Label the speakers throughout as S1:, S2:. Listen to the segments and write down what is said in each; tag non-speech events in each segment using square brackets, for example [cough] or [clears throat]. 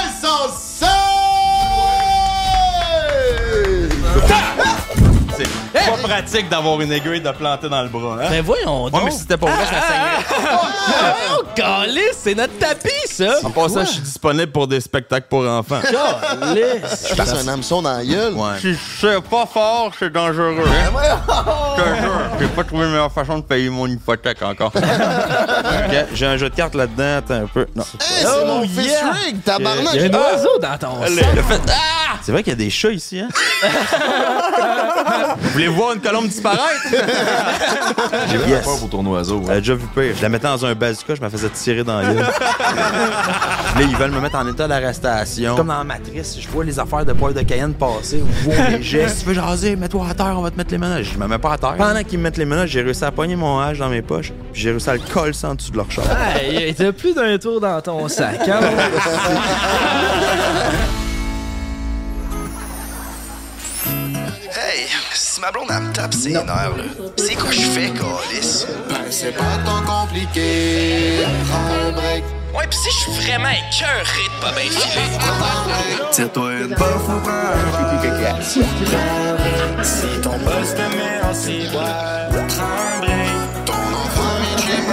S1: commencer
S2: C'est pas pratique d'avoir une aiguille de planter dans le bras, hein?
S3: Ben voyons
S4: Ouais,
S3: donc.
S4: mais si c'était pour vrai, je me saignerais.
S3: Ah, voyons, calisse, c'est notre tapis, ça.
S4: En passant, je suis disponible pour des spectacles pour
S2: [laughs]
S4: enfants.
S3: Calisse.
S1: Je passe un hameçon dans la gueule.
S4: Ouais. Ben
S2: Si c'est pas fort, c'est dangereux. Hein? Je te jure, j'ai pas trouvé une meilleure façon de payer mon
S4: [laughs]
S2: hypothèque encore.
S4: Ok, J'ai un jeu de cartes là-dedans. Attends un peu. Non.
S1: Hey, c'est
S3: Oh,
S1: mon fils
S3: yeah.
S1: rig,
S3: Il y a
S1: tabarnak!
S3: un oiseau dans ton sac.
S4: C'est vrai qu'il y a des chats ici, hein? Vous voulez voir une colombe [laughs] disparaître?
S5: J'ai vraiment
S4: Yes.
S5: peur pour ton oiseau. ouais.
S4: J'avais déjà vu pire. Je la mettais dans un bazooka, je me faisais tirer dans [laughs] l'œil. là, ils veulent me mettre en état d'arrestation. Comme dans Matrice, je vois les affaires de poivre de Cayenne passer, je vois [laughs] les gestes. Si tu veux jaser, mets-toi à terre, on va te mettre les ménages. Je me mets pas à terre. Pendant qu'ils me mettent les ménages, j'ai réussi à pogner mon hache dans mes poches, puis j'ai réussi à le coller en dessous de leur char.
S3: Ah, il y a plus d'un tour dans ton sac. hein?
S6: Hey, si ma blonde, elle me tape ses nerfs, là. C'est quoi je fais, Calis?
S1: C'est pas tant compliqué. Prends un break.
S6: Ouais, pis si je suis vraiment écœuré de pas bien filer. Tire-toi une bof ou Si ton boss te met en ciboire, tremble. Ton enfant est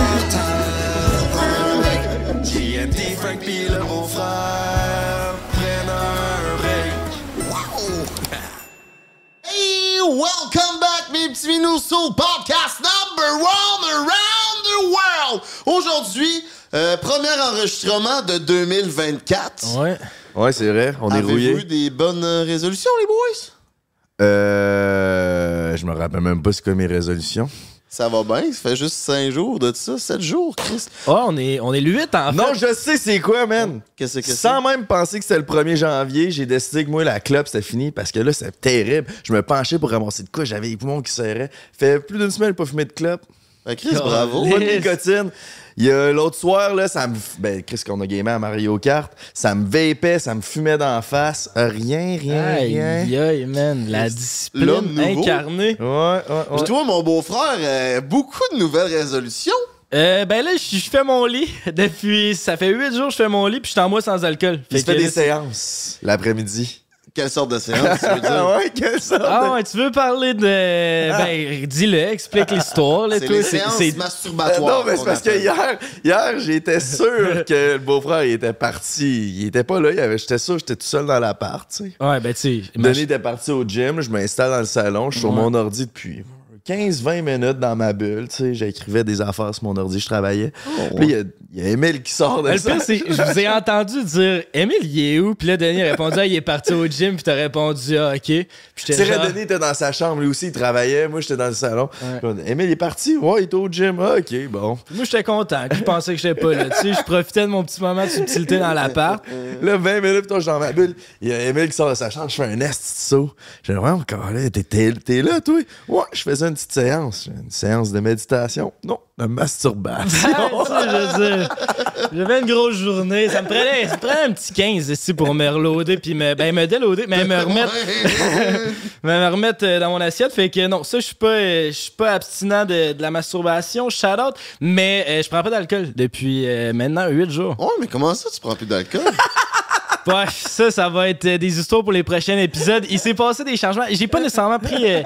S6: mortel. JMD, Frank pis le beau-frère prennent un break.
S1: Hey, welcome back, mes petits minous, sur podcast number one around the world! Aujourd'hui, euh, premier enregistrement de 2024.
S3: Ouais.
S5: Ouais, c'est vrai. On est
S1: Avez-vous eu
S5: rouillé.
S1: des bonnes euh, résolutions, les boys?
S5: Euh. Je me rappelle même pas c'est quoi mes résolutions.
S1: Ça va bien, ça fait juste 5 jours de ça, 7 jours, Chris.
S3: Ah, on est, on est le 8 en fait.
S5: Non, je sais c'est quoi, man.
S1: Oh, Qu'est-ce que c'est?
S5: Sans même penser que c'était le 1er janvier, j'ai décidé que moi, la clope, c'était fini parce que là, c'était terrible. Je me penchais pour ramasser de quoi, j'avais les poumons qui serraient. Fait plus d'une semaine, j'ai pas fumé de clope.
S1: Fait Ben, Chris, bravo.
S3: Yes.
S5: Pas de nicotine. Il y a l'autre soir, là, ça me. f- Ben, Chris, qu'on a gamé à Mario Kart, ça me vapait, ça me fumait d'en face. Euh, Rien, rien,
S3: Aïe,
S5: rien.
S3: aïe, aïe, man, la
S1: L'homme
S3: discipline
S1: nouveau.
S3: incarnée.
S5: Ouais, ouais,
S1: Puis
S5: ouais.
S1: toi, mon beau-frère, euh, beaucoup de nouvelles résolutions.
S3: Euh, ben là, je je fais mon lit [laughs] depuis. Ça fait 8 jours que je fais mon lit, puis je suis en moi sans alcool.
S5: Il se
S3: Fait
S5: fait
S3: que-
S5: des séances l'après-midi.
S1: Quelle sorte de séance, tu veux dire?
S5: Ah ouais, quelle sorte
S3: [laughs] Ah ouais, tu veux parler de. Ben, dis-le, explique l'histoire. là,
S1: C'est
S3: toi,
S1: les séances
S5: Euh,
S1: masturbatoires.
S5: non, mais c'est
S1: qu'on
S5: parce que
S1: appelle.
S5: hier, hier
S3: [laughs]
S5: j'étais sûr que le beau-frère il était parti. Il était pas là. il avait- J'étais sûr que j'étais tout seul dans l'appart. tu sais.
S3: Ouais, ben, tu sais.
S5: Denis était parti au gym. Je m'installe dans le salon. Je suis sur mon ordi depuis 15-20 minutes dans ma bulle. tu sais. J'écrivais des affaires sur mon ordi. Je travaillais. Puis il y a- il y, a Emile qui sort de
S3: Oh. Le
S5: ça.
S3: pire, c'est je vous ai entendu dire Émile, il est où? Puis là, Denis a répondu Ah, il est parti au gym, puis t'as répondu Ah, ok. Puis
S5: Tu
S3: j'étais
S5: sais,
S3: genre,
S5: Denis était dans sa chambre, lui aussi, il travaillait. Moi, j'étais dans le salon.
S3: Ouais.
S5: Puis on dit, Emile est parti. Ouais, il est au gym. Ah, OK, bon.
S3: Moi, j'étais content. Je pensais que j'étais pas là. Tu sais, je profitais de mon petit moment de subtilité dans
S5: [laughs]
S3: l'appart.
S5: Là, 20 minutes, toi, je suis dans ma bulle. Il y a Emile qui sort de sa chambre, je fais un esti de saut. Je dis, vraiment, calais, t'es- t'es t'es là, toi? Ouais, je faisais une petite séance. Une séance de méditation. Non, de masturbation.
S3: [laughs] Tu sais, je veux dire, J'avais une grosse journée. Ça me prenait, ça me prenait un petit 15 ici pour me reloader, puis me, ben, me déloader, mais me
S5: [laughs]
S3: remettre, me remettre euh, dans mon assiette. Fait que non, ça, je suis pas, euh, je suis pas abstinent de, de la masturbation, shout out, mais euh, je prends pas d'alcool depuis euh, maintenant 8 jours.
S1: Ouais, mais comment ça, tu prends plus d'alcool?
S3: Ouais, ça, ça va être euh, des histoires pour les prochains épisodes. Il s'est passé des changements. J'ai pas nécessairement pris euh,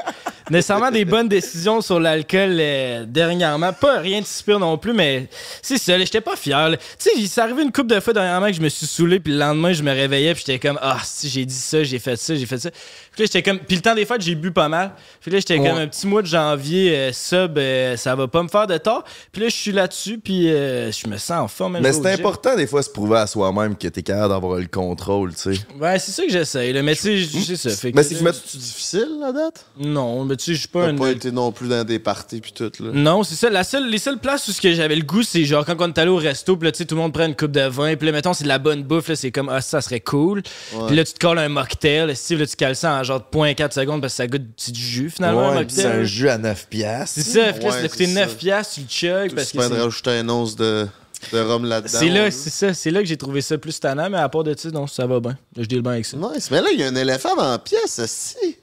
S3: nécessairement des bonnes décisions sur l'alcool euh, dernièrement. Pas rien de super non plus, mais c'est ça. là, J'étais pas fier. là. Tu sais, c'est arrivé une couple de fois dernièrement que je me suis saoulé, puis le lendemain, je me réveillais, puis j'étais comme Ah, si j'ai dit ça, j'ai fait ça, j'ai fait ça. Puis là, j'étais comme. Puis le temps des fêtes, j'ai bu pas mal. Puis là, j'étais comme un petit mois de janvier euh, sub, euh, ça va pas me faire de tort. Puis là, je suis là-dessus, puis euh, je me sens en forme. même
S5: Mais
S3: je vais
S5: c'est
S3: au gym.
S5: important, des fois, se prouver à soi-même que t'es capable d'avoir le contrôle, tu sais.
S3: Ouais, c'est ça que j'essaye, là, mais tu sais, [laughs] c'est ça. Fait que-
S5: Mais c'est que
S1: C'est-tu difficile, la date?
S3: Non, mais tu sais, je suis pas
S1: T'as
S3: un.
S1: pas été non plus dans des parties pis tout, là.
S3: Non, c'est ça. La seule, les seules places où ce que j'avais le goût, c'est genre quand on est allé au resto, puis là, tu sais, tout le monde prend une coupe de vin, puis là, mettons, c'est de la bonne bouffe, là, c'est comme, ah, ça serait cool. Puis là, tu te colles un mocktail, Steve, là, tu cales ça en genre de 0.4 secondes parce que ça goûte du jus, finalement, un
S5: Ouais, puis c'est un
S3: mocktail.
S5: jus à 9 piastres.
S3: C'est ça, fait que là,
S1: Ouais,
S3: ça t'a coûté
S1: c'est
S3: 9
S1: ça.
S3: piastres, tu le chug, parce
S1: Tu
S3: que
S1: peux
S3: c'est-
S1: rajouter un once de, de rhum là-dedans.
S3: c'est là, c'est ça, c'est là que j'ai trouvé ça plus tannant, mais à part de ça, non, ça va bien. Là, Je dis le bien avec ça.
S1: Nice. Mais là, il y a un éléphant dans la pièce, si.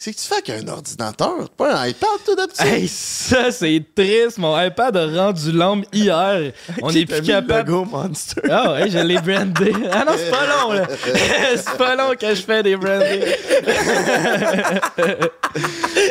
S1: C'est que tu fais avec un ordinateur, pas un iPad, tout d'habitude.
S3: Hey, ça, c'est triste. Mon iPad a rendu l'âme hier. On est plus capable. [laughs]
S5: Go Monster.
S3: Ah ouais, je l'ai brandé. Ah non, c'est pas
S1: [laughs]
S3: long, là. c'est pas long que je fais des brandés.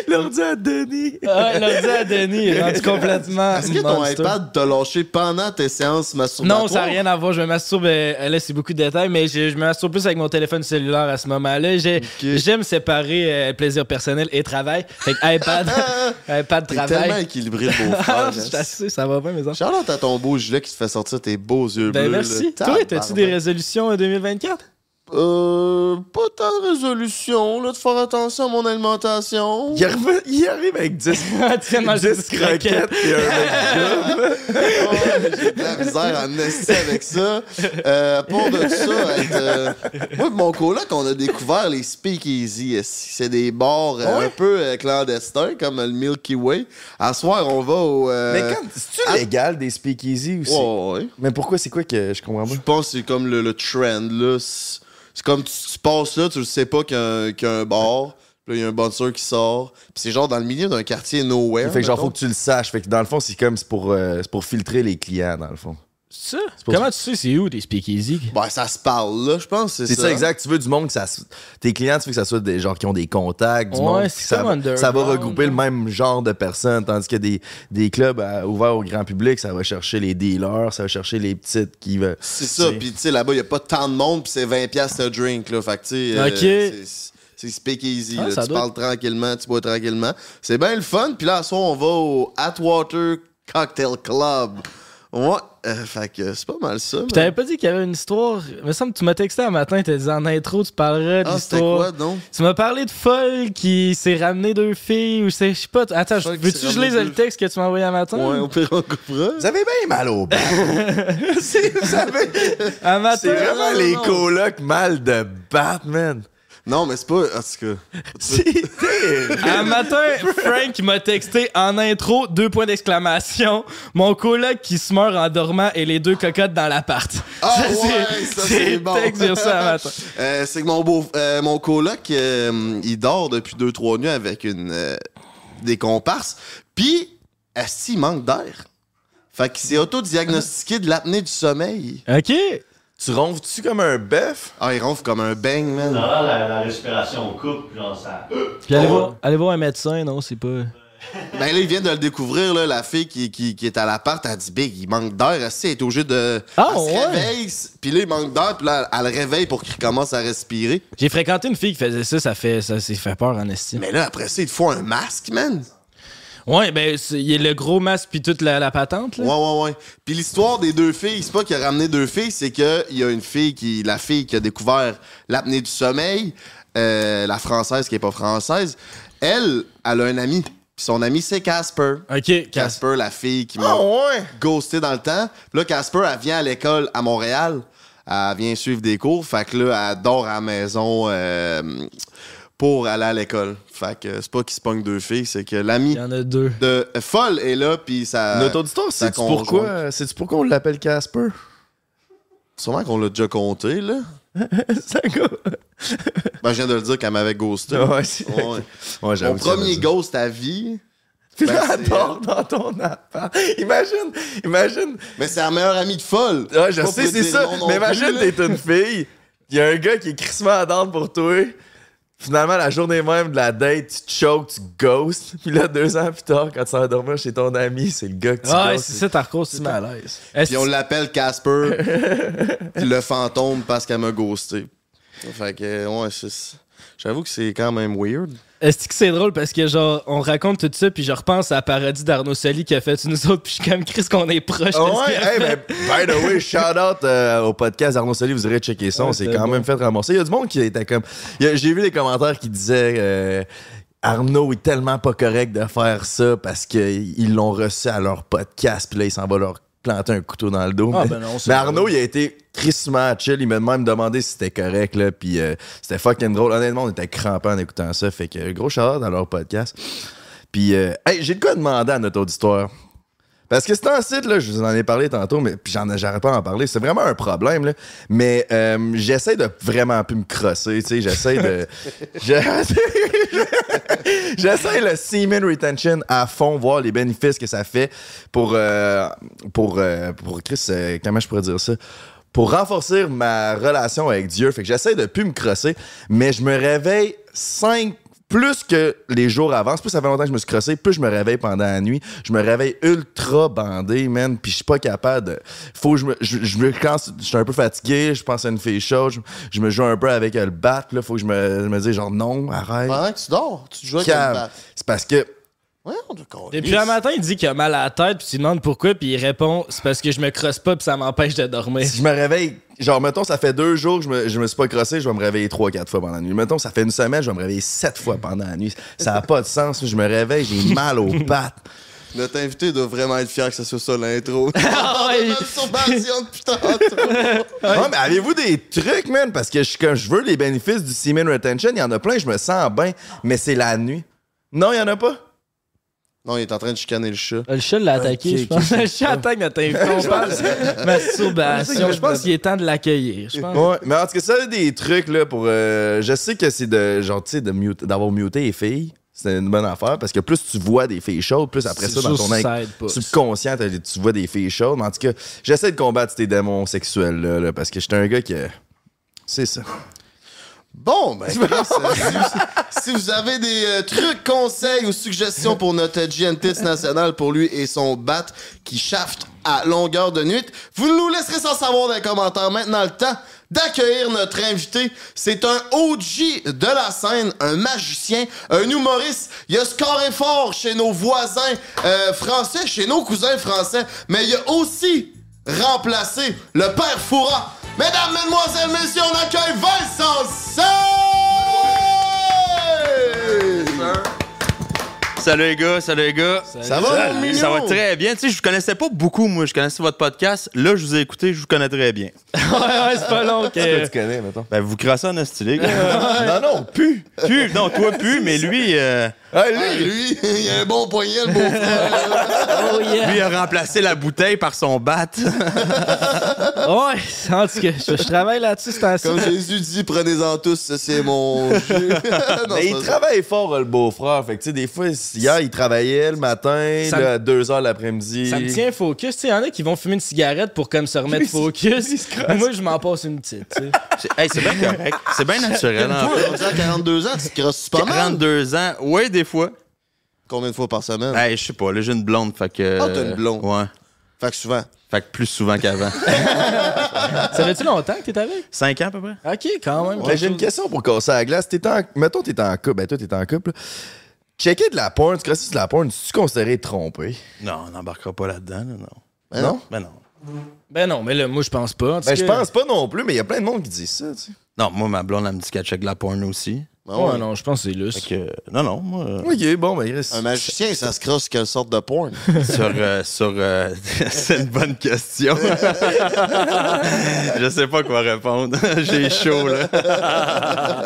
S5: L'ordi à Denis.
S3: Ah, l'ordi à Denis est rendu complètement.
S1: Est-ce que ton
S3: monster.
S1: iPad t'a lâché pendant tes séances masturbatoires?
S3: Non, ça n'a rien à voir. Je me masturbe. euh, Là, c'est beaucoup de détails, mais je, je me masturbe plus avec mon téléphone cellulaire à ce moment-là. J'ai- J'aime séparer euh, plaisir personnel et travail. Fait que
S1: [laughs]
S3: iPad, [laughs] iPad
S1: T'es tellement hein.
S3: travail.
S1: équilibré, le
S3: [laughs] Ah,
S1: beau-frère.
S3: je suis assez, ça va bien, mes enfants.
S1: Charlotte, à ton beau gilet qui te fait sortir tes beaux yeux
S3: Ben
S1: bleus.
S3: merci.
S1: là.
S3: Toi, t'as-tu des
S1: Tabarnak.
S3: résolutions en 2024?
S1: Euh, pas tant de résolution, là, de faire attention à mon
S3: [laughs]
S1: alimentation. [laughs]
S5: Il arrive, il arrive avec 10,
S3: tu viens de manger
S5: 10
S3: des croquettes.
S5: croquettes
S3: [laughs]
S5: et un mec
S1: Oh, J'ai de la misère en esti avec ça. Euh, pour de ça, être, euh, moi et mon coloc, on a découvert les speakeasy. esti. C'est des bars euh, un peu euh, clandestins, comme le Milky Way. À soir, on va au... euh,
S5: Mais quand, c'est-tu
S1: ah-
S5: légal des speakeasy aussi?
S1: ouais, ouais, ouais.
S5: Mais pourquoi, c'est quoi que je comprends pas?
S1: Je pense que c'est comme le, le trend, là. C'est c'est comme tu, tu passes là, tu le sais pas qu'il y a un, qu'il y a un bar. Puis là, il y a un bouncer qui sort. Puis c'est genre dans le milieu d'un quartier nowhere.
S5: fait que genre,
S1: mettons.
S5: faut que tu le saches. Fait que dans le fond, c'est comme, c'est pour, euh, c'est pour filtrer les clients, dans le fond.
S3: Ça?
S5: pour
S3: Comment tu sais c'est où des speakeasy?
S1: Ben, ça se parle, là, je pense. C'est
S5: C'est
S1: ça,
S5: ça, exact. Tu veux du monde que ça. se- Tes clients, tu veux que ça soit des gens qui ont des contacts, du
S3: Ouais,
S5: monde.
S3: c'est
S5: qui- ça,
S3: comme
S5: va-
S3: underground,
S5: ça va regrouper
S3: là.
S5: le même genre de personnes, tandis que des, des clubs euh, ouverts au grand public, ça va chercher les dealers, ça va chercher les petites qui veulent.
S1: C'est ça, puis tu sais, là-bas, il n'y a pas tant de monde, puis c'est 20$ piastres le drink, là. Fait que, tu sais, euh,
S3: Ok.
S1: c'est- c'est speakeasy,
S3: Ah,
S1: là.
S3: ça
S1: Tu
S3: doit
S1: parles tranquillement, tu bois tranquillement. C'est bien le fun, puis là, à soir, on va au Atwater Cocktail Club. Ouais, euh, fait que c'est pas mal ça.
S3: Puis
S1: mais-
S3: t'avais pas dit qu'il y avait une histoire. Il me semble que tu m'as texté un matin, t'as dit en intro, tu parleras de
S1: Ah, c'était
S3: l'histoire.
S1: quoi, non?
S3: Tu m'as parlé de folle qui s'est ramené deux filles ou c'est. Je sais pas. t- Attends, je-
S1: Folle qui
S3: veux-tu
S1: s'est
S3: que je
S1: ramené
S3: lise le
S1: deux-
S3: texte que tu m'as envoyé un matin?
S1: Ouais, au pire, on coupera.
S5: Vous avez bien mal au bras. C'est- vous avez-
S3: Un matin.
S5: C'est
S3: [laughs]
S5: vraiment
S3: non, non,
S5: les
S3: non.
S5: colocs mal de Batman.
S1: Non, mais c'est pas. En tout cas.
S5: C'est terrible.
S3: Un matin, Frank m'a texté en intro, deux points d'exclamation. Mon coloc qui se meurt en dormant et les deux cocottes dans l'appart.
S1: Ah
S3: Ça,
S1: ouais, ça c'est
S3: le
S1: bon.
S3: texte que j'ai reçu
S1: [laughs]
S3: un matin.
S1: Euh, c'est que mon beau, euh, mon coloc, euh, il dort depuis deux trois nuits avec une euh, des comparses. Puis, asti, il manque d'air. Fait qu'il s'est auto-diagnostiqué de l'apnée du sommeil.
S3: Ok.
S5: tu ronfles-tu comme un bœuf?
S1: Ah, il ronfle comme un bang, man.
S7: Dans la, la respiration coupe, puis genre ça.
S3: Puis allez, voir, allez voir un médecin, non, c'est pas.
S1: Ben là, il vient de le découvrir, là, la fille qui, qui, qui est à l'appart, elle dit Big, il manque d'air, asti, elle est obligée de.
S3: Ah,
S1: elle se
S3: ouais.
S1: réveille, puis là, il manque d'air, puis là, elle elle le réveille pour qu'il commence à respirer.
S3: J'ai fréquenté une fille qui faisait ça, ça fait ça, c'est fait peur en estime.
S1: Mais là, après ça, il te faut un masque, man.
S3: Ouais, ben c'est- il y a le gros masque puis toute la, la patente là.
S1: Ouais, ouais, ouais. Puis l'histoire des deux filles, c'est pas qu'il a ramené deux filles, c'est qu'il y a une fille qui, la fille qui a découvert l'apnée du sommeil, euh, la française qui est pas française, elle, elle a un ami. Puis son ami, c'est Casper.
S3: Ok, casse.
S1: Casper, la fille qui m'a
S5: Ah ouais!
S1: ghosté dans le temps. Puis là, Casper, elle vient à l'école à Montréal. Elle vient suivre des cours. Fait que là, elle dort à la maison euh, pour aller à l'école. Fait que c'est pas qu'il se pogne deux filles, c'est que l'ami
S3: Il y en a deux.
S1: de Folle est là, puis ça...
S5: Notre auditoire,
S1: sa
S5: c'est pourquoi,
S1: conjointe.
S5: euh, sais-tu pourquoi on l'appelle [laughs] Casper?
S1: Sûrement qu'on l'a déjà compté, là.
S5: C'est un gars.
S1: Ben, je viens de le dire qu'elle m'avait ghosté.
S5: Ouais, c'est-
S1: Ouais.
S5: Ouais, j'avoue
S1: Mon
S5: que ça veut
S1: premier
S5: dire.
S1: ghost à vie.
S5: Puis
S1: Ben,
S5: là, elle
S1: c'est-
S5: dort dans ton appart. Imagine, imagine.
S1: Mais c'est la meilleure amie de folle.
S5: Ah, je
S1: Pas
S5: sais,
S1: pour
S5: c'est
S1: dire
S5: ça.
S1: non non
S5: Mais
S1: plus,
S5: imagine,
S1: là.
S5: t'es une fille. Il y a un gars qui est crissement à dente pour toi. Finalement, la journée même de la date, tu te choques, tu ghostes. Puis là, deux ans plus tard, quand tu vas dormir chez ton ami, c'est le gars que tu
S3: Ah, ouais,
S5: ghostes.
S3: c'est ça, t'as recours,
S5: C'est
S3: c'est mal.
S5: malaise.
S1: Puis on l'appelle Casper.
S5: [laughs]
S1: puis le fantôme parce qu'elle m'a ghosté. Fait que, ouais, c'est... J'avoue que c'est quand même weird.
S3: Est-ce que c'est drôle parce que genre on raconte tout ça puis je repense à la parodie d'Arnaud Soli qui a fait une autres puis je suis comme Chris qu'on est proche.
S5: Ah
S3: de ce
S5: ouais,
S3: qu'il a
S5: hey,
S3: fait.
S5: ben, by the way, shout out euh, au podcast Arnaud Soli, vous irez checker ça, on
S3: Ouais,
S5: s'est
S3: c'était
S5: quand
S3: bon.
S5: même fait ramasser. Il y a du monde qui était comme. il y a- J'ai vu les commentaires qui disaient euh, Arnaud est tellement pas correct de faire ça parce qu'ils l'ont reçu à leur podcast, puis là, il s'en va leur planter un couteau dans le dos.
S3: Ah,
S5: mais,
S3: ben non, c'est
S5: mais
S3: drôle.
S5: Arnaud, il a été tristement chill, il m'a même demandé si c'était correct, là, puis euh, c'était fucking drôle. Honnêtement, on était crampant en écoutant ça, fait que gros shout out à leur podcast. Puis, euh, hey, j'ai le quoi demander à notre auditoire. Parce que c'est un site, là, je vous en ai parlé tantôt, mais puis j'en j'arrête pas d'en parler. C'est vraiment un problème, là. Mais euh, j'essaie de vraiment plus me crosser, tu sais. J'essaie de. je- [laughs] j'essaie le semen retention à fond, voir les bénéfices que ça fait pour. euh, pour, euh, pour Chris, euh, comment je pourrais dire ça? Pour renforcer ma relation avec Dieu. Fait que j'essaie de plus me crosser, mais je me réveille cinq plus que les jours avancent, plus ça fait longtemps que je me suis crossé, plus je me réveille pendant la nuit. Je me réveille ultra bandé, man, puis je suis pas capable de... Faut que je me... Je, je me- quand je suis un peu fatigué, je pense à une fille chaude, je, je me joue un peu avec euh, le bat, puis là, faut que je me, je me dise genre non, arrête.
S1: Pendant que tu dors, tu te joues avec
S5: Cave.
S1: une batte.
S5: C'est parce que...
S1: Ouais, on te colle.
S3: Depuis un matin, il dit qu'il a mal à la tête, puis tu lui demandes pourquoi, puis il répond c'est parce que je me crosse pas, puis ça m'empêche de [laughs] dormir.
S5: Si je me réveille, genre, mettons, ça fait deux jours que je me, je me suis pas crossé, je vais me réveiller trois, quatre fois pendant la nuit. Mettons, ça fait une semaine, je vais me réveiller sept fois pendant la nuit. Ça n'a pas de sens. Je me réveille, j'ai mal aux pattes.
S1: Notre invité doit vraiment être fier que ce soit ça
S5: [laughs]
S1: l'intro.
S3: Ah ouais.
S1: Masturbation de putain. toi.
S5: Non, mais avez-vous des trucs, man? Parce que je, suis comme je veux les bénéfices du semen retention, il y en a plein, je me sens bien, mais c'est la nuit. Non, il y en a pas?
S1: Non, il est en train de chicaner le chat.
S3: Euh, Le chat l'a attaqué,
S5: Ok,
S3: je pense. Le chat attaque notre invité. On parle de masturbation. Je pense qu'il est temps de l'accueillir. Je pense.
S5: Ouais, mais en tout cas, ça, des trucs, là, pour. euh, je sais que c'est de. Genre, tu sais, de mute- d'avoir muté les filles. C'est une bonne affaire parce que plus tu vois des filles chaudes, plus après ça, dans ton
S3: Ça,
S5: inc-
S3: ça aide
S5: [laughs]
S3: pas.
S5: subconscient, t'as- tu vois des filles chaudes. Mais en tout cas, j'essaie de combattre ces démons sexuels, là, là, parce que j'étais un gars qui. euh, C'est ça.
S1: Bon, ben, Chris, euh, si, vous, si vous avez des euh, trucs, conseils ou suggestions pour notre GNTS national, pour lui et son bat qui shafte à longueur de nuit, vous nous laisserez sans savoir dans les commentaires. Maintenant, le temps d'accueillir notre invité. C'est un OG de la scène, un magicien, un humoriste. Il a scoré fort chez nos voisins euh, français, chez nos cousins français, mais il a aussi remplacé le père Foura. Mesdames, mesdemoiselles, messieurs, on accueille Vincent Say!
S2: Salut les gars, salut les gars.
S1: Ça va, mon mignon?
S2: Ça va très bien. Tu sais, je vous connaissais pas beaucoup, moi. Je connaissais votre podcast. Là, je vous ai écouté, je vous connais très bien.
S3: Ouais, ouais, c'est pas long. que-
S5: Tu connais, mettons.
S2: Ben, vous crassez en stylé. [laughs]
S5: Non, non, pu!
S2: Pu, non, toi, pu, mais lui, euh,
S5: Hey, lui,
S1: Hey, lui, il a un bon poignet, le beau frère.
S3: Oh yeah.
S2: lui a remplacé la bouteille par son bat.
S3: Ouais, en tout cas, je, je travaille là-dessus, c'est
S1: [laughs]
S3: ainsi.
S1: Comme Jésus dit, prenez-en tous, ça, c'est mon jus. [laughs] Non,
S5: Mais
S1: c'est
S5: il
S1: pas ça.
S5: travaille fort, euh, le beau-frère. Fait que, tu sais, des fois, hier, il travaillait le matin,
S3: Ça
S5: là, à 2 heures l'après-midi.
S3: Ça me tient focus. Tu sais, il y en a qui vont fumer une cigarette pour comme se remettre focus. Mais moi, je m'en passe une petite. tu sais.
S2: [laughs] Hey, c'est bien correct. C'est bien naturel. en fait.
S1: Toi, rendu à 42 ans, tu te crosses pas mal.
S2: 42 ans, ouais, des fois.
S1: Combien de fois par semaine?
S2: Hey, je sais pas, là, j'ai une blonde, fait que.
S1: Ah, t'as une blonde.
S2: Ouais.
S1: Fait que souvent.
S2: Fait que plus souvent [laughs] qu'avant.
S3: Ça fait-tu longtemps que t'es avec?
S2: 5 ans, à peu près?
S3: Ok, quand même.
S5: Mais j'ai une question pour casser la glace. T'es en... Mettons, t'es en couple. Ben, toi, t'es en couple. là. Checker de la porn, tu crosses de la porn, tu considéré trompé?
S2: Non, on n'embarquera pas là-dedans, là, non.
S1: Ben non.
S2: Ben non.
S3: Ben non, mais là, moi, je pense pas. en tout
S5: Ben, je
S3: cas.
S5: pense pas non plus, mais il y a plein de monde qui dit ça, tu sais.
S2: Non, moi, ma blonde, elle me dit qu'elle check de la porn aussi.
S1: Ah ouais.
S3: Ouais, non, je pense que c'est
S2: Fait
S3: lustre.
S2: que, non, non, moi, euh,
S5: Ok, bon, ben, il reste.
S1: Un magicien, ça se crosse quelle sorte de porn? [laughs]
S2: sur... euh, sur euh, [laughs] c'est une bonne question. je sais pas quoi répondre. [laughs] J'ai chaud, là.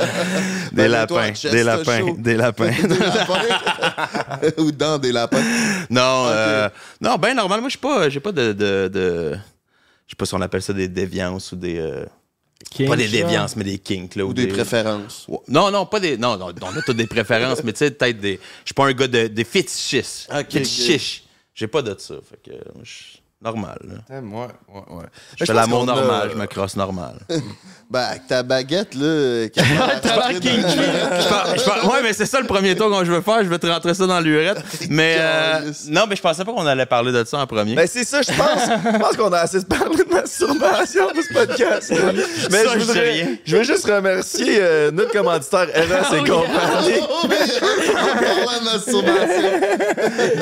S2: Des
S1: Ben, toi,
S2: lapins,
S1: Jess,
S2: des
S1: t'as
S2: lapins,
S1: chaud. [laughs]
S2: des lapins.
S1: Des lapins? [laughs] Ou dans des lapins.
S2: Non, euh, non, ben normal. Moi, je suis pas, j'ai pas de, de, de- je sais pas si on appelle ça des déviances ou des, euh, pas des déviances, mais des kinks là,
S1: Ou des préférences.
S2: Ouais. Non, non, pas des. Non, non, on a toutes des préférences, mais tu sais, peut-être des. Je suis pas un gars de, des fétichistes.
S1: Ok, ok.
S2: Fétichistes. J'ai pas de ça. Fait que, euh, je suis normal. là.
S5: Ouais, ouais, ouais.
S2: Je fais l'amour normal, je me crosse [laughs] normal.
S1: Ben, avec ta baguette, là. [laughs] T'as
S3: l'air kinky.
S2: Je par- je par- ouais, mais c'est ça le premier tour que je veux faire. Je veux te rentrer ça dans l'urette. Mais euh, non, mais je pensais pas qu'on allait parler de ça en premier.
S5: Ben, c'est ça, je pense. Je pense qu'on a assez de parler de masturbation pour ce podcast. Mais
S2: Ça,
S5: je
S2: je
S5: voudrais-
S2: dis rien.
S5: je veux juste remercier euh, notre commanditaire RS et compagnie.
S1: Oh, mais la masturbation.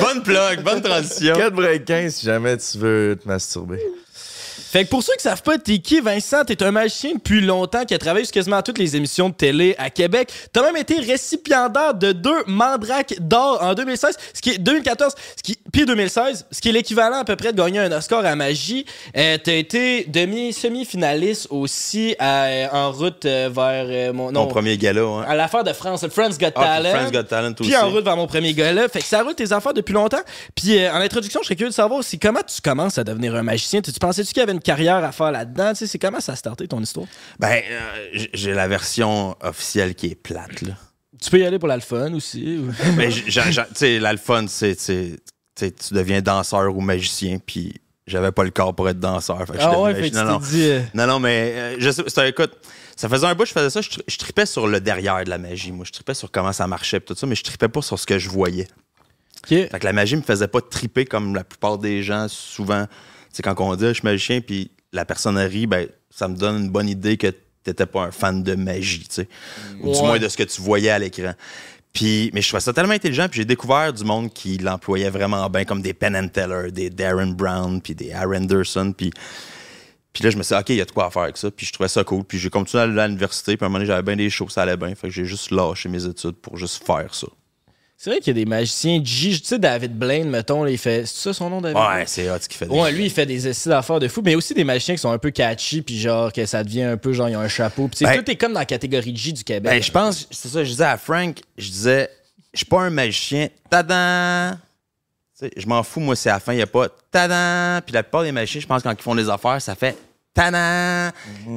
S2: [laughs] Bonne plug, bonne transition.
S5: 4 break 15 si jamais tu veux te masturber.
S3: Fait que pour ceux qui savent pas, t'es qui, Vincent? T'es un magicien depuis longtemps qui a travaillé sur quasiment toutes les émissions de télé à Québec. T'as même été récipiendaire de deux Mandrake d'or en 2016, ce qui est 2014, ce qui, puis 2016, ce qui est l'équivalent à peu près de gagner un Oscar à magie. Euh, t'as été demi, semi-finaliste aussi à- en route euh, vers euh, mon, non,
S2: Mon premier gala, hein.
S3: à l'affaire de France, le France Got
S2: Ah, puis
S3: Talent.
S2: France Got Talent
S3: Puis en
S2: aussi.
S3: route vers mon premier gars-là. Fait que ça roule tes affaires depuis longtemps. Puis euh, en introduction, je serais curieux de savoir aussi comment tu commences à devenir un magicien. Tu tu pensais-tu qu'il y avait une carrière à faire là-dedans? Tu sais, c'est comment ça a starté ton histoire?
S2: Ben, euh, j- j'ai la version officielle qui est plate, là.
S3: Tu peux y aller pour l'alphone aussi. [laughs] ou-
S2: Mais j- j'en- j'en- tu sais, là, le fun, c'est c'est- tu sais, tu deviens danseur ou magicien, puis j'avais pas le corps pour être danseur. Fait que je
S3: ah ouais,
S2: devenais-
S3: fait que
S2: non,
S3: tu
S2: non.
S3: t'es dit... euh,
S2: Non, non, mais euh, je sais, c'était- écoute, ça faisait un bout que je faisais ça, je, tri- je tripais sur le derrière de la magie, moi. Je tripais sur comment ça marchait, pis tout ça, mais je tripais pas sur ce que je voyais.
S3: euh, OK.
S2: Fait que la magie me faisait pas triper comme la plupart des gens, souvent. C'est quand on dit Ah, je suis magicien, puis la personne rit, ben, ça me donne une bonne idée que t'étais pas un fan de magie, tu sais. Ou du
S3: Ouais.
S2: moins de ce que tu voyais à l'écran. Puis, mais je trouvais ça tellement intelligent, puis j'ai découvert du monde qui l'employait vraiment bien, comme des Penn and Teller, des Darren Brown, puis des Aaron Anderson, puis puis là, je me suis dit, OK, il y a de quoi à faire avec ça. Puis je trouvais ça cool. Puis j'ai continué à aller à l'université. Puis à un moment donné, j'avais bien des shows, ça allait bien. Fait que j'ai juste lâché mes études pour juste faire ça.
S3: C'est vrai qu'il y a des magiciens. G, tu sais, David Blaine, mettons, là, il fait... C'est ça son nom, David?
S2: Ouais, c'est hot ce qu'il fait.
S3: Ouais, lui, il fait des essais d'affaires de fou, mais aussi des magiciens qui sont un peu catchy, puis genre que ça devient un peu genre, il y a un chapeau. Puis tu sais,
S2: Ben-
S3: tout est comme dans la catégorie G du Québec.
S2: Ben, je pense, c'est ça, je disais à Frank, je disais, je suis pas un magicien. Tadam! Tu sais, Je m'en fous, moi, c'est à la fin, il n'y a pas tadam! Puis la plupart des magiciens, je pense, quand ils font des affaires, ça fait tadam!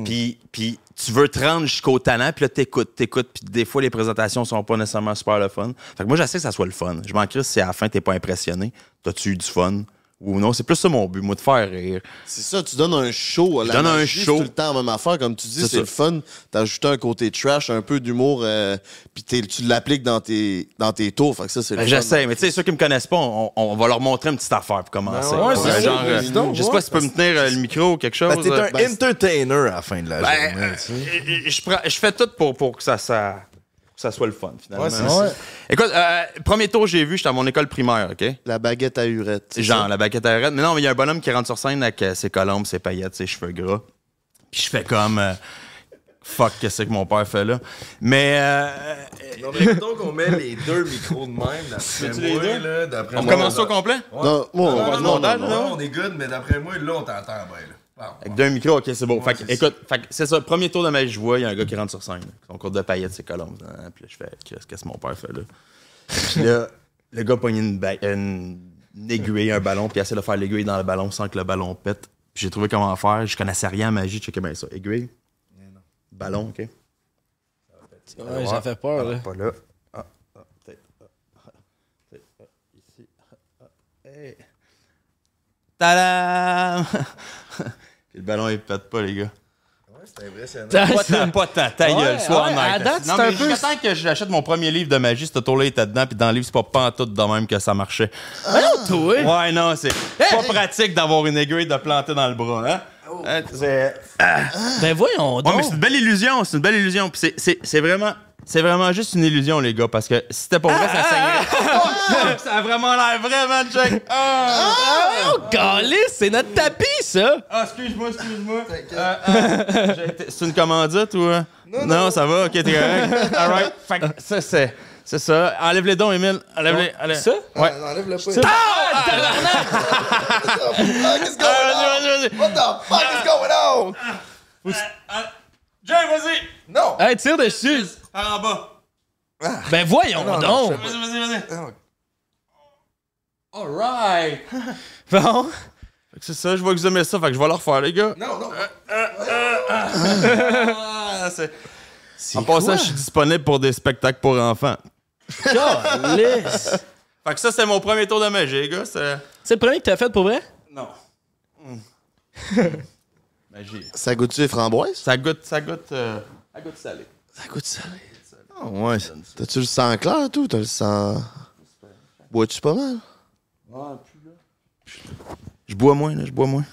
S2: Puis, puis tu veux te rendre jusqu'au talent, puis là, t'écoutes, t'écoutes, puis des fois, les présentations sont pas nécessairement super le fun. Fait que moi, j'essaie que ça soit le fun. Je m'en crisse si à la fin, t'es pas impressionné. T'as-tu eu du fun? Ou non, c'est plus ça mon but, moi, de faire rire.
S1: C'est ça, tu donnes un show. à La
S2: donne un
S1: magie, c'est
S2: show.
S1: tout le temps la même affaire. Comme tu dis,
S2: C'est
S1: c'est
S2: ça.
S1: le fun. T'ajoutes un côté trash, un peu d'humour, euh, puis t'es- tu l'appliques dans tes, dans tes tours. Fait que ça, c'est le
S2: Ben,
S1: fun.
S2: J'essaie, mais tu sais, ceux qui me connaissent pas, on, on- on va leur montrer une petite affaire pour commencer.
S5: Ben ouais,
S2: Ouais,
S5: c'est ça,
S2: genre, euh,
S5: dis donc,
S2: je sais
S5: ouais.
S2: pas si tu peux me tenir euh, le micro ou quelque chose. euh,
S5: T'es un
S1: ben,
S5: entertainer à la fin de la
S2: Ben,
S5: journée.
S2: euh,
S5: tu sais.
S2: je, je prends- je fais tout pour, pour que ça, ça, que ça soit le fun, finalement.
S5: Ouais, c'est
S3: Ouais.
S2: Écoute, euh, premier tour que j'ai vu, j'étais à mon école primaire, OK?
S1: La baguette à hurette. c'est
S2: Genre,
S1: ça?
S2: la baguette à arête. Mais non, mais il y a un bonhomme qui rentre sur scène avec euh, ses colombes, ses paillettes, ses cheveux gras. Puis je fais comme... euh, Fuck, qu'est-ce que mon père fait là? Mais euh,
S5: Non, mais mettons qu'on met les deux micros de même, d'après moi, là, d'après
S2: on commence ça au complet?
S1: Non, moi, on-
S2: non,
S1: non,
S2: non,
S1: non,
S2: montage,
S1: non.
S2: là.
S5: on est good, mais d'après moi, là, on t'entend bien, là.
S2: Avec deux micros, ok, c'est beau.
S5: Ouais,
S2: fait que,
S5: c'est
S2: écoute, fait que c'est ça, premier tour de ma je vois, il y a un gars qui rentre sur scène. là. Son cours de paillettes, c'est Colombe. hein, puis là, je fais, qu'est-ce qu'est-ce que mon père fait là? Puis là, [laughs] le gars pogne une, ba- une- une aiguille, un ballon, puis il essaie de faire l'aiguille dans le ballon sans que le ballon pète. Puis j'ai trouvé comment faire, je connaissais rien en magie, checkais bien ça. Aiguille,
S5: Eh
S2: ballon, ok.
S3: Ouais, ça fait peur, là.
S2: Pas là. Ah, ah, peut-être, ah, ah, peut-être, ah, ici, ah, ah,
S5: Eh.
S2: hey.
S5: [laughs]
S2: Tadam! Puis le ballon, il pète pas, les gars. Pas
S3: [laughs]
S2: tant, pas tant, ta
S3: Ouais,
S2: gueule, sois
S3: ouais, à
S2: honnête.
S3: date,
S2: non,
S3: c'est un
S2: mais
S3: peu-
S2: jusqu'à temps que j'achète mon premier livre de magie, ce tour-là était dedans, puis dans le livre, c'est pas pantoute de même que ça marchait.
S3: Toi,
S2: Ouais, non, c'est pas pratique d'avoir une aiguille de planter dans le bras, hein? Oh! Hein, c'est-
S3: ben voyons
S2: Ouais,
S3: donc.
S2: mais c'est une belle illusion, c'est une belle illusion. Puis c'est- c'est c'est vraiment. C'est vraiment juste une illusion, les gars, parce que si c'était pas vrai, ça saignerait. [laughs] ça a vraiment l'air vrai, man, Jack. Ah,
S3: Oh, calisse, c'est notre tapis, ça!
S2: Ah, excuse-moi, excuse-moi. Euh, euh, j'ai été- c'est une commandite ou. euh? Non, ça va, ok, t'es [laughs] correct. All right. Fait que ça, c'est. C'est ça. Enlève les dons, Emile. Enlève les. Enlève.
S3: Ça?
S2: Ouais.
S5: Enlève le
S1: Ah, qu'est-ce qu'on
S2: Ah, vas-y, vas-y, vas-y.
S1: What the fuck is going on?
S2: Jack, vas-y.
S5: Non!
S3: Euh, Hey, tire dessus!
S2: Par en bas.
S3: Ben voyons
S2: Ah,
S3: donc!
S2: Vas-y, vas-y, vas-y.
S3: Bon,
S2: Fait que C'est ça, je vois que vous aimez ça, fait que je vais le refaire, les gars.
S5: Non, non!
S2: Ah, c'est- En passant, je suis disponible pour des spectacles pour enfants.
S3: calisse!
S2: Fait que ça, c'est mon premier tour de magie, les gars. C'est...
S3: [laughs]
S2: Hmm.
S3: C'est le premier que t'as fait pour vrai?
S2: Non.
S3: [laughs]
S2: magie.
S1: Ça goûte-tu les framboises?
S2: Ça goûte, ça goûte. euh, Ça goûte salé.
S1: Ça goûte ça. Ah ouais. T'as-tu le sang clair, tout? T'as le sang... Bois-tu pas mal?
S2: Je bois moins, là, je bois
S3: [laughs]
S2: moins.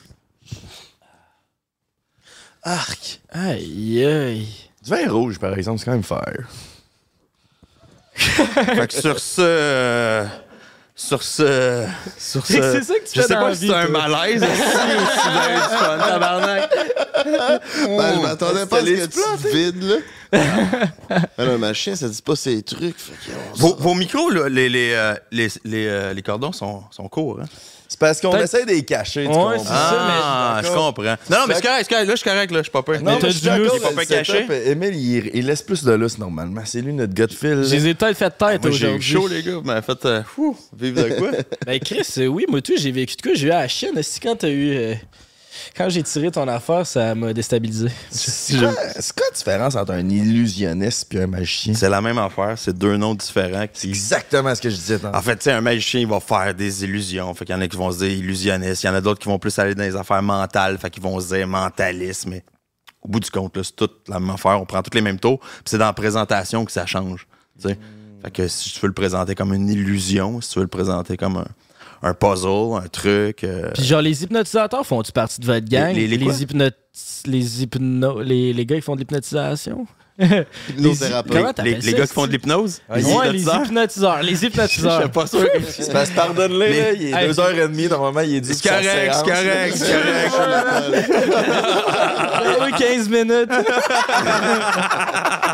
S1: Arc!
S3: Aïe, aïe.
S5: Du vin rouge, par exemple, c'est quand même faire.
S2: Fait que sur ce. euh, Sur ce. Sur ce.
S3: [laughs] C'est ça que tu
S2: je
S3: fais
S2: sais
S3: dans
S2: pas
S3: la
S2: si
S3: vie,
S2: c'est un
S3: toi.
S2: malaise
S3: [laughs]
S2: aussi ou si vous avez du fun, tabarnak.
S1: Ben, je m'attendais pas à ce
S2: C'était
S1: que tu te vides, [laughs] là. Ben non, ma chienne, ça dit pas ses trucs. Fait qu'ils ont ça.
S2: Vos, vos micros, là, les, les, euh, les, les, euh, les cordons sont, sont courts. Hein?
S5: C'est parce qu'on
S3: Peut-être-
S5: essaie de les cacher, tu
S3: Ouais,
S5: comprends?
S3: c'est ça, mais-
S2: Ah, je comprends. Non, non, mais c'est correct, c'est correct. Là, je suis correct, là, je suis pas peur.
S5: Non,
S3: Mais t'as
S5: mais je suis
S3: du lousse,
S5: d'accord,
S3: il
S2: est pas
S5: le
S2: pas caché.
S5: setup, euh, Emile, il, il laisse plus de lustre normalement. C'est lui notre gars de fil.
S3: Je les ai peut-être fait tête
S2: Moi, j'ai eu
S3: aujourd'hui.
S2: chaud, les gars. Vous m'avez fait euh, fou, vivre de quoi?
S3: Ben Chris, euh, oui, moi tout, j'ai vécu de quoi? J'ai eu à la chienne aussi quand t'as eu. euh, quand j'ai tiré ton affaire, ça m'a déstabilisé.
S5: C'est quoi, c'est quoi la différence entre un illusionniste et un magicien?
S2: [laughs] C'est la même affaire, c'est deux noms différents. qui-
S5: exactement ce que je disais tantôt.
S2: En fait, tu sais, un magicien, il va faire des illusions. Fait qu'il y en a qui vont se dire illusionniste. Il y en a d'autres qui vont plus aller dans les affaires mentales. Fait qu'ils vont se dire mentaliste. Mais au bout du compte, là, c'est toute la même affaire. On prend tous les mêmes taux. Puis c'est dans la présentation que ça change. tu sais. Fait que si tu veux le présenter comme une illusion, si tu veux le présenter comme un, un puzzle, un truc. euh,
S3: Puis genre, les hypnotisateurs font-tu partie de votre gang?
S2: Les- les- les quoi?
S3: hypnot... les, hypno... les, les gars qui font de l'hypnotisation?
S1: Hypnothérapeute.
S3: Comment
S2: les,
S3: t'appelles
S2: les
S3: ça,
S2: gars qui font de
S3: c'est-
S2: l'hypnose, les
S3: Ouais, les
S2: hypnotiseurs. [laughs]
S3: hypnotiseurs. Les hypnotiseurs.
S2: pas sûr. que-
S5: C'est parce- pardonne-le,
S2: Mais-
S5: là, il est
S3: Hey.
S5: 2h30, normalement, il est dû
S2: C'est correct, c'est correct, c'est correct.
S3: Ah oui,
S2: [laughs]
S3: 15 minutes.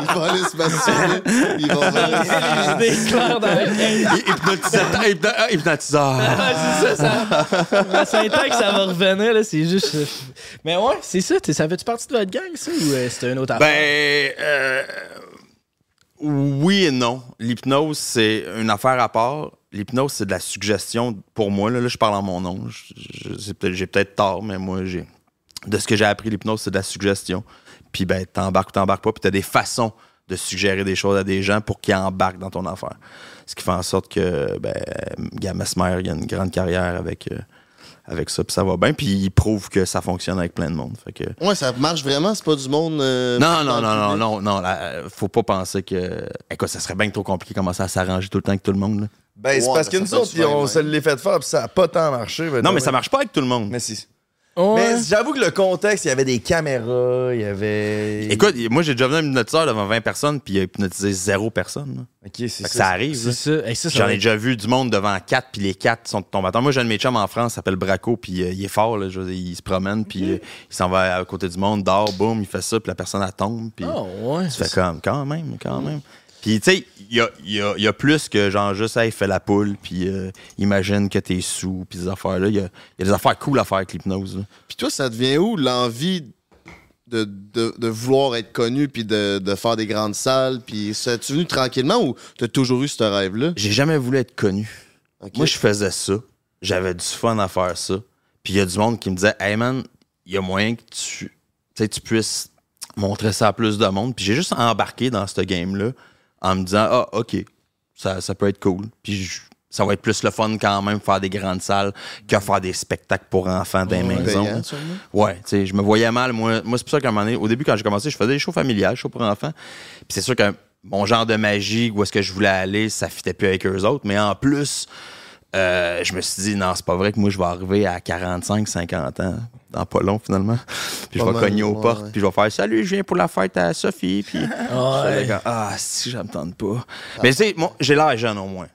S1: Ils vont aller se masturber. Ils vont faire-
S3: J'ai des clairs dans la gang.
S2: Hypnotisateur, hypno- ah, hypnotiseur.
S3: Ah, c'est ça, ça. Ah, C'est un temps que ça va revenir, là. C'est juste. euh, Mais ouais, c'est ça. t'es- Ça fait-tu partie de votre gang, ça? Ou euh, c'était un autre affaire?
S2: Ben, euh, oui et non. L'hypnose, c'est une affaire à part. L'hypnose, c'est de la suggestion pour moi. Là, Là, je parle en mon nom. Je- je- c'est peut-être- J'ai peut-être tort, mais moi, j'ai. De ce que j'ai appris, l'hypnose, c'est de la suggestion. Puis, ben, t'embarques ou t'embarques pas, puis t'as des façons de suggérer des choses à des gens pour qu'ils embarquent dans ton affaire. Ce qui fait en sorte que, ben, Gam Mesmer, il a une grande carrière avec, euh, avec ça, puis ça va bien. Puis, il prouve que ça fonctionne avec plein de monde. Fait que,
S1: Ouais, ça marche vraiment, c'est pas du monde. euh,
S2: non,
S1: dans le
S2: non, non, non,
S1: public.
S2: non, non, là, faut pas penser que. Écoute, ça serait bien que trop compliqué de commencer à s'arranger tout le temps avec tout le monde. là.
S5: Ben, c'est
S1: Ouais,
S5: parce
S1: ben,
S5: que
S1: ça
S5: nous
S1: fait du
S5: autres,
S1: soin,
S5: on
S1: ouais.
S5: se l'est fait faire, puis ça n'a pas tant marché. ben,
S2: Non, mais
S5: ouais.
S2: ça marche pas avec tout le monde.
S5: Mais si.
S2: Ben,
S3: Ouais.
S5: Mais j'avoue que le contexte, il y avait des caméras, il y avait.
S2: Écoute, moi j'ai déjà venu un hypnotiseur devant 20 personnes, puis il a hypnotisé zéro personne. là.
S5: Ok, c'est ça.
S2: Fait que ça arrive.
S3: C'est
S2: là.
S3: ça. Hey, ça, ça
S2: J'en
S3: va
S2: ai
S3: être-
S2: déjà vu du monde devant quatre, puis les quatre sont tombés. Attends, moi j'ai un de mes chums en France, s'appelle Braco, puis euh, il est fort, là, je veux dire, il se promène, puis euh, il s'en va à côté du monde, dort, boum, il fait ça, puis la personne elle tombe, puis
S3: Ah, ouais.
S2: tu fais comme quand même, quand même. Puis tu sais, il y a, il y a- il y a plus que genre juste hey, fais la poule, puis euh, imagine que t'es sous, puis des affaires là. Il y a, il y a des affaires cool à faire avec l'hypnose. là.
S1: Puis toi, ça devient où l'envie de, de, de vouloir être connu puis de, de faire des grandes salles? Puis ça tu venu tranquillement ou t'as toujours eu ce rêve-là?
S2: J'ai jamais voulu être connu.
S1: Ok.
S2: Moi, je faisais ça. J'avais du fun à faire ça. Puis il y a du monde qui me disait, hey man, il y a moyen que tu, tu sais, tu puisses montrer ça à plus de monde. Puis j'ai juste embarqué dans ce game-là en me disant, ah, OK, ça, ça peut être cool. Puis je- ça va être plus le fun quand même faire des grandes salles que faire des spectacles pour enfants dans les maisons.
S1: payant,
S2: Ouais, tu sais, je me voyais mal. Moi, moi c'est pour ça qu'à un moment donné, au début, quand j'ai commencé, je faisais des shows familiales, shows pour enfants. Puis c'est sûr que mon genre de magie, où est-ce que je voulais aller, ça fitait plus avec eux autres. Mais en plus, euh, je me suis dit, non, c'est pas vrai que moi, je vais arriver à 45, 50 ans, dans pas long,
S1: [laughs]
S2: finalement. Puis je
S1: Pas
S2: vais
S1: mal,
S2: cogner aux
S1: ouais,
S2: portes,
S1: ouais.
S2: puis je vais faire salut, je viens pour la fête à Sophie. Puis je
S3: Ouais.
S2: faisais comme, ah, si, je m'entends pas.
S1: Ah.
S2: Mais tu sais, moi, j'ai l'air jeune au moins.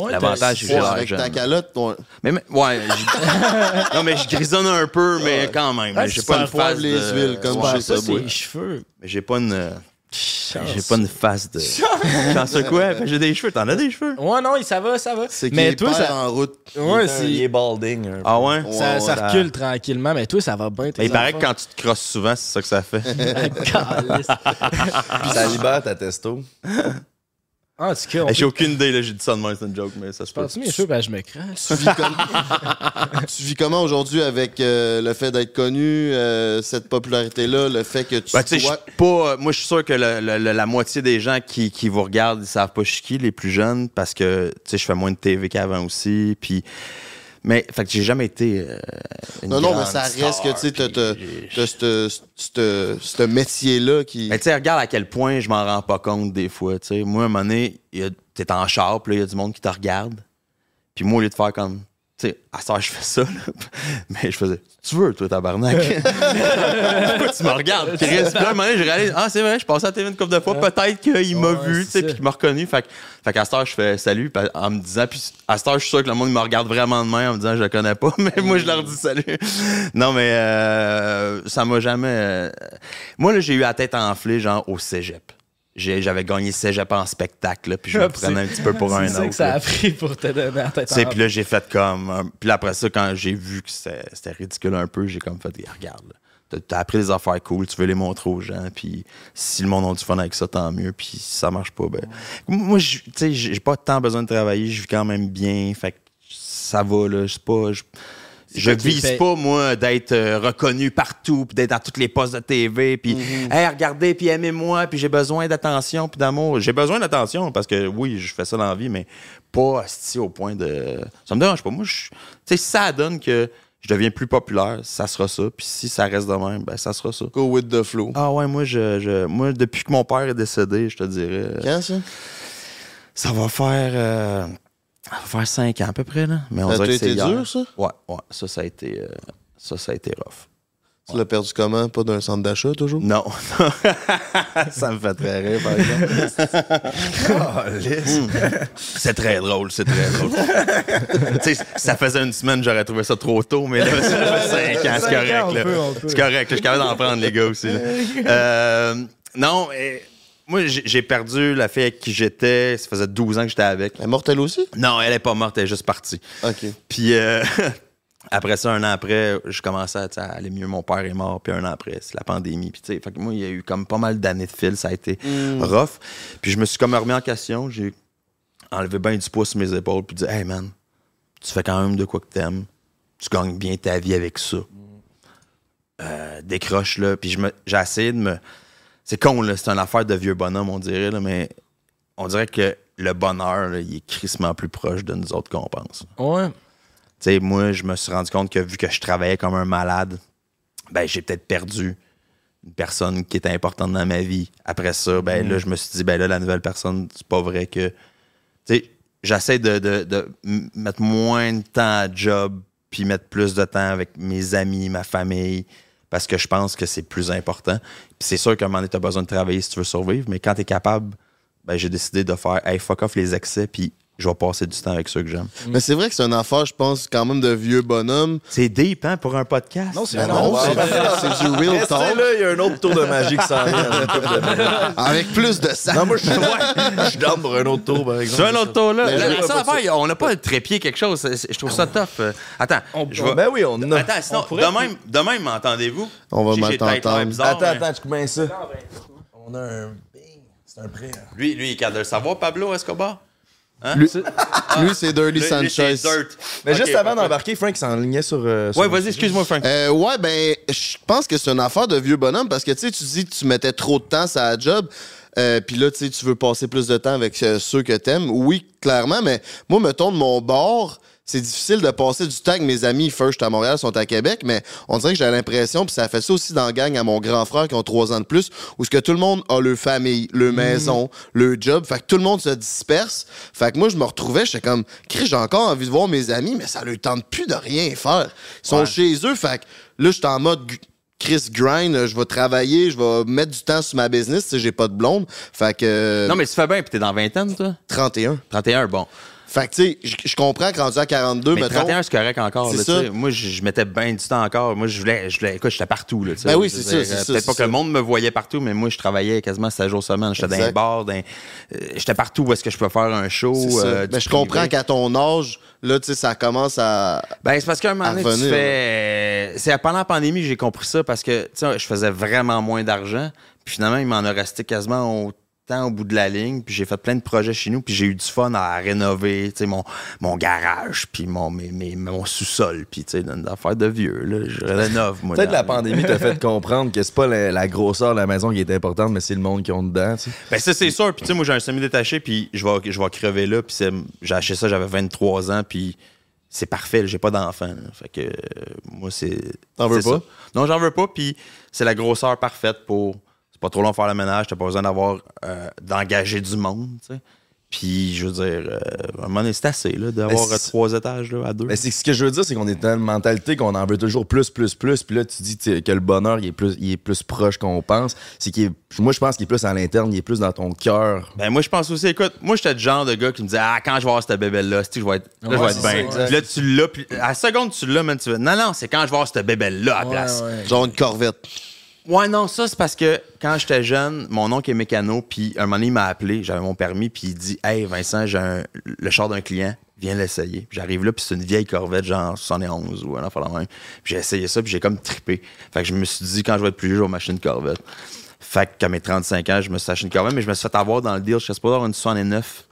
S3: Ouais,
S2: L'avantage,
S3: t'as-
S2: c'est que j'ai
S1: Ouais,
S2: l'air
S1: avec
S2: jeune.
S1: ta calotte, ton-
S2: Mais, mais-
S1: [laughs]
S2: ouais, je- non, mais je grisonne un peu, mais quand même.
S1: Ah,
S2: j'ai
S1: tu
S2: pas une
S1: perds pas
S2: face
S1: les
S2: de-
S1: huiles, comme
S2: Ouais,
S1: chez
S2: ça,
S3: ça,
S2: c'est-
S3: c'est les cheveux.
S2: mais j'ai pas une. euh, J'ai pas une face de. [laughs] J'en sais quoi? Fait que J'ai des cheveux. T'en as des cheveux?
S3: Ouais, non, ça va, ça va.
S1: c'est qu'il
S3: Mais
S1: est
S3: toi,
S1: père
S3: ça.
S1: en route.
S3: Ouais,
S5: Euh, Il
S3: c'est.
S5: est balding. un peu.
S2: Ah ouais?
S1: Ouais,
S3: Ça,
S1: ouais.
S3: ça recule tranquillement, mais toi, ça va bien.
S2: Mais il paraît que quand tu te crosses souvent, c'est ça que ça [laughs] fait.
S3: [laughs] Ah,
S5: Puis ça libère ta testo.
S3: En tout cas, Ah, on
S2: Hey, Ben, J'ai
S3: peut...
S2: aucune idée, là. J'ai dit ça de moi, c'est une joke, mais ça se peut.
S3: Parti mes cheveux, ben, je me crache.
S1: Tu vis,
S2: [laughs]
S1: comme- tu vis comment aujourd'hui avec euh, le fait d'être connu, euh, cette popularité-là, le fait que tu
S2: Ben, tu sais, je suis
S1: sois-
S2: pas. Moi, je suis sûr que le- le- le- la moitié des gens qui, qui vous regardent, ils savent pas je suis qui, les plus jeunes, parce que, tu sais, je fais moins de TV qu'avant aussi. Puis. Mais, fait que j'ai jamais été. euh, une
S1: Non, non, mais
S2: grande
S1: ça
S2: star,
S1: reste que, tu sais, t'as- t'as
S2: puis-
S1: t'as ce- ce- ce ce métier-là qui...
S2: Mais tu sais, regarde à quel point je m'en rends pas compte des fois. tu sais. Moi, à un moment donné, il y a- t'es en char, puis là, il y a du monde qui te regarde. Puis moi, au lieu de faire comme. tu tu sais, à ça, je fais ça, là. [laughs] Mais je faisais, tu veux, toi,
S3: [laughs]
S2: tabarnak? Pourquoi tu me regardes? Chris? Puis là, à un moment donné, je réalise, ah, c'est vrai, je passais à la TV une couple de fois, peut-être qu'il m'a
S3: Ouais,
S2: vu, tu
S3: c'est
S2: sais,
S3: ça.
S2: puis qu'il m'a reconnu. Fait, que- fait qu'à cette heure, je fais salut, puis en me disant, puis à cette heure, je suis sûr que le monde me regarde vraiment de main en me disant, je le connais pas, [laughs] mais moi, je leur dis salut. Non, mais euh, ça m'a jamais. euh, Moi, là, j'ai eu la tête enflée, genre, au cégep. J'ai- J'avais gagné cégep en spectacle, là, puis je me
S3: Ah,
S2: prenais
S3: c'est-
S2: un petit peu pour un
S3: C'est ça
S2: autre.
S3: que ça
S2: là.
S3: a pris pour te donner la tête
S2: Tu sais,
S3: en
S2: puis là, j'ai fait comme. euh, Puis là, après ça, quand j'ai vu que c'était c'était ridicule un peu, j'ai comme fait, Eh, regarde, là, t'as- t'as appris des affaires cool, tu veux les montrer aux gens, puis si le monde a du fun avec ça, tant mieux, puis si ça marche pas, ben. Moi, je- tu sais, j'ai j'ai pas tant besoin de travailler, je vis quand même bien, fait que ça va, là, je sais pas. je- Je
S3: toi qui le
S2: vise
S3: fais.
S2: pas, moi, d'être euh, reconnu partout, puis d'être dans toutes les postes de TV, puis
S1: Mhm.
S2: hey, regardez, puis aimez-moi, puis j'ai besoin d'attention, puis d'amour. J'ai besoin d'attention parce que oui, je fais ça dans la vie, mais pas asti, au point de. Ça me dérange pas. Moi, je- tu sais, si ça donne que je deviens plus populaire, ça sera ça, puis si ça reste de même, ben ça sera ça.
S1: Go with the flow.
S2: Ah ouais, moi, je, je- moi, depuis que mon père est décédé, je te dirais. euh,
S1: Quand Hein, ça?
S2: ça va faire. euh, ça va faire 5 ans à peu près, là. Mais on
S1: Ça
S2: dirait
S1: t'a
S2: que c'est
S1: été
S2: hier.
S1: dur, ça?
S2: Ouais, ouais. Ça, ça a été, euh, ça, ça a été rough.
S1: Tu l'as perdu comment? Pas d'un centre d'achat, toujours?
S2: Non, [laughs] ça me fait très rire, par exemple. Mm. C'est très drôle, c'est très drôle. tu sais, ça faisait une semaine, j'aurais trouvé ça trop tôt, mais là, ça
S3: [laughs]
S2: fait 5 ans, c'est
S3: Cinq ans, on
S2: correct. là.
S3: peut, on peut.
S2: C'est correct, là, je suis capable d'en prendre, les gars, aussi.
S3: [laughs]
S2: là. Euh, non, euh, moi, j'ai j'ai perdu la fille avec qui j'étais. Ça faisait 12 ans que j'étais avec.
S1: Elle est mortelle aussi?
S2: Non, elle est pas morte, elle est juste partie.
S1: OK.
S2: Puis euh, [laughs] après ça, un an après, je commençais à, tu sais, à aller mieux. Mon père est mort. Puis un an après, c'est la pandémie. Puis tu sais, fait que moi, il y a eu comme pas mal d'années de fil. Ça a été rough. Puis je me suis comme remis en question. J'ai enlevé bien du poids sur mes épaules. Puis dit, hey man, tu fais quand même de quoi que t'aimes. Tu gagnes bien ta vie avec ça. Euh, décroche là. Puis je me- j'ai essayé de me. C'est con, là. C'est une affaire de vieux bonhomme, on dirait, là. Mais on dirait que le bonheur, là, il est crissement plus proche de nous autres qu'on pense.
S3: Ouais.
S2: Tu sais, moi, je me suis rendu compte que vu que je travaillais comme un malade, ben, j'ai peut-être perdu une personne qui était importante dans ma vie. Après ça, ben, là, je me suis dit, ben, là, la nouvelle personne, c'est pas vrai que. Tu sais, j'essaie de, de- de m- mettre moins de temps à job, puis mettre plus de temps avec mes amis, ma famille, parce que je pense que c'est plus important. Puis c'est sûr qu'à un moment donné, t'as besoin de travailler si tu veux survivre, mais quand t'es capable, ben, j'ai décidé de faire, hey, fuck off les excès, puis je vais passer du temps avec ceux que j'aime.
S1: Mais c'est vrai que c'est un affaire, je pense, quand même de vieux bonhomme.
S2: C'est deep, hein, pour un podcast?
S3: Non, c'est
S1: Ben
S3: non,
S1: non, c'est c'est du
S2: [laughs]
S1: real
S5: Restez
S1: talk.
S5: là, il y a un autre tour de magie qui s'en vient. dans une couple de minutes.
S1: Avec plus de sang.
S5: Non, moi, je suis ouais, je suis down pour un autre tour, par
S2: C'est
S5: exemple.
S2: un autre tour, là.
S1: Ben, je
S2: La- la
S1: veux
S2: seule
S1: pas de
S2: affaire, on n'a pas de trépied, quelque chose. C'est- c'est- Je trouve ça tough. Euh, attends, je vais-
S5: Ben oui, on a.
S2: Attends, sinon,
S3: pourrait-
S2: de même, de même, m'entendez-vous?
S1: On va
S2: J'ai- j'ai
S1: mal
S2: tête l'air
S1: t'entendre.
S2: bizarre,
S5: attends,
S2: mais-
S5: attends, tu combien ça? On a un bing. C'est un prêt. hein.
S2: Lui, lui, il est capable de le savoir, Pablo Escobar?
S1: Lui, lui, c'est Dirty
S2: Lui, lui, c'est
S1: Sanchez.
S2: Dirt.
S5: Mais
S2: Ok,
S5: juste avant
S2: parfait.
S5: d'embarquer, Frank s'enlignait sur. euh, sur
S2: Ouais,
S5: le
S2: vas-y,
S5: sujet.
S2: excuse-moi, Frank.
S1: Euh, ouais, ben, je pense que c'est une affaire de vieux bonhomme parce que tu sais, tu dis que tu mettais trop de temps à la job. Euh, Puis là, tu sais, tu veux passer plus de temps avec euh, ceux que t'aimes. Oui, clairement, mais moi, mettons de mon bord, c'est difficile de passer du temps avec mes amis. First à Montréal, sont à Québec, mais on dirait que j'ai l'impression, puis ça fait ça aussi dans la gang à mon grand frère qui ont trois ans de plus, où ce que tout le monde a leur famille, leur
S2: Mm.
S1: maison, leur job. Fait que tout le monde se disperse. Fait que moi, je me retrouvais, j'étais comme, Chris, j'ai encore envie de voir mes amis, mais ça leur tente plus de rien faire. Ils sont chez eux. Fait que là, j'étais en mode, gu- Chris grind, euh, je vais travailler, je vais mettre du temps sur ma business, tu sais, j'ai pas de blonde. Fait que euh,
S2: Non, mais tu fais bien, puis t'es dans vingtaine, toi?
S1: 31.
S2: 31, bon.
S1: Fait que tu sais, je- je comprends que rendu à 42,
S2: Mais
S1: mettons.
S2: 31, c'est correct encore.
S1: C'est
S2: là,
S1: ça.
S2: tu sais. Moi, je, je mettais bien du temps encore. Moi, je voulais, je voulais écoute, j'étais partout. Là, tu sais.
S1: Ben oui,
S2: Je veux
S1: c'est
S2: dire,
S1: ça, c'est
S2: euh,
S1: ça,
S2: Peut-être pas
S1: c'est
S2: que le
S1: ça.
S2: monde me voyait partout, mais moi, je travaillais quasiment 7 jours semaine. J'étais dans
S1: Exact.
S2: un bar, dans... euh, j'étais partout où est-ce que je peux faire un show.
S1: c'est ça.
S2: euh, du
S1: mais je
S2: privé.
S1: comprends qu'à ton âge, là, tu sais, ça commence à.
S2: Ben, c'est parce qu'à un moment
S1: À
S2: donné,
S1: revenir,
S2: tu fais. C'est pendant la pandémie que j'ai compris ça parce que, tu sais, je faisais vraiment moins d'argent. Puis finalement, il m'en a resté quasiment autant au bout de la ligne. Puis j'ai fait plein de projets chez nous. Puis j'ai eu du fun à rénover, tu sais, mon, mon garage, puis mon, mes- mes- mon sous-sol. Puis, tu sais, une affaire de vieux, là. Je rénove, moi.
S5: Peut-être
S2: dans-
S5: la pandémie t'a [laughs] fait comprendre que c'est pas la, la grosseur de la maison qui est importante, mais c'est le monde qui ont dedans. tu sais.
S2: Ben, ça, c'est sûr. Puis, tu sais, moi, j'ai un semi-détaché, puis je vais, je vais crever là. Puis, c'est- j'ai acheté ça, j'avais 23 ans, puis c'est parfait, là, j'ai pas d'enfant. là. Fait que, euh, moi, c'est.
S1: T'en veux
S2: c'est
S1: pas?
S2: ça. Non, j'en veux pas, puis c'est la grosseur parfaite pour. C'est pas trop long de faire le ménage, t'as pas besoin d'avoir. euh, d'engager du monde, tu sais. Puis, je veux dire, euh, à un moment donné, c'est assez, là, d'avoir
S1: Ben,
S5: Mais c'est-
S2: euh, trois étages, là, à deux.
S5: Mais c'est ce que je veux dire, c'est qu'on est dans une mentalité qu'on en veut toujours plus, plus, plus. Puis là, tu dis tu sais, que le bonheur, il est plus, il est plus proche qu'on pense. C'est qu'il est- moi, je pense qu'il est plus à l'interne, il est plus dans ton cœur.
S2: Ben moi je pense aussi, écoute, moi j'étais le genre de gars qui me disait Ah, quand je vais avoir cette bébelle là, je vais être, là, je
S5: Ouais,
S2: vais
S5: c'est
S2: être
S5: ça,
S2: bien.
S5: exact.
S2: Puis là tu l'as, puis à la seconde tu l'as, man, tu vas. Non, non, c'est quand je vais avoir cette bébelle là à la place. Ouais.
S1: Genre une corvette.
S2: non, ça c'est parce que quand j'étais jeune, mon oncle est mécano, puis un moment donné, il m'a appelé, j'avais mon permis, puis il dit Hey Vincent, j'ai un- le char d'un client, viens l'essayer. Puis J'arrive là, puis c'est une vieille corvette, genre 71 ou un enfant la même. Puis j'ai essayé ça, puis j'ai comme trippé. Fait que je me suis dit, quand je vais être plus vieux, je vais m'acheter une corvette. Fait que, à mes 35 ans, je me suis acheté une Corvette, mais je me suis fait avoir dans le deal. Je sais pas, avoir une 69,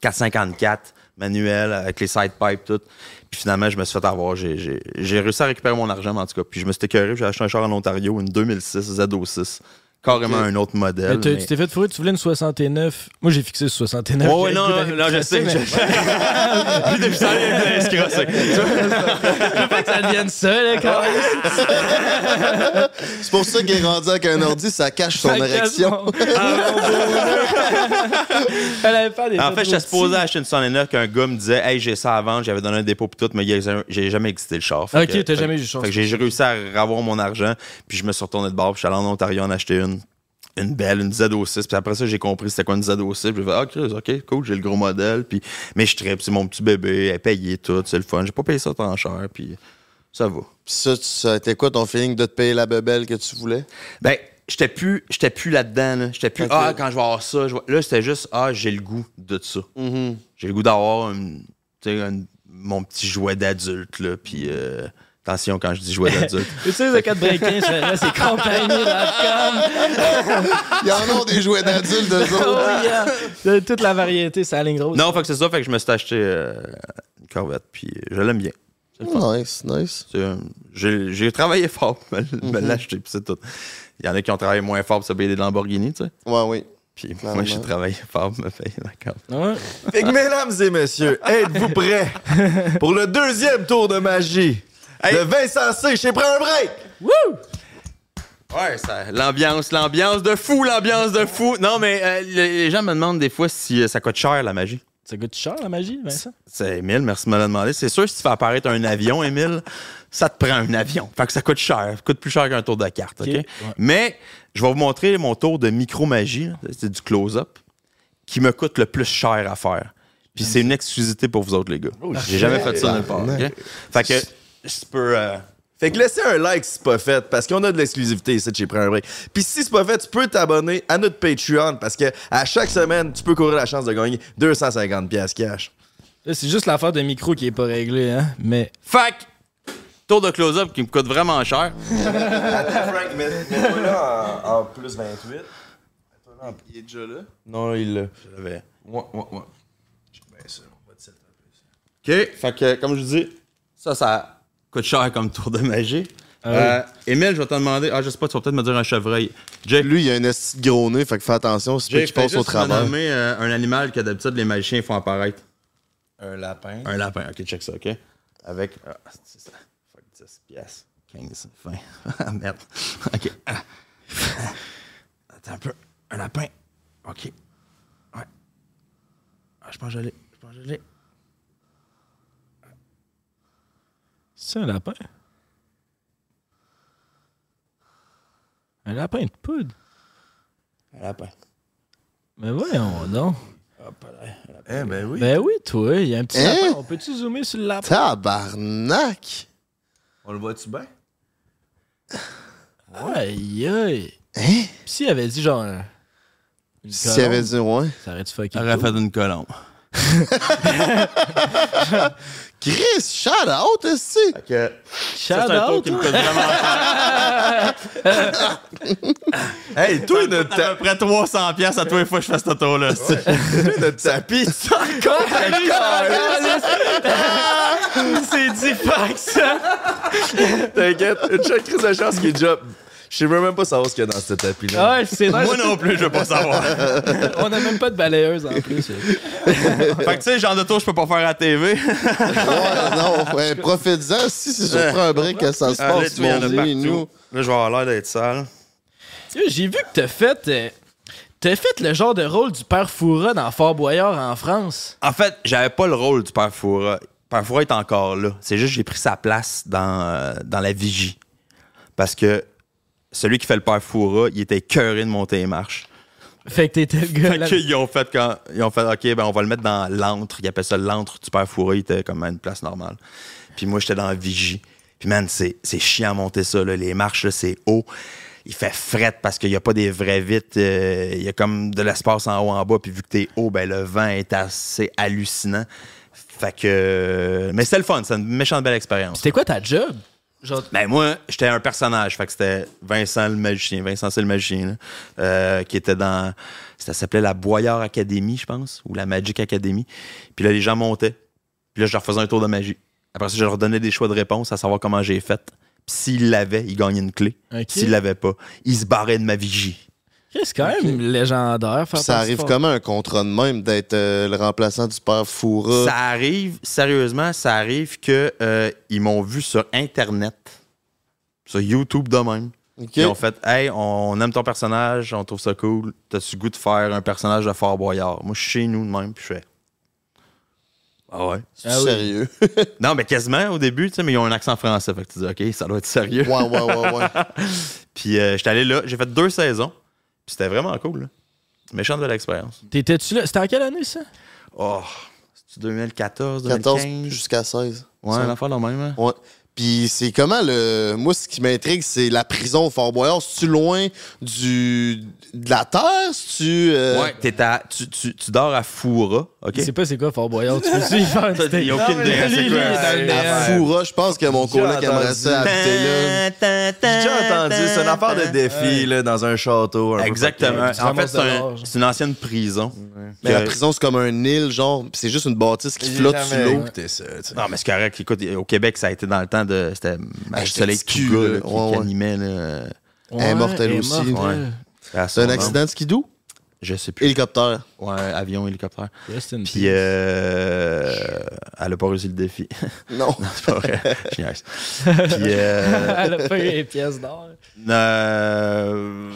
S2: 454, manuel, euh, avec les side pipes, tout. Puis finalement, je me suis fait avoir. J'ai- J'ai j'ai réussi à récupérer mon argent, mais en tout cas. Puis je me suis écœuré, puis j'ai acheté un char en Ontario, une 2006 Z06. Carrément un autre modèle.
S3: Mais t'as-
S2: Euh, mais- Oh,
S3: Tu t'es fait fourrer, tu voulais une 69. Moi, j'ai fixé sur 69.
S2: Ouais, ouais,
S3: J'ai
S2: non,
S3: le goût
S2: non,
S3: d'aller
S2: non, je
S3: crosser,
S2: sais.
S3: mais
S2: je- Lui, depuis ça, il est escrossé.
S3: Je veux pas que ça devienne ça, là, quand même.
S1: C'est pour ça qu'il est rendu avec un ordi, ça cache son
S3: Ça casse
S1: érection.
S3: mon- Ah, mon bonheur. [laughs] Elle avait pas des
S2: En fait,
S3: photos
S2: j'étais supposé
S3: aussi.
S2: acheter une 109 qu'un gars me disait Hey, j'ai ça à vendre, j'avais donné un dépôt pis tout, mais il y a- j'ai jamais existé le char. Fait
S3: Ok,
S2: que-
S3: t'as
S2: fait-
S3: jamais eu de chance.
S2: Fait que j'ai j'ai réussi à avoir mon argent, puis je me suis retourné de bord, puis je suis allé en Ontario en acheter une. Une belle, une Z06. Puis après ça, j'ai compris c'était quoi une Z06. Puis j'ai fait, ah, Chris, OK, cool, j'ai le gros modèle. Puis, mais je tripe, c'est mon petit bébé, elle payé tout, c'est le fun. J'ai pas payé ça tant cher, puis ça va.
S1: Pis ça, tu- ça a été quoi ton feeling de te payer la bebelle que tu voulais?
S2: Ben, j'étais plus, j'étais plus là-dedans. Là. J'étais plus,
S1: Ok.
S2: ah, quand je vais avoir ça. je vais- Là, c'était juste, ah, j'ai le goût de ça.
S1: Mm-hmm.
S2: J'ai le goût d'avoir une- tu sais, un- mon petit jouet d'adulte. Là, puis, euh, attention quand je dis jouet
S1: [laughs]
S2: d'adulte.
S3: Utilise le code breaking, là, c'est
S2: [laughs]
S3: compagnie.com.
S1: Il y en a des jouets d'adultes, eux [laughs]
S3: Oh,
S1: autres.
S3: yeah. De toute la variété, c'est la ligne rose.
S2: non, fait que c'est ça. Fait que je me suis acheté euh, une Corvette. Puis, euh, je l'aime bien.
S1: Oh, Nice, nice.
S2: C'est, euh, j'ai, j'ai travaillé fort pour me, l-
S1: Mm-hmm.
S2: me l'acheter. Puis c'est tout. Il y en a qui ont travaillé moins fort pour se payer des Lamborghini, tu sais.
S1: Ouais, oui.
S2: Puis moi,
S1: Clairement.
S2: j'ai travaillé fort pour me payer la Corvette.
S3: Ouais.
S5: Fait que, mesdames et messieurs, êtes-vous prêts pour le deuxième tour de magie? Le Vincent C, chez Prends un break!
S2: Ouais, ça, l'ambiance, l'ambiance de fou, l'ambiance de fou. Non, mais euh, le- les gens me demandent des fois si euh, ça coûte cher la magie.
S3: Ça coûte cher, la magie, Vincent?
S2: C'est Émile, merci de me le demander. C'est sûr, si tu fais apparaître un avion, Émile, ça te prend un avion. Fait que ça coûte cher. Ça coûte plus cher qu'un tour de carte, OK?
S3: Ok. Ouais.
S2: Mais je vais vous montrer mon tour de micro-magie, là. c'est du close-up, qui me coûte le plus cher à faire. Puis c'est une exclusivité pour vous autres, les gars. J'ai jamais fait ça nulle part, OK? Fait que, je peux... euh,
S5: Fait que laissez un like si c'est pas fait, parce qu'on a de l'exclusivité ici de chez Prends un break. Puis si c'est pas fait, tu peux t'abonner à notre Patreon, parce que à chaque semaine, tu peux courir la chance de gagner 250$ piastres cash.
S3: Là, c'est juste l'affaire de micro qui est pas réglée, hein. Mais.
S2: Fait que, tour de close-up qui me coûte vraiment cher.
S5: Frank, mets-toi là en, plus 28. Il est déjà là? Non, il l'a.
S2: Je vais-
S5: Ouais, ouais, ouais. Ben ça, on va te setter.
S2: OK. Fait que, comme je vous dis, ça, ça coûte cher comme tour de magie. Euh, Émile, je vais te demander. Ah, je sais pas, tu vas peut-être me dire un chevreuil. Jake,
S1: Lui, il a un esti de gros nez, fait que fais attention, c'est pas
S2: Jake,
S1: qu'il passe
S2: fais
S1: au
S2: juste me
S1: travers.
S2: nommer, euh, un animal que d'habitude les magiciens font apparaître.
S5: Un lapin.
S2: Un lapin. OK, check ça, OK? Avec. Ah, c'est ça. Fuck, 10 piastres. 15, 20. [laughs] Ah, merde. OK. Ah. Attends un peu. Un lapin. OK. Ouais. Ah, je pense que je l'ai. Je pense que je l'ai.
S3: C'est un lapin? Un lapin de poudre?
S2: Un lapin.
S3: Mais voyons donc.
S5: Eh ben oui.
S3: Ben oui, toi, il y a un petit
S1: Hein?
S3: lapin. On peut-tu zoomer sur le lapin?
S1: Tabarnak!
S5: On le voit-tu bien?
S3: Aïe, aïe.
S1: Hein?
S3: Pis s'il avait dit genre. un- Une
S1: S'il avait
S3: colombe,
S1: dit ouais.
S3: Ça aurait-tu fucké?
S2: T'aurais
S3: tout?
S2: fait une colombe.
S1: Chris, shout out, esti!
S2: Ça,
S3: Shout
S2: c'est un tour
S3: out,
S2: qui me
S3: hein?
S2: coûte vraiment [laughs]
S5: Hey, toi, notre,
S2: à peu près 300 pièces à tous les fois que je fais ce tour-là.
S5: ta- notre tapis, [laughs]
S3: [laughs] C'est différent que ça!
S5: t'inquiète, une chaque crise de chance qui est job. Je sais même pas savoir ce qu'il y a dans ce tapis-là.
S3: Ouais, c'est
S2: Moi non plus, je veux pas savoir.
S3: On n'a même pas de balayeuse en plus.
S2: fait que tu sais, genre de tour, je peux pas faire à la TV.
S1: Ouais, non, ouais, profite-en si c'est sur Prends un break que ça se
S2: Ah, [laughs] là,
S1: passe,
S2: tu vois, il y en
S1: mon
S2: a
S1: Dieu,
S2: partout.
S1: nous.
S2: Là, je vais avoir l'air d'être sale.
S3: Tu sais, J'ai vu que t'as fait. euh, T'as fait le genre de rôle du père Foura dans Fort Boyard en France.
S2: En fait, j'avais pas le rôle du père Foura. Père Foura est encore là. C'est juste que j'ai pris sa place dans, euh, dans la vigie. Parce que celui qui fait le père Foura, il était cœuré de monter les marches.
S3: Fait que t'étais le gars.
S2: Fait
S3: là-
S2: qu'ils ont fait quand ils ont fait OK, ben on va le mettre dans l'antre. Ils appellent ça l'antre du père Foura. Il était comme à une place normale. Puis moi, j'étais dans la vigie. Puis man, c'est c'est chiant à monter ça. là. Les marches, là, c'est haut. Il fait fret parce qu'il n'y a pas des vrais vitres. euh, il y a comme de l'espace en haut, en bas. Puis vu que t'es haut, ben le vent est assez hallucinant. Fait que. Mais c'était le fun. C'est une méchante belle expérience.
S3: C'était quoi ta job? Genre,
S2: Ben moi, j'étais un personnage, fait que c'était Vincent le magicien, Vincent c'est le magicien, là, euh, qui était dans, ça s'appelait la Boyard Academy, je pense, ou la Magic Academy. Puis là, les gens montaient, puis là, je leur faisais un tour de magie. Après ça, je leur donnais des choix de réponse à savoir comment j'ai fait. Puis s'ils l'avaient, ils gagnaient une clé.
S3: Ok.
S2: S'ils l'avaient pas, ils se barraient de ma vigie.
S3: c'est quand même légendaire. faire
S1: Puis ça
S3: ton
S1: arrive
S3: sport.
S1: comment un contrat de même d'être euh, le remplaçant du père Foura?
S2: Ça arrive, sérieusement, ça arrive que euh, ils m'ont vu sur Internet, sur YouTube de même.
S1: Ok.
S2: Ils ont fait Hey, on aime ton personnage, on trouve ça cool. T'as-tu le goût de faire un personnage de Fort Boyard Moi, je suis chez nous de même, puis je fais. Ah ouais?
S1: C'est Sérieux.
S2: Non, mais quasiment au début, tu sais, mais ils ont un accent français. Fait que tu dis, OK, ça doit être [laughs] sérieux.
S1: ouais, ouais, ouais,
S2: [laughs]
S1: ouais.
S2: Puis euh, j'étais allé là, j'ai fait deux saisons, puis c'était vraiment cool. Là. Méchante de l'expérience.
S3: T'étais-tu là? C'était en quelle année, ça?
S2: Oh, c'est-tu 2014,
S1: 14
S2: 2015?
S1: jusqu'à 16.
S2: Ouais,
S1: Ça-
S2: une affaire de même. hein?
S1: Ouais. Puis c'est comment le. Moi, ce qui m'intrigue, c'est la prison au Fort Boyard. C'est-tu loin du... de la terre? C'est-tu. euh,
S2: Ouais, t'es à- tu, tu- tu dors à Foura, OK?
S3: Je sais pas c'est quoi Fort Boyard. Tu [laughs] peux-tu y faire un
S2: Il y a aucune idée, c'est quoi? Ah,
S1: À Foura, je pense que mon collègue aimerait Euh, ça habiter là.
S5: J'ai déjà entendu, c'est une affaire de défi là, dans un château. un peu
S2: Exactement.
S3: Tu
S2: En fait,
S3: ramasses
S2: c'est
S3: de
S2: un-
S3: l'orge.
S2: c'est une ancienne prison. euh,
S1: Mais la
S2: Que-
S1: prison, c'est comme un île, genre. pis c'est juste une bâtisse qui
S5: fucké.
S1: flotte
S5: J'ai
S1: sur
S5: jamais
S1: l'eau.
S5: écouté ça, tu sais.
S2: Non, mais c'est correct. Écoute, au Québec, ça a été dans le temps de. C'était
S1: Ah,
S2: Marie
S1: j'étais
S2: Soleil
S1: petit
S2: Touga,
S1: cul,
S2: là,
S1: là.
S2: qui,
S1: Ouais,
S2: qui
S1: ouais.
S2: animait. là,
S1: Elle est morte, elle
S3: Ouais,
S1: aussi.
S3: elle est morte,
S2: Ouais. à son
S1: C'est un
S2: nom.
S1: accident de skidoo?
S2: Je sais plus.
S1: Hélicoptère.
S2: Ouais, avion, hélicoptère.
S3: elle. Rest in
S2: Puis,
S3: peace.
S2: euh, elle a pas réussi le défi. [laughs]
S1: Non.
S2: non, c'est pas vrai. Je niaise. Puis, euh,
S3: [laughs] Elle a pas eu les pièces d'or.
S2: euh,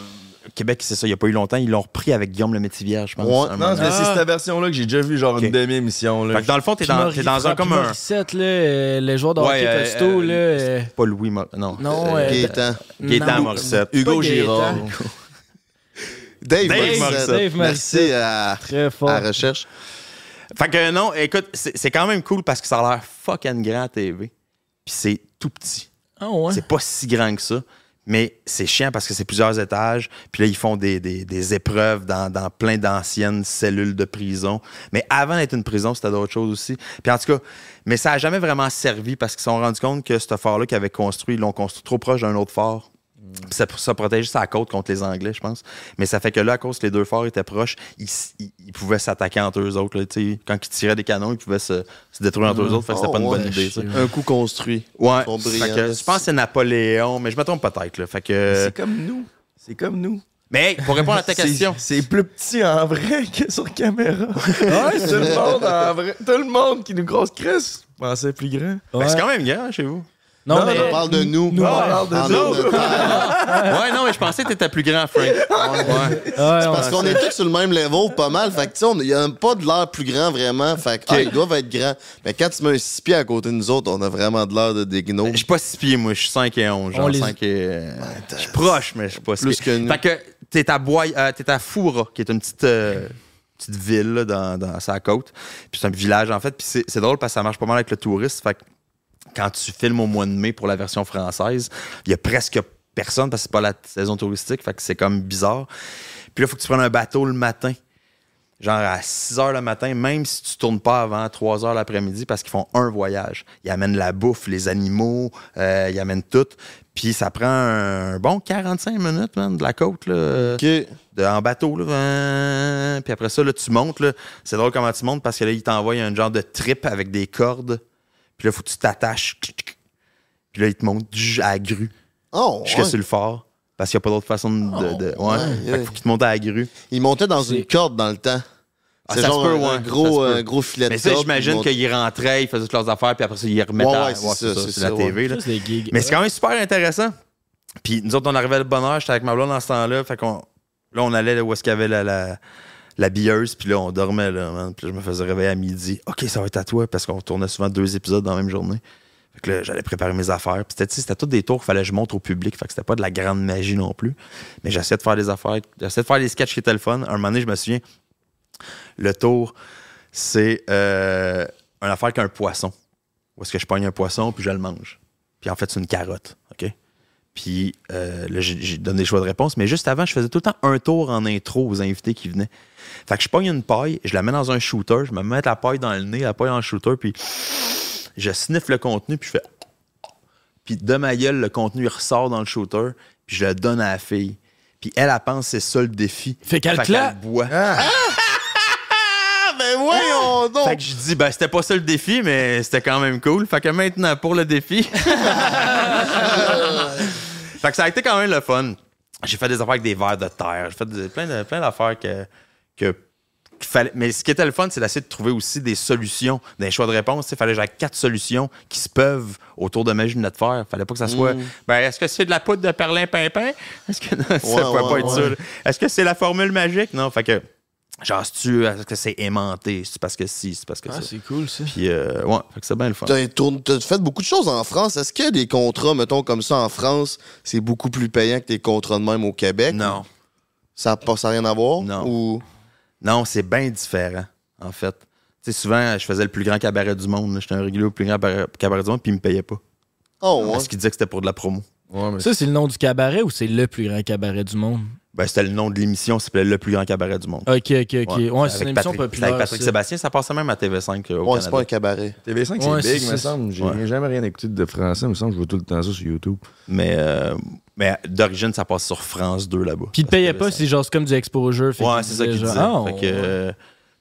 S2: Québec, c'est ça, il n'y a pas eu longtemps. Ils l'ont repris avec Guillaume le Métivier, je pense.
S1: Ouais,
S2: à un
S5: Non,
S2: moment
S5: mais
S2: donné.
S5: c'est cette version-là que j'ai déjà vu genre
S2: Ok.
S5: une demi-émission. là.
S2: Fait que dans le fond, [laughs] t'es
S3: Puis
S2: dans,
S3: Maurice-
S2: t'es dans un
S3: puis
S2: comme un.
S3: Morissette, là, euh, le joueur de
S2: Ouais,
S3: hockey
S2: euh,
S3: costaud,
S2: euh,
S3: là. euh,
S2: Pas Louis, Mo- non.
S3: Non,
S2: euh,
S3: euh,
S1: Gaétan.
S2: Gaétan
S3: non.
S2: Morissette.
S5: Hugo
S3: Pas
S5: Girard.
S3: Gaétan.
S1: Dave,
S2: Dave
S1: Morissette.
S2: Morissette.
S3: Dave Morissette.
S1: Merci à,
S3: Très fort.
S1: à la recherche.
S2: Fait que non, écoute, c'est c'est quand même cool parce que ça a l'air fucking grand à TV. Puis c'est tout petit.
S3: Ah ouais.
S2: C'est pas si grand que ça. Mais c'est chiant parce que c'est plusieurs étages. Puis là, ils font des, des- des épreuves dans, dans plein d'anciennes cellules de prison. Mais avant d'être une prison, c'était d'autres choses aussi. Puis en tout cas, mais ça a jamais vraiment servi parce qu'ils se sont rendus compte que ce fort-là qu'ils avaient construit, ils l'ont construit trop proche d'un autre fort. Puis ça, ça protégeait sa côte contre les Anglais, je pense. Mais ça fait que là, à cause que les deux forts étaient proches, ils, s- ils- ils pouvaient s'attaquer entre eux autres. là, tu sais. Quand ils tiraient des canons, ils pouvaient se, se détruire entre eux autres. Fait que c'était
S1: Oh,
S2: pas une bonne
S1: ouais,
S2: idée. ça.
S1: Un coup construit.
S2: Ouais,
S1: Ils sont
S2: fait
S1: brillants.
S2: que je pense que c'est Napoléon, mais je me trompe peut-être. là. Fait que...
S5: C'est comme nous. C'est comme nous.
S2: Mais hey, pour répondre à Ah, ta
S5: C'est-
S2: question,
S5: C'est plus petit en vrai que sur caméra. [laughs] ouais, tout le monde en vrai. Tout le monde qui nous grosse crisse pensait plus grand.
S2: ben, c'est
S3: Ouais.
S2: quand même grand chez vous.
S3: Non,
S5: Non,
S3: mais
S1: On parle de nous.
S5: Nous, on parle de
S1: En
S5: nous.
S1: nombre de terre.
S2: ouais, non, mais je pensais que t'étais plus grand, Frank. Ouais.
S3: Ouais, on-
S1: Parce qu'on est tous sur le même level, pas mal. Fait que, tu sais, on- il n'y a pas de l'air plus grand vraiment. Fait que, ah, ils doivent être grands. Mais quand tu mets un six pieds à côté de nous autres, on a vraiment de l'air de des gnomes.
S2: Ben, Je suis pas 6 pieds, moi. Je suis 5 et 11.
S3: On
S2: Genre
S3: les-
S2: 5 et... euh, Je suis proche, mais je suis pas six
S1: Plus
S2: pieds.
S1: que nous.
S2: Fait que t'es à, Boy... euh, t'es à Foura, qui est une petite, euh, petite ville là, dans, dans sa côte. Puis c'est un village, en fait. Puis c'est, c'est drôle parce que ça marche pas mal avec le touriste. Fait que quand tu filmes au mois de mai pour la version française, il y a presque personne parce que c'est pas la t- saison touristique. Fait que c'est comme bizarre. Puis là, il faut que tu prennes un bateau le matin. Genre à 6 h le matin, même si tu tournes pas avant 3 h l'après-midi, parce qu'ils font un voyage. Ils amènent la bouffe, les animaux, euh, ils amènent tout. Puis ça prend un bon 45 minutes, man, de la côte, là,
S1: Ok.
S2: de- en bateau. Là, Vin- puis après ça, là, tu montes. là. C'est drôle comment tu montes parce que là, ils t'envoient un genre de trip avec des cordes. Puis là, faut que tu t'attaches. Puis là, ils te montent du- à la grue
S1: Oh,
S2: jusqu'à
S1: ouais. Oh,
S2: sur le fort. Parce qu'il n'y a pas d'autre façon de. de- ouais.
S1: ouais,
S2: Fait qu'il
S1: ouais.
S2: faut qu'ils te montent à la grue.
S1: Ils montaient dans une corde dans le temps.
S2: Ah,
S1: C'est
S2: ça
S1: genre
S2: se peut,
S1: un,
S2: ouais.
S1: gros,
S2: Ça se peut.
S1: un gros filet
S2: Mais
S1: de
S2: ça,
S1: corde, ils
S2: j'imagine
S1: montaient-
S2: qu'ils rentraient, ils faisaient toutes leurs affaires, puis après ça, ils remettaient
S1: Ouais,
S2: à-
S1: ouais, c'est ça, c'est
S2: la
S1: ça,
S2: TV. là.
S3: Juste des gigs.
S2: Mais c'est quand même super intéressant. Puis nous autres, on arrivait à le bonheur, j'étais avec ma blonde dans ce temps-là, fait qu'on Là, on allait là, où est-ce qu'il y avait la, la, la billeuse, puis là, on dormait, là, man. Puis là, je me faisais réveiller à midi. OK, ça va être à toi, parce qu'on tournait souvent deux épisodes dans la même journée. Fait que là, j'allais préparer mes affaires. Puis c'était, tu sais, c'était tous des tours qu'il fallait que je montre au public. Fait que c'était pas de la grande magie non plus. Mais j'essayais de faire des affaires, j'essayais de faire des sketchs qui étaient le fun. un moment donné, je me souviens, le tour, c'est euh, une affaire qu'un poisson. Où est-ce que je pogne un poisson, puis je le mange. Puis en fait, c'est une carotte, OK? Puis euh, là, j'ai j'ai donné des choix de réponse, mais juste avant, je faisais tout le temps un tour en intro aux invités qui venaient. Fait que je pogne une paille, je la mets dans un shooter, je me mets la paille dans le nez, la paille dans le shooter, puis je sniffe le contenu, puis je fais... Puis de ma gueule, le contenu il ressort dans le shooter, puis je le donne à la fille. Puis elle, elle pense que c'est ça le défi.
S3: Fait qu'elle claque.
S2: le boit.
S1: Ah, ben voyons donc!
S2: Fait que je dis, ben, c'était pas ça le défi, mais c'était quand même cool. Fait que maintenant, pour le défi. [laughs] fait que ça a été quand même le fun. J'ai fait des affaires avec des vers de terre. J'ai fait des- plein, de- plein d'affaires que. que qu'il fallait- mais ce qui était le fun, c'est d'essayer de trouver aussi des solutions, des choix de réponse. Il fallait que j'aie quatre solutions qui se peuvent autour de ma de fer. fallait pas que ça soit ben, est-ce que c'est de la poudre de perlin-pimpin Est-ce que non, [laughs] ça
S1: Mm. Ouais,
S2: pouvait
S1: ouais,
S2: pas être
S1: ouais.
S2: ça, là. Est-ce que c'est la formule magique Non, fait que genre, c'est-tu- est-ce que c'est aimanté C'est parce que si, c'est parce que ça.
S3: Ah, c'est cool, ça.
S2: Puis, euh, ouais, fait que c'est bien le fun.
S1: T'as tourné- t'as fait beaucoup de choses en France. Est-ce qu'il y a des contrats, mettons, comme ça en France, c'est beaucoup plus payant que des contrats de même au Québec?
S2: Non,
S1: Ça n'a pas- ça a rien à voir?
S2: Non.
S1: Ou...
S2: non, c'est bien différent, en fait. Tu sais, souvent, je faisais le plus grand cabaret du monde. là. J'étais un régulier au plus grand bar- cabaret du monde, puis ils me payaient pas.
S1: Oh, ouais.
S2: Parce qu'ils disaient que c'était pour de la promo.
S5: Ouais, mais
S3: Ça, c'est le nom du cabaret ou c'est le plus grand cabaret du monde?
S2: Ben, c'était le nom de l'émission, ça s'appelait Le plus grand cabaret du monde.
S3: Ok, Ah, ok, ok. Ouais, c'est une
S2: Avec
S3: émission
S2: Patrick-
S3: populaire.
S2: Avec Patrick
S3: ça.
S2: Sébastien, ça passait même à TV5 euh, au
S1: Ouais, c'est
S2: Canada.
S1: pas un cabaret.
S5: TV5,
S3: Ouais,
S5: c'est
S3: c'est
S5: big,
S3: ça.
S5: me semble. J'ai
S2: Ouais.
S5: jamais rien écouté de français, me semble. Je vois tout le temps ça sur YouTube.
S2: Mais, euh, mais d'origine, ça passe sur France 2 là-bas.
S3: Puis ils te payaient pas,
S2: si
S3: c'est genre c'est comme du exposure. Fait
S2: Ouais,
S3: qu'ils
S2: c'est ça
S3: disaient
S2: qu'ils disaient.
S3: genre,
S2: fait
S3: Ah,
S2: que, euh,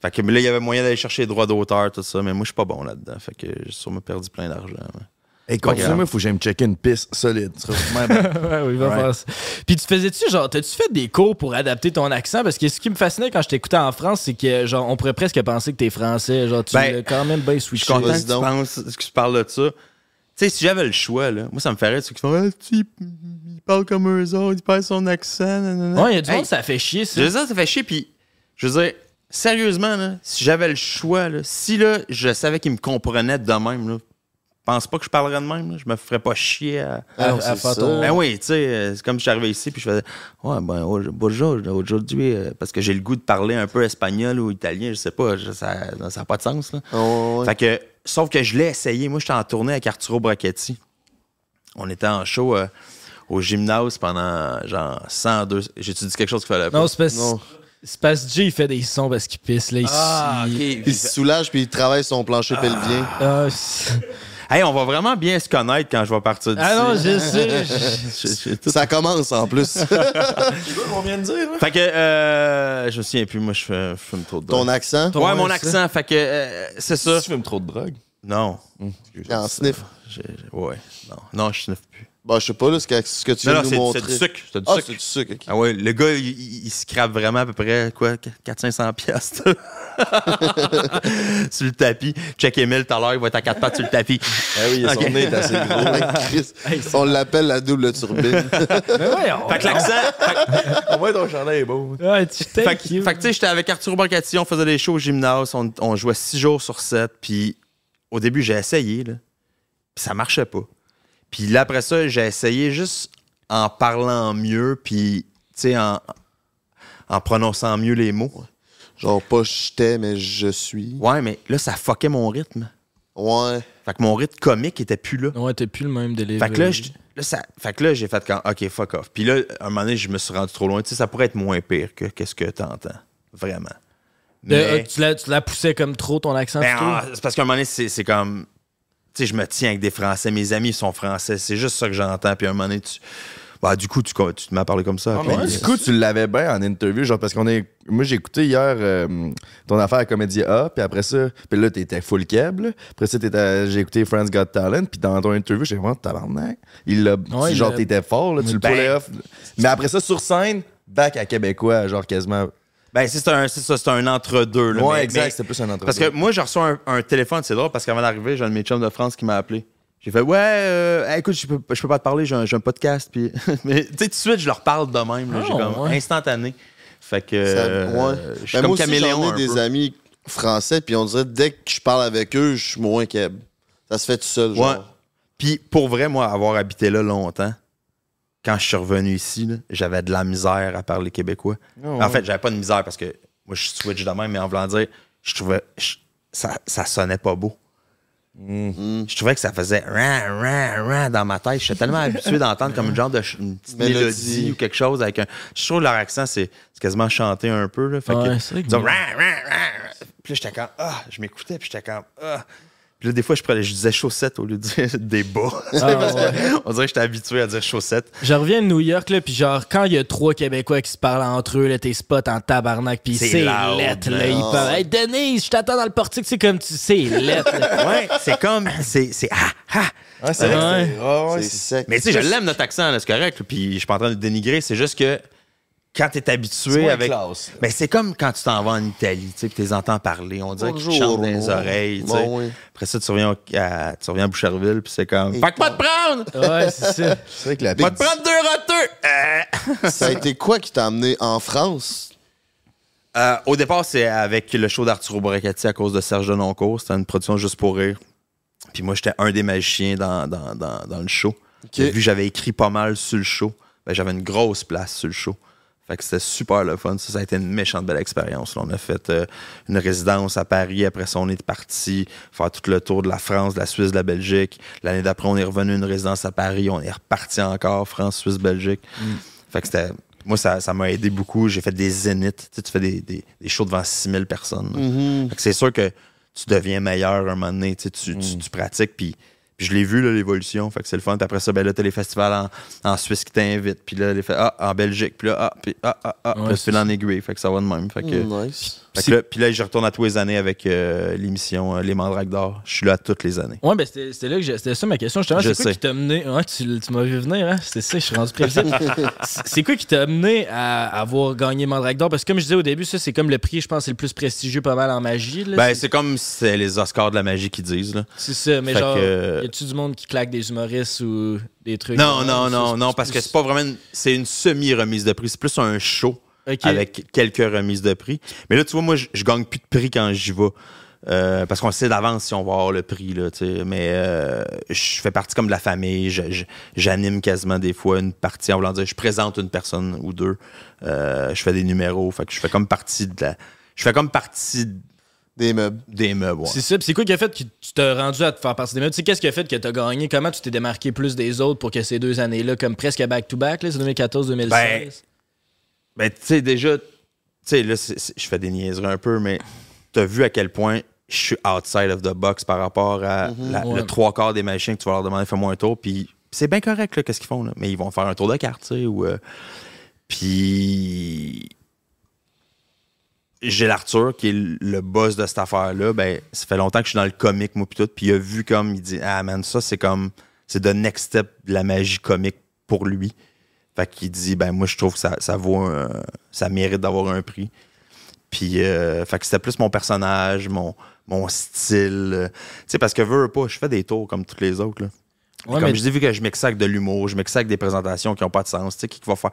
S2: fait que mais là, il y avait moyen d'aller chercher les droits d'auteur, tout ça, mais moi, je suis pas bon là-dedans. Fait que j'ai sûrement perdu plein d'argent. ouais.
S5: Et
S2: pas grave.
S5: continue-moi, faut que j'aime checker une piste solide. Tu seras vraiment [laughs] bon.
S2: euh,
S3: [laughs] Ouais, oui, va
S5: Right.
S3: faire ça. Puis tu faisais-tu genre, t'as-tu fait des cours pour adapter ton accent? Parce que ce qui me fascinait quand je t'écoutais en France, c'est que genre, on pourrait presque penser que t'es français. Genre, tu
S2: Ben,
S3: l'as quand même bien
S2: Je
S3: switché.
S2: suis content que
S1: Vas-y
S2: tu,
S1: donc.
S2: penses, que tu parles de ça. Tu sais, si j'avais le choix, là, moi, ça me ferait. Ceux qui font, Ah, tu, sais, il parle comme eux autres, il perd son accent. nanana.
S3: Ouais, il y a du
S2: Hey,
S3: monde, ça fait chier, ça.
S2: Je veux dire, ça fait chier, puis je veux dire, sérieusement, là, si j'avais le choix, là, si là, je savais qu'ils me comprenaient de même, là, pense pas que je parlerais de même, là, je me ferais pas chier à.
S3: À-
S1: non,
S3: à
S1: c'est
S3: faire
S1: ça.
S3: ton-
S2: Ben oui, tu sais, euh, c'est comme je suis arrivé ici, puis je faisais, ouais, ben, au- bonjour, aujourd'hui, euh, parce que j'ai le goût de parler un peu espagnol ou italien, je sais pas, je- ça n'a pas de sens, là.
S1: Ouais, ouais, ouais.
S2: Fait que, sauf que je l'ai essayé. Moi, j'étais en tournée avec Arturo Brachetti. On était en show euh, au gymnase pendant genre 100, 200. J'ai-tu dit quelque chose qu'il fallait pas?
S3: Non, c'est parce
S1: Non.
S3: c'est parce que Jay, il fait des sons parce qu'il pisse, là. Il...
S2: Ah, ok.
S1: Il se soulage puis il travaille son plancher pelvien.
S3: Ah, c'est-
S2: Hey, on va vraiment bien se connaître quand je vais partir d'ici.
S3: Ah non, je sais. je-
S2: Je- je- je-
S1: Ça commence en
S2: [laughs]
S1: plus.
S5: hein,
S2: Fait que, euh, je me souviens plus, moi, je fais- je fume trop de
S1: Ton
S2: drogue.
S1: accent,
S3: Ton-
S2: ouais, mon
S3: ça.
S2: accent, fait que, euh, c'est ça.
S5: tu fumes trop de drogue.
S2: Non.
S5: Ah,
S1: en sniff.
S2: J'ai- j'ai- ouais, non. Non, je sniffe plus.
S1: Bah, je sais pas, là, ce que, ce que tu viens
S2: Non, non,
S1: de nous
S2: c'est-
S1: montrer.
S2: c'est du sucre. C'est du
S1: Ah,
S2: sucre.
S1: c'est du sucre, ok.
S2: Ah ouais, le gars, il, il, il scrape vraiment à peu près, quoi,
S1: [laughs]
S2: 400-500 piastres sur le tapis. Check Emile, tout à l'heure, il va être à quatre pattes sur
S1: [laughs]
S2: le tapis.
S5: Ah
S2: [laughs]
S5: oui,
S2: Ok.
S5: son nez est assez gros.
S1: Ouais, hein,
S2: [laughs]
S1: Chris, on l'appelle la double turbine.
S3: Mais voyons.
S2: Fait que l'accent...
S5: Au moins, ton chandail est beau.
S3: Ouais, tu t'es
S2: Fait que, fait que, tu sais, j'étais avec Arthur Brancati, on faisait des shows au gymnase, on, on jouait six jours sur sept, puis au début, j'ai essayé, là, puis ça marchait pas. Puis là, après ça, j'ai essayé juste en parlant mieux, puis, tu sais, en, en prononçant mieux les mots.
S1: Genre, pas j'étais, mais je suis.
S2: Ouais, mais là, ça fuckait mon rythme.
S1: Ouais.
S2: Fait que mon rythme comique était plus là.
S3: Ouais, t'es plus le même délire.
S2: Fait que là, je- là, ça- fait que là, j'ai fait quand, OK, fuck off. Puis là, à un moment donné, je me suis rendu trop loin. Tu sais, ça pourrait être moins pire que qu'est-ce que t'entends. Vraiment.
S3: De-
S2: Mais-
S3: euh, tu, la, tu la poussais comme trop, ton accent.
S2: Ben,
S3: plutôt?
S2: ah, c'est parce qu'à un moment donné, c'est c'est comme. Tu sais, je me tiens avec des Français, mes amis sont français, c'est juste ça que j'entends. Puis à un moment donné, tu. Bah, du coup, tu, co- tu m'as parlé comme ça.
S3: Ah,
S2: Puis-
S5: du coup, tu l'avais bien en interview, genre parce qu'on est. Moi, j'ai écouté hier euh, ton affaire à Comédie A, puis après ça, puis là, t'étais full câble. Après ça, t'étais à- j'ai écouté France Got Talent, puis dans ton interview, j'ai vraiment tabarnak. Il l'a.
S3: Ouais,
S5: tu-
S3: il
S5: genre,
S3: l'a-
S5: t'étais fort, là, tu le
S2: Ben-
S5: pullais off. Mais après ça, sur scène, back à Québécois, genre quasiment.
S2: ben, c'est un, c'est ça, c'est un entre-deux. là.
S5: ouais,
S2: Mais-
S5: exact,
S2: mais-
S5: c'était plus un entretien.
S2: Parce que moi, j'ai reçu un, un téléphone, c'est drôle, parce qu'avant d'arriver, j'ai un de mes chums de France qui m'a appelé. J'ai fait, ouais, euh, hey, écoute, je peux, [laughs] je peux pas te parler, j'ai un, j'ai un podcast. Puis, mais tu sais, tout de suite, je leur parle de même, là,
S3: Ah,
S2: j'ai comme
S3: ouais.
S2: instantané. Fait que.
S1: Ça-
S2: euh,
S1: ouais.
S2: Je suis
S1: Ben,
S2: comme
S1: moi aussi,
S2: caméléon.
S1: j'en ai des
S2: un peu.
S1: amis français, puis on dirait dès que je parle avec eux, je suis moins keb. Ça se fait tout seul, genre.
S2: Ouais. Puis pour vrai, moi, avoir habité là longtemps, quand je suis revenu ici, là, j'avais de la misère à parler québécois. en fait, j'avais pas de misère parce que moi, je switch de même, mais en voulant dire, je trouvais. je- ça, ça sonnait pas beau. Je trouvais que ça faisait ran, ran, ran dans ma tête. J'étais tellement habitué d'entendre comme une genre de ch- une petite mélodie.
S1: Mélodie.
S2: ou quelque chose avec un. Je trouve leur accent, c'est c'est quasiment chanté un peu. Là. Fait que-
S3: Ouais, c'est vrai que-
S2: ils disent, Ran, ran, ran. Puis là, j'étais comme Ah, je m'écoutais, puis j'étais comme Ah. Puis là, des fois, je, prenais, je disais chaussettes au lieu de dire [laughs] des bas. [laughs] Parce que On dirait que j'étais habitué à dire chaussettes.
S3: Je reviens de New York, là, puis genre, quand il y a trois Québécois qui se parlent entre eux, là, t'es spot en tabarnak, puis
S2: C'est
S3: c'est
S2: loud,
S3: lettre, là.
S2: man.
S3: Ils parlent, hey, Denise, je t'attends dans le portique, c'est comme tu sais, lettre. là.
S2: Ouais, c'est comme. C'est. c'est- ah, ah.
S5: Ouais, c'est
S3: Ouais.
S5: vrai. que c'est- ah ouais,
S1: C'est
S5: c'est-
S1: sec.
S2: Mais tu sais, je l'aime notre accent, là, c'est correct. là, Puis je suis pas en train de le dénigrer. C'est juste que quand t'es habitué
S5: moins
S2: avec.
S5: classe.
S2: Mais c'est comme quand tu t'en vas en Italie, tu sais, puis t'es entends parler. On dirait qu'ils te chantent dans les
S1: Bonjour.
S2: oreilles, tu sais.
S1: Bon, oui.
S2: Après ça, tu reviens, au- à, tu reviens à Boucherville, puis c'est comme. Fait que pas de prendre!
S3: Ouais, c'est ça.
S5: c'est vrai que la
S2: Pas de prendre deux roteux!
S1: Ça a été quoi qui t'a amené en France?
S2: Euh, au départ, c'est avec le show d'Arturo Boracati à cause de Serge Denoncourt. C'était une production juste pour rire. Puis moi, j'étais un des magiciens dans, dans, dans, dans le show. Vu que j'avais écrit pas mal sur le show, ben, j'avais une grosse place sur le show. Fait que c'était super le fun. Ça, ça a été une méchante belle expérience. là. On a fait euh, une résidence à Paris. Après ça, on est parti faire tout le tour de la France, de la Suisse, de la Belgique. L'année d'après, on est revenu à une résidence à Paris. On est reparti encore France, Suisse, Belgique. Fait que c'était. Moi, ça ça m'a aidé beaucoup. J'ai fait des zéniths. Tu, sais, tu fais des, des, des shows devant 6000 personnes. là. Fait que c'est sûr que tu deviens meilleur un moment donné. Tu, sais, tu,
S3: Mm.
S2: tu- tu pratiques. Puis, puis je l'ai vu, là, l'évolution. Fait que c'est le fun. Puis après ça, ben là, t'as les festivals en, en Suisse qui t'invitent. Puis là, les fe- ah, en Belgique. Puis là, ah, puis ah, ah, ah. Puis
S3: Ouais,
S2: là,
S3: c'est
S2: tu fais en aiguille. Fait que ça va de même. Fait que,
S1: Mm, nice.
S2: fait que là, puis là, je retourne à tous les années avec euh, l'émission euh, Les Mandrakes d'or. Je suis là toutes les années.
S3: Ouais, ben c'était c'était là que j'ai- c'était ça ma question. Justement,
S2: Je
S3: c'est quoi
S2: sais.
S3: qui t'a mené. Ouais, tu, tu m'as vu venir, hein? C'était ça, je suis rendu prévisible.
S2: [laughs]
S3: C'est- c'est quoi qui t'a amené à avoir gagné Mandrake d'or? Parce que comme je disais au début, ça, c'est comme le prix, je pense, c'est le plus prestigieux pas mal en magie. Là.
S2: Ben, c'est comme c'est les Oscars de la magie qui disent. Là.
S3: c'est ça, mais
S2: fait
S3: genre,
S2: que-
S3: y a-tu du monde qui claque des humoristes ou des trucs?
S2: Non,
S3: hein?
S2: non, non,
S3: C'est-
S2: non, parce que c'est pas vraiment. une- C'est une semi-remise de prix. C'est plus un show
S3: Ok.
S2: avec quelques remises de prix. Mais là, tu vois, moi, je je gagne plus de prix quand j'y vais. Euh, parce qu'on sait d'avance si on va avoir le prix, là, tu sais. Mais euh, je fais partie comme de la famille. Je- je- J'anime quasiment des fois une partie. En voulant dire, je présente une personne ou deux. Euh, je fais des numéros. Fait que je fais comme partie de la. Je fais comme partie
S1: Des meubles.
S2: des meubles. ouais.
S3: C'est ça. Puis c'est quoi qui a fait que tu t'es rendu à te faire partie des meubles? Tu sais, qu'est-ce qui a fait que t'as gagné? Comment tu t'es démarqué plus des autres pour que ces deux années-là, comme presque à back-to-back, là, c'est 2014-2016?
S2: Ben, Ben, tu sais, déjà, tu sais, là, c'est- c'est- je fais des niaiseries un peu, mais t'as vu à quel point je suis outside of the box par rapport à la-
S3: Ouais.
S2: le trois quarts des magiciens que tu vas leur demander, fais-moi un tour, puis c'est bien correct, là, qu'est-ce qu'ils font, là. Mais ils vont faire un tour de carte, tu sais, ou. euh, puis. J'ai l'Arthur, qui est le le boss de cette affaire-là. Ben, ça fait longtemps que je suis dans le comique, moi, puis tout. Puis il a vu comme, il dit, ah man, ça, c'est comme, c'est the next step de la magie comique pour lui. Fait qu'il dit, ben moi, je trouve que ça, ça vaut un- ça mérite d'avoir un prix. Puis, euh, fait que c'était plus mon personnage, mon, mon style. euh, Tu sais, parce que veux, veux pas, je fais des tours comme tous les autres, là.
S3: Ouais,
S2: comme
S3: mais-
S2: je dis, vu que je m'exacte de l'humour, je m'exacte des présentations qui n'ont pas de sens, tu sais, qui, qui va faire.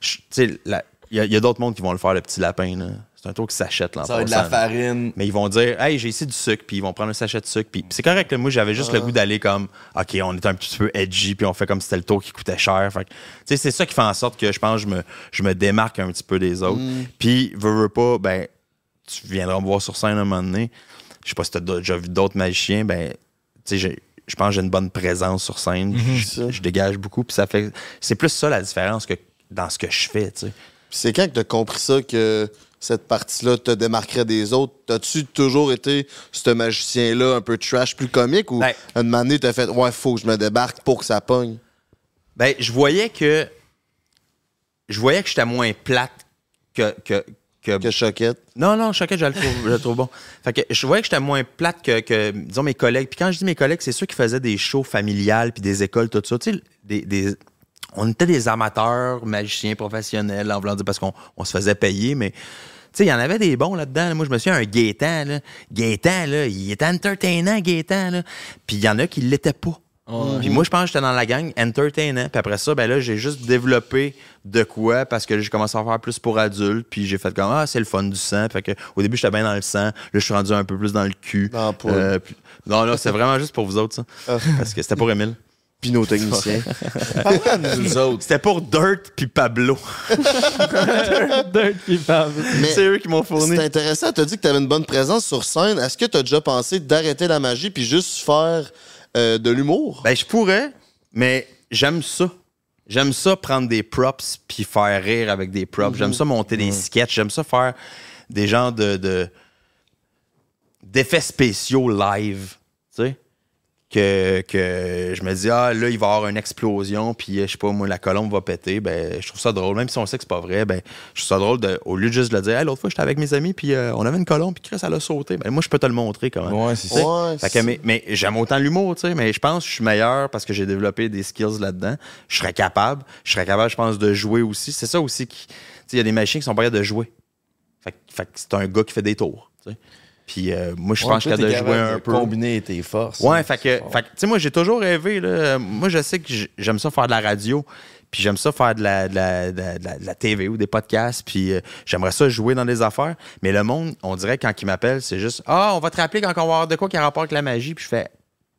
S2: je- Tu sais, la- il y a, il y a d'autres mondes qui vont le faire, le petit lapin, là. C'est un tour qui s'achète, là. en
S5: Ça va être de la
S2: passant, là.
S5: farine.
S2: Mais ils vont dire, hey, j'ai ici du sucre, puis ils vont prendre un sachet de sucre. Puis puis c'est correct, là, moi, j'avais juste le goût d'aller comme, OK, on est un petit peu edgy, puis on fait comme si c'était le tour qui coûtait cher. Fait que, tu sais, c'est ça qui fait en sorte que je pense que je me, je me démarque un petit peu des autres. Puis, veux, veux pas, ben, tu viendras me voir sur scène un moment donné. Je sais pas si t'as d'autres- déjà vu d'autres magiciens, ben, tu sais, j'ai- je pense que j'ai une bonne présence sur scène. je, je dégage beaucoup, puis ça fait. C'est plus ça la différence que dans ce que je fais, tu sais.
S1: Puis c'est quand que t'as compris ça que cette partie-là te démarquerait des autres? T'as-tu toujours été ce magicien-là un peu trash, plus comique, ou
S2: Ben.
S1: une manée t'as fait « Ouais, faut que je me débarque pour que ça pogne
S2: Ben, je voyais que. Je voyais que j'étais moins plate que. que, que- »
S1: Que choquette.
S2: Non, non, Choquette, je le trouve, je le trouve bon. [laughs] Fait que je voyais que j'étais moins plate que, que, disons, mes collègues. Puis quand je dis mes collègues, c'est ceux qui faisaient des shows familiales, puis des écoles, tout ça. Tu sais, des, des- on était des amateurs, magiciens professionnels, en voulant dire, parce qu'on on se faisait payer, mais. Tu sais, il y en avait des bons là-dedans. là. Moi, je me souviens, un Gaétan, là. Gaétan, là, il était entertainant, Gaétan, là. Puis il y en a qui l'étaient pas. Puis moi, je pense que j'étais dans la gang entertainant. Puis après ça, ben là, j'ai juste développé de quoi parce que là, j'ai commencé à faire plus pour adultes. Puis j'ai fait comme Ah, c'est le fun du sang. Fait que au début, j'étais bien dans le sang. Là, je suis rendu un peu plus dans le cul. Euh,
S1: Dans la poule. Ah.
S2: puis- non, là, c'est vraiment juste pour vous autres, ça. parce que c'était pour Emile.
S1: Puis nos techniciens.
S5: Nous autres.
S2: [laughs] C'était pour Dirt puis Pablo.
S3: Dirt qui parle.
S1: Mais
S2: c'est eux qui m'ont
S1: [laughs]
S2: fourni.
S1: c'est intéressant. Tu as dit que tu avais une bonne présence sur scène. Est-ce que tu as déjà pensé d'arrêter la magie puis juste faire euh, de l'humour?
S2: Ben, je pourrais, mais j'aime ça. J'aime ça prendre des props puis faire rire avec des props. J'aime ça monter des sketchs. J'aime ça faire des genres de, de- d'effets spéciaux live. Tu sais? Que, que je me dis, ah, là, il va y avoir une explosion, puis euh, je sais pas, moi, la colombe va péter. Ben, je trouve ça drôle. Même si on sait que c'est pas vrai, ben, je trouve ça drôle de, au lieu de juste le dire, Hey, l'autre fois, j'étais avec mes amis, puis euh, on avait une colombe, puis Chris, elle a sauté. Ben, moi, je peux te le montrer quand même.
S5: Ouais, c'est
S2: Tu sais?
S1: Ouais,
S2: Fait que,
S1: c'est-
S2: mais mais j'aime autant l'humour, tu sais, mais je pense que je suis meilleur parce que j'ai développé des skills là-dedans. Je serais capable. Je serais capable, je pense, de jouer aussi. C'est ça aussi qui. tu sais, Il y a des machines qui sont pas capables de jouer. Fait, que- fait que c'est un gars qui fait des tours. tu sais. Puis euh, moi, je pense que je suis capable de jouer un peu.
S5: Combiner tes forces.
S2: Ouais, fait que,
S5: C'est
S2: fait que, tu sais, moi, j'ai toujours rêvé, là. Euh, Moi, je sais que j- j'aime ça faire de la radio, puis j'aime ça faire de la, de la- de la- de la- de la TV ou des podcasts, puis euh, j'aimerais ça jouer dans des affaires. Mais le monde, on dirait, quand il m'appelle, c'est juste Ah, on va te rappeler quand on va avoir de quoi qui a rapport avec la magie, puis je fais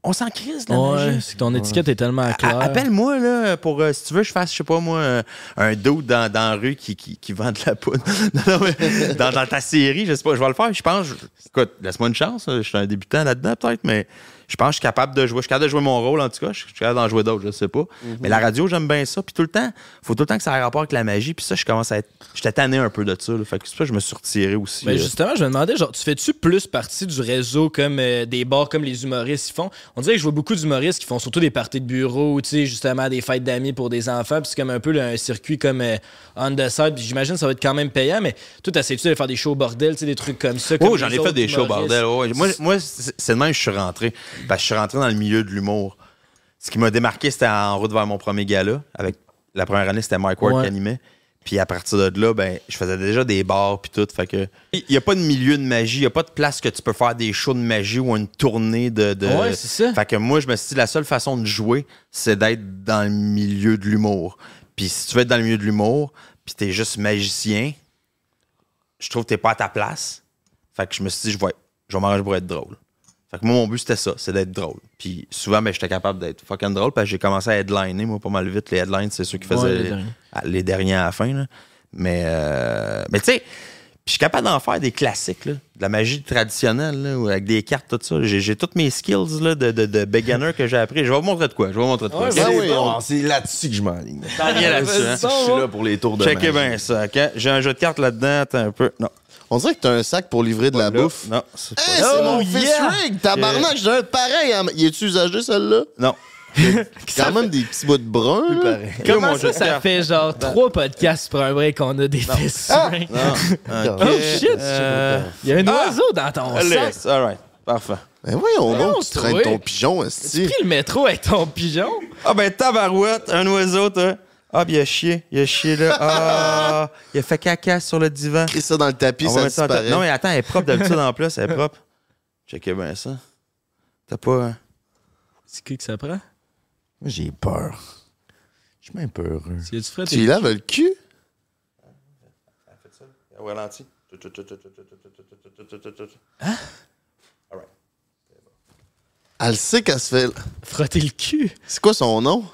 S2: On s'en crise, de la
S3: Ouais,
S2: magie.
S3: c'est que ton étiquette est tellement claire.
S2: A- Appelle-moi, là, pour, euh, si tu veux, je fasse, je sais pas, moi, euh, un dos dans, dans la rue qui, qui, qui vend de la poudre. [laughs] non, non, mais dans, dans ta série, je sais pas, je vais le faire. Je pense, je- écoute, laisse-moi une chance. euh, Je suis un débutant là-dedans, peut-être, mais je pense que je suis capable de jouer. Je suis capable de jouer mon rôle, en tout cas. Je suis capable d'en jouer d'autres, je sais pas. Mais la radio, j'aime bien ça. Puis tout le temps, faut tout le temps que ça ait rapport avec la magie. Puis ça, je commence à être. J'étais tanné un peu de ça, là. Fait que c'est pour ça que je me suis retiré aussi.
S3: Mais
S2: euh.
S3: Ben, justement, je me demandais, genre, tu fais-tu plus partie du réseau comme euh, des bars comme les humoristes y font? On dirait que je vois beaucoup d'humoristes qui font surtout des parties de bureau, tu sais, justement, des fêtes d'amis pour des enfants, puis c'est comme un peu là, un circuit comme euh, on the side, puis j'imagine que ça va être quand même payant, mais toi, t'essayes-tu de faire des shows au bordel, tu sais, des trucs comme ça?
S2: Oh,
S3: comme
S2: j'en
S3: les
S2: ai fait
S3: autres
S2: des shows,
S3: humoristes?
S2: bordel. ouais. Moi, moi c'est c'est de même que je suis rentré. Parce que je suis rentré dans le milieu de l'humour. Ce qui m'a démarqué, c'était en route vers mon premier gala. Avec, la première année, c'était Mike Ward
S3: Ouais.
S2: qui animait. Puis à partir de là, ben, je faisais déjà des bars puis tout. Fait que il n'y a pas de milieu de magie, il n'y a pas de place que tu peux faire des shows de magie ou une tournée de. de-
S3: Ouais, c'est ça.
S2: Fait que moi, je me suis dit la seule façon de jouer, c'est d'être dans le milieu de l'humour. Puis si tu veux être dans le milieu de l'humour, puis t'es juste magicien, je trouve que t'es pas à ta place. Fait que je me suis dit, je vais, je vais m'arranger pour être drôle. Fait que moi, mon but, c'était ça, c'est d'être drôle. Puis souvent, ben, j'étais capable d'être fucking drôle parce que j'ai commencé à headliner, moi, pas mal vite. Les headlines, c'est ceux qui faisaient
S3: Ouais, les
S2: les,
S3: derniers.
S2: à- les derniers à la fin. là. Mais, euh, mais tu sais, puis je suis capable d'en faire des classiques, là, de la magie traditionnelle, là, ou avec des cartes, tout ça. J'ai j'ai toutes mes skills là, de, de, de beginner que j'ai appris. Je vais vous montrer de quoi. Je vais vous montrer de quoi.
S3: Ouais,
S2: ok?
S1: Ah
S5: bon,
S1: oui, on-
S5: C'est là-dessus que je m'enligne.
S2: T'en viens là-dessus, hein?
S5: Je suis là pour les tours de
S2: Checkez
S5: magie.
S2: bien ça. ok? J'ai un jeu de cartes là-dedans. Attends un peu. Non,
S1: On dirait que t'as un sac pour livrer de la
S2: là,
S1: bouffe.
S2: non, c'est pas- Oh,
S1: Hey, c'est mon fils Rig! Tabarnak, j'ai un pareil! hein. Il est-tu usagé, celle-là?
S2: Non.
S1: Quand même des petits bouts de brun, là.
S2: Là,
S3: Comment
S2: mon jeu
S3: ça,
S2: de
S3: ça
S2: cartes.
S3: fait genre trois podcasts pour un break qu'on a des fissures? [laughs]
S1: Non.
S3: Oh shit! Il y a un oiseau dans ton
S2: Allez,
S3: sac!
S2: all right. Parfait.
S1: Ben voyons
S3: Non,
S1: donc, tu
S3: c'est
S1: traînes
S3: vrai.
S1: ton pigeon,
S3: J'ai
S1: esti.
S3: pris le métro avec ton pigeon?
S2: Ah ben tabarouette, un oiseau, toi. Ah, puis il a chié, il a chié là. Ah, il a fait caca sur le divan.
S1: Pris ça dans le tapis,
S2: On va
S1: ça
S2: mettre ça en
S1: disparaît.
S2: tête. non, mais Ah, attends, elle est propre d'habitude en plus, elle est propre. Checkez bien ça. T'as pas.
S3: C'est qui que ça prend?
S5: Moi, j'ai peur. Je suis même peu heureux.
S3: C'est du frais,
S1: Tu lui laves le cul?
S2: Au ralenti.
S1: Elle sait qu'elle se fait...
S3: frotter le cul.
S1: C'est quoi son nom?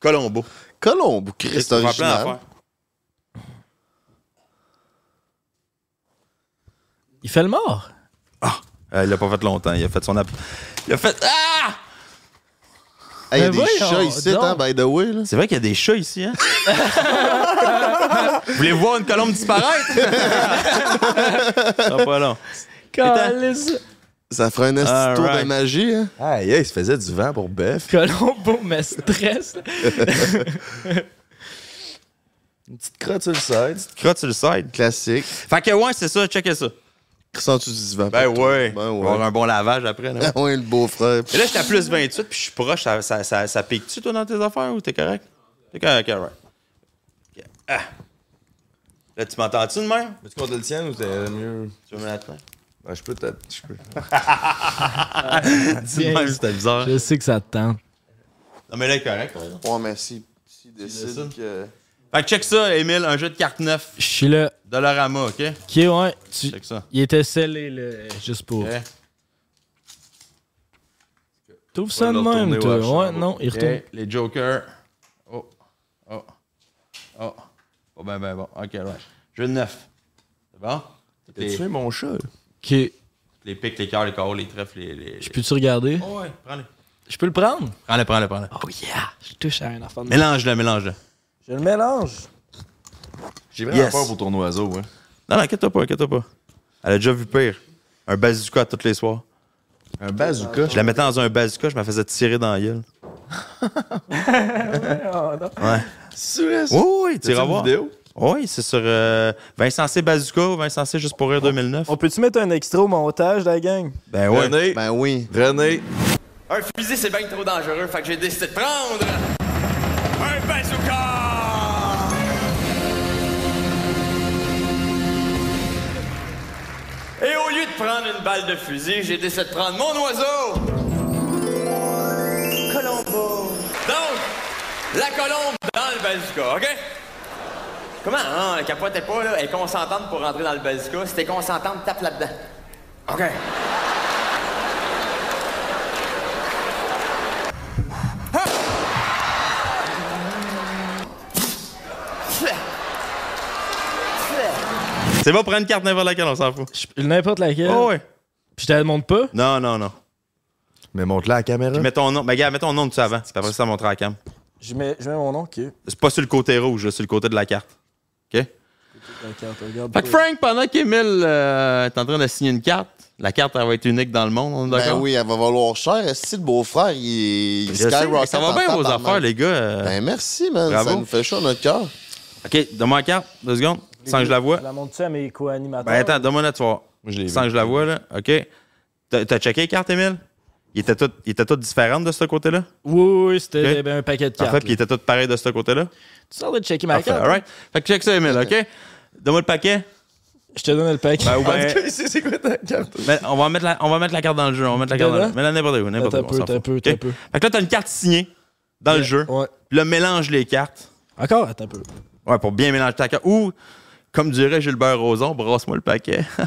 S2: Colombo.
S1: Colombo, Christ,
S2: Christ, on va plein
S1: original.
S2: d'affaires.
S3: Il fait le mort.
S2: Euh, il l'a pas fait longtemps, il a fait son app. Il a fait. Ah!
S1: Hey, il
S2: Ben
S1: y a
S3: Mais
S1: des
S3: voyons
S1: chats ici,
S3: donc.
S1: hein, by the way, là.
S2: C'est vrai qu'il y a des chats
S1: [laughs]
S2: ici, hein? Vous voulez voir une
S1: [laughs]
S2: colombe disparaître? Ça pas long.
S3: Calice.
S1: Ça ferait un esti
S2: All
S1: tour de
S2: right.
S1: magie, hein.
S5: Ah, yeah, il se faisait du vent pour bœuf.
S3: Colombo me stresse.
S5: Une petite crotte sur le side.
S2: Crotte sur le side.
S1: Classique.
S2: Fait que ouais, c'est ça, checkez ça.
S1: Sens-tu du divan?
S2: Ben
S1: pour toi?
S2: ouais.
S1: Ben
S2: On va avoir
S1: ouais.
S2: un bon lavage après. [laughs] Là.
S1: Ah [laughs] ouais, le beau-frère.
S2: Et là, j'étais à plus 28, puis je suis proche. Ça, ça, ça, ça pique-tu, toi, dans tes affaires, ou t'es correct? T'es correct, all right. Ok. Ah. Là, tu m'entends-tu de même?
S5: Veux-tu qu'on te le tienne ou t'es mieux?
S2: Tu veux me la tenir?
S5: Ah, je peux peut-être. Je peux.
S2: Dis de même, c'était bizarre.
S3: Je sais que ça te tente.
S2: Non, mais là, il est correct. par exemple.
S1: Ouais, mais si, si décide
S2: décide.
S1: que.
S2: Fait que check ça, Emile, un jeu de carte neuf.
S3: Je suis là.
S2: Dollarama, OK?
S3: Ok, ouais. tu-
S2: Check ça.
S3: Il était scellé, là, juste pour.
S2: OK.
S3: T'ouvres ça de
S5: le retourner
S3: même,
S5: au H,
S3: toi.
S5: ça
S3: Ouais,
S5: va.
S3: non, il retourne.
S2: OK, Les jokers. Oh. Oh. Oh. Oh, ben, ben, bon. OK, ouais. Jeu de neuf. C'est bon? Toutes Les,
S5: Tu es mon chat.
S3: Ok.
S2: toutes les pics, les cœurs, les carreaux, les trèfles, les... les...
S3: Je peux-tu regarder?
S2: Oh, ouais, prends-le.
S3: Je peux le prendre?
S2: Prends-le, prends-le, prends-le.
S3: Oh yeah! Je touche à un enfant de
S2: Mélange-le, mélange-le.
S3: Je le mélange.
S5: J'ai vraiment
S2: Yes.
S5: peur pour ton oiseau. hein. Ouais.
S2: Non, non, inquiète-toi pas, inquiète-toi pas. Elle a déjà vu pire. Un bazooka tous les soirs.
S5: Un bazooka.
S2: Je la mettais dans un bazooka, je me faisais tirer dans la gueule.
S5: Suisse.
S2: Oui, oui, tu iras voir.
S5: vidéo?
S2: Oui, c'est sur euh, Vincent C. Bazooka ou Vincent C. Juste pour rire 2009.
S3: oh,
S8: On peut-tu mettre un extra au montage, la gang?
S2: Ben ouais.
S5: René.
S1: Ben oui.
S5: René.
S9: Un fusil, c'est bien trop dangereux, fait que j'ai décidé de prendre un bazooka! Et au lieu de prendre une balle de fusil, j'ai décidé de prendre mon oiseau! Colombo! Donc, la colombe dans le bazooka, OK? Comment? Hein, capotait pas, là. Elle est consentante pour rentrer dans le bazooka. Si t'es consentante, tape là-dedans. OK.
S2: C'est bon, prends une carte n'importe laquelle, on s'en fout.
S3: N'importe laquelle.
S2: Oh, ouais.
S3: Puis je te la montre pas.
S2: Non, non, non.
S5: Mais montre-la à la caméra.
S2: Mets ton nom. Ben, gars, mets ton nom dessus avant. Puis après ça, montre à la cam.
S8: Je mets, je mets mon nom, ok.
S2: C'est pas sur le côté rouge, là, sur le côté de la carte.
S8: La carte, regarde.
S2: Fait que Frank, pendant qu'Emile euh, est en train de signer une carte, la carte, elle va être unique dans le monde, on est
S1: Ben
S2: d'accord?
S1: oui, elle va valoir cher. Est-ce que le beau-frère, il, il
S2: Je sais, mais
S1: skyrocket
S2: ça
S1: en
S2: va bien vos
S1: tabarnak?
S2: affaires, les gars. euh.
S1: Ben merci, man.
S2: Bravo.
S1: Ça nous fait chaud notre cœur.
S2: OK, donne-moi la carte, deux secondes, sans que je la
S8: Je
S2: vois.
S8: la montre-tu à mes co-animateurs?
S2: Ben attends, donne-moi là, tu vois.
S5: Moi, je l'ai vu.
S2: Sans que je la vois, là. OK. T'as t'as checké les cartes, Emile? Ils étaient toutes, ils étaient toutes différentes de ce côté-là?
S3: Oui, oui, oui, c'était
S2: Ok.
S3: ben, un paquet de cartes.
S2: Parfait,
S3: là.
S2: puis ils étaient toutes pareilles de ce côté-là?
S3: Tu sors de checker ma
S2: Parfait,
S3: carte.
S2: alright. Fait que check ça, Emile, OK? Donne-moi le paquet.
S3: Je te donne le paquet.
S2: Ben, ou ben-
S5: c'est quoi ta carte?
S2: mais on, va mettre la, on va mettre la carte dans le jeu. On va mettre la carte dans le jeu.
S3: Dedans?
S2: Mais là, n'importe où, n'importe où.
S3: Attends
S2: on
S3: un peu,
S2: s'en
S3: attends un
S2: fout,
S3: peu,
S2: OK?
S3: attends un peu.
S2: Fait que là, t'as une carte signée dans le jeu.
S3: Ouais.
S2: Puis là, mélange les cartes.
S3: Encore, attends un peu.
S2: Ouais, pour bien mélanger ta carte. Ou, comme dirait Gilbert Rozon, brasse-moi le paquet. [laughs] ah,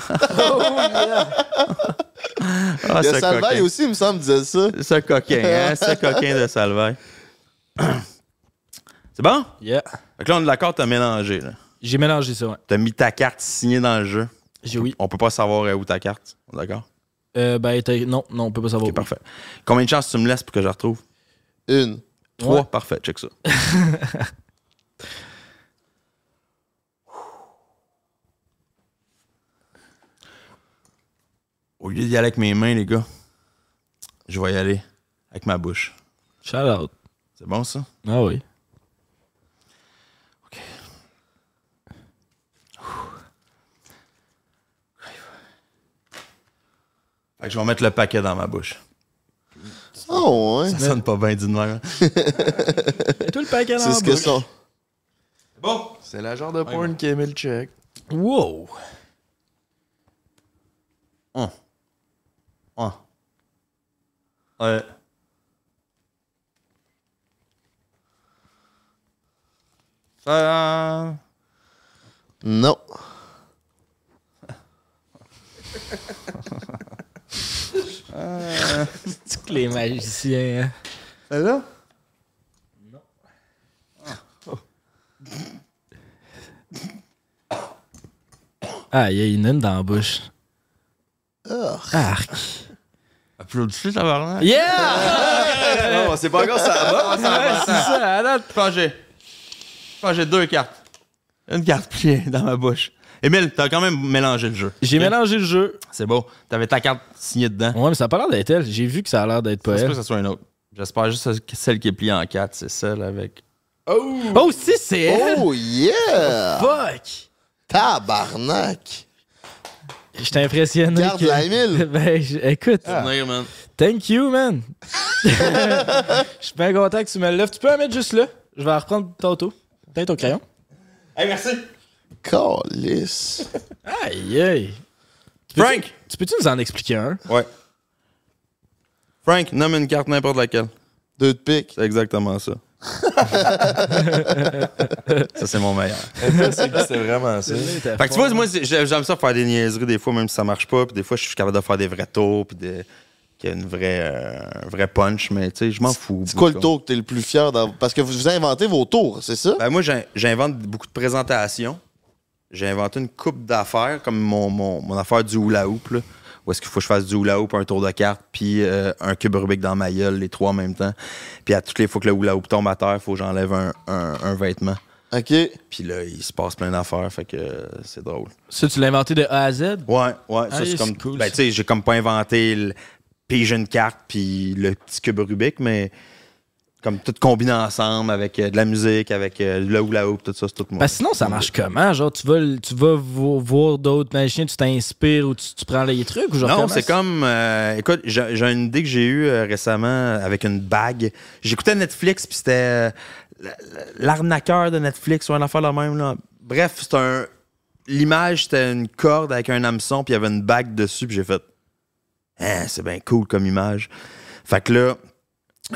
S1: Il y
S2: ce
S1: a Salvaille
S2: coquin.
S1: aussi, il me semble, disait ça.
S2: Ce coquin, hein? Ce coquin de Salvaille. [clears throat] C'est bon?
S3: Yeah.
S2: Fait que là, on est d'accord, t'as mélangé. là.
S3: J'ai mélangé ça, ouais.
S2: T'as mis ta carte signée dans le jeu.
S3: J'ai oui.
S2: On peut pas savoir euh, où ta carte. On est D'accord?
S3: Euh, ben, t'as- non, non, on peut pas savoir.
S2: Ok, parfait. Combien de chances tu me laisses pour que je la retrouve?
S1: Une.
S2: Trois,
S3: Ouais.
S2: parfait, check ça. [laughs] Au lieu d'y aller avec mes mains, les gars, je vais y aller avec ma bouche.
S3: Shout out.
S2: C'est bon, ça?
S3: Ah oui.
S2: Fait que je vais mettre le paquet dans ma bouche.
S1: Oh, ouais.
S2: Ça sonne pas bien hein? d'une mère.
S3: Et tout le paquet
S1: C'est ce que ça.
S2: Bon!
S5: C'est la genre de porn qui aimait le check.
S3: Wow.
S2: Ouais. Ouais. Ça.
S1: Non.
S3: C'est que les magiciens. hein.
S5: là?
S3: Ah, il y a une une dans la bouche. Arc.
S2: Applaudissez, tabarnak.
S3: [laughs] Yeah!
S5: Non, c'est pas encore ça.
S3: Ouais, c'est ça, à date.
S2: Je pense que j'ai. je pense que j'ai deux cartes. Une carte pliée dans ma bouche. Émile, t'as quand même mélangé le jeu.
S3: J'ai mélangé le jeu.
S2: C'est beau. T'avais ta carte signée dedans.
S3: Ouais, mais ça a pas l'air d'être elle. J'ai vu que ça a l'air d'être pas
S2: J'espère
S3: elle.
S2: que ça soit une autre. J'espère juste que celle qui est pliée en quatre, c'est celle avec.
S3: Oh, si, c'est
S2: Eh?
S3: elle!
S1: Oh, yeah!
S3: Fuck!
S1: Tabarnak!
S3: Je t'ai impressionné.
S1: Garde la mille.
S3: [laughs]
S1: Ah.
S3: Ben, je- écoute,
S2: Venir, man.
S3: thank you,
S1: [laughs]
S3: man. Je suis bien content que tu me lèves. Tu peux la mettre juste là. Je vais la reprendre tantôt. Peut-être ton crayon.
S1: Calice!
S3: Aïe, aïe. Tu peux-
S2: Frank!
S3: Tu peux-tu nous en expliquer un?
S2: Ouais. Frank, nomme une carte n'importe laquelle.
S1: Deux de pique.
S2: C'est exactement
S3: [laughs]
S2: ça. ça, c'est mon meilleur.
S5: C'est vraiment ça.
S2: Fait que tu vois, moi, c'est- j'ai- j'aime ça faire des niaiseries des fois, même si ça marche pas. Puis des fois, je suis capable de faire des vrais tours, puis des- qu'il y a une vraie, euh, un vrai punch, mais tu sais, je m'en fous.
S1: C'est quoi le tour que t'es le plus fier d'avoir? Parce que vous vous inventez vos tours, c'est ça?
S2: Ben, moi, j'in- j'invente beaucoup de présentations. J'ai inventé une coupe d'affaires, comme mon, mon, mon affaire du hula hoop, là, où est-ce qu'il faut que je fasse du hula hoop, un tour de carte, puis euh, un cube Rubik dans ma gueule, les trois en même temps. Puis à toutes les fois que le hula hoop tombe à terre, il faut que j'enlève un, un- un vêtement.
S1: OK.
S2: Puis là, il se passe plein d'affaires, fait que euh, c'est drôle.
S3: Ça, tu l'as inventé de A à Z?
S2: Ouais, ouais, ça
S3: Ah,
S2: c'est
S3: c'est
S2: comme.
S3: cool,
S2: ben,
S3: ça.
S2: tu sais, j'ai comme pas inventé le Pigeon Carte puis le petit cube Rubik, mais comme tout combiné ensemble avec euh, de la musique, avec euh, le hula hoop, tout ça, c'est tout moi.
S3: Parce que sinon, ça marche comment? Genre, tu vas, le- tu vas vo- voir d'autres magiciens, tu t'inspires ou tu, tu prends les trucs? Ou genre,
S2: Non,
S3: comment
S2: c'est comme. euh, écoute, j'ai j'ai une idée que j'ai eue euh, récemment avec une bague. J'écoutais Netflix, puis c'était euh, la- la- l'arnaqueur de Netflix ou un affaire la même. Là. Bref, c'est un. L'image, c'était une corde avec un hameçon, puis il y avait une bague dessus, puis j'ai fait. Hein, c'est bien cool comme image. Fait que là,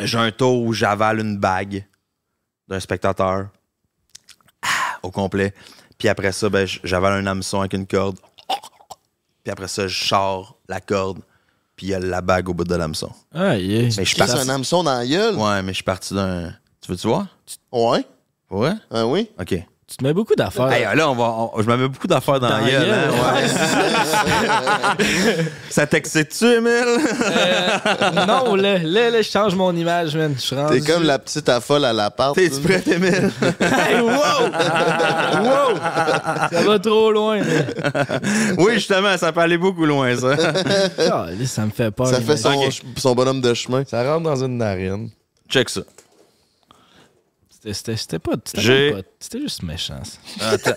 S2: j'ai un tour où j'avale une bague d'un spectateur Ah, au complet. Puis après ça, ben, j- j'avale un hameçon avec une corde. Puis après ça, je sors la corde. Puis il y a la bague au bout de l'hameçon.
S3: Ah, yeah.
S2: Mais je suis
S1: Chris, un
S2: parti.
S1: hameçon dans la gueule?
S2: Ouais, mais je suis parti d'un. Tu veux-tu voir?
S1: Ouais.
S2: Ouais?
S1: Ah oui?
S2: OK.
S3: Tu te mets beaucoup d'affaires.
S1: euh,
S2: Hey, là, on va. on- je m'avais beaucoup d'affaires dans,
S3: Dans
S2: la gueule.
S3: la
S2: hein, ouais. [laughs] ça t'excite-tu, [laughs] Emile?
S3: Euh, non, là, là, là, je change mon image, man. Je suis rendu-
S1: T'es comme la petite affole à l'appart.
S2: T'es-tu prêt, [laughs] Emile?
S3: Hey, wow! wow! Ça va trop loin. mais-
S2: oui, justement, ça peut aller beaucoup loin, ça.
S3: Ah, là, ça me fait peur.
S1: Ça fait
S3: l'image.
S1: son,
S2: Ok.
S1: son bonhomme de chemin.
S5: Ça rentre dans une narine.
S2: [laughs] Check ça.
S3: C'était- C'était c'était pas. c'était
S2: J'ai-
S3: pas- C'était juste méchant, ça.
S5: Ça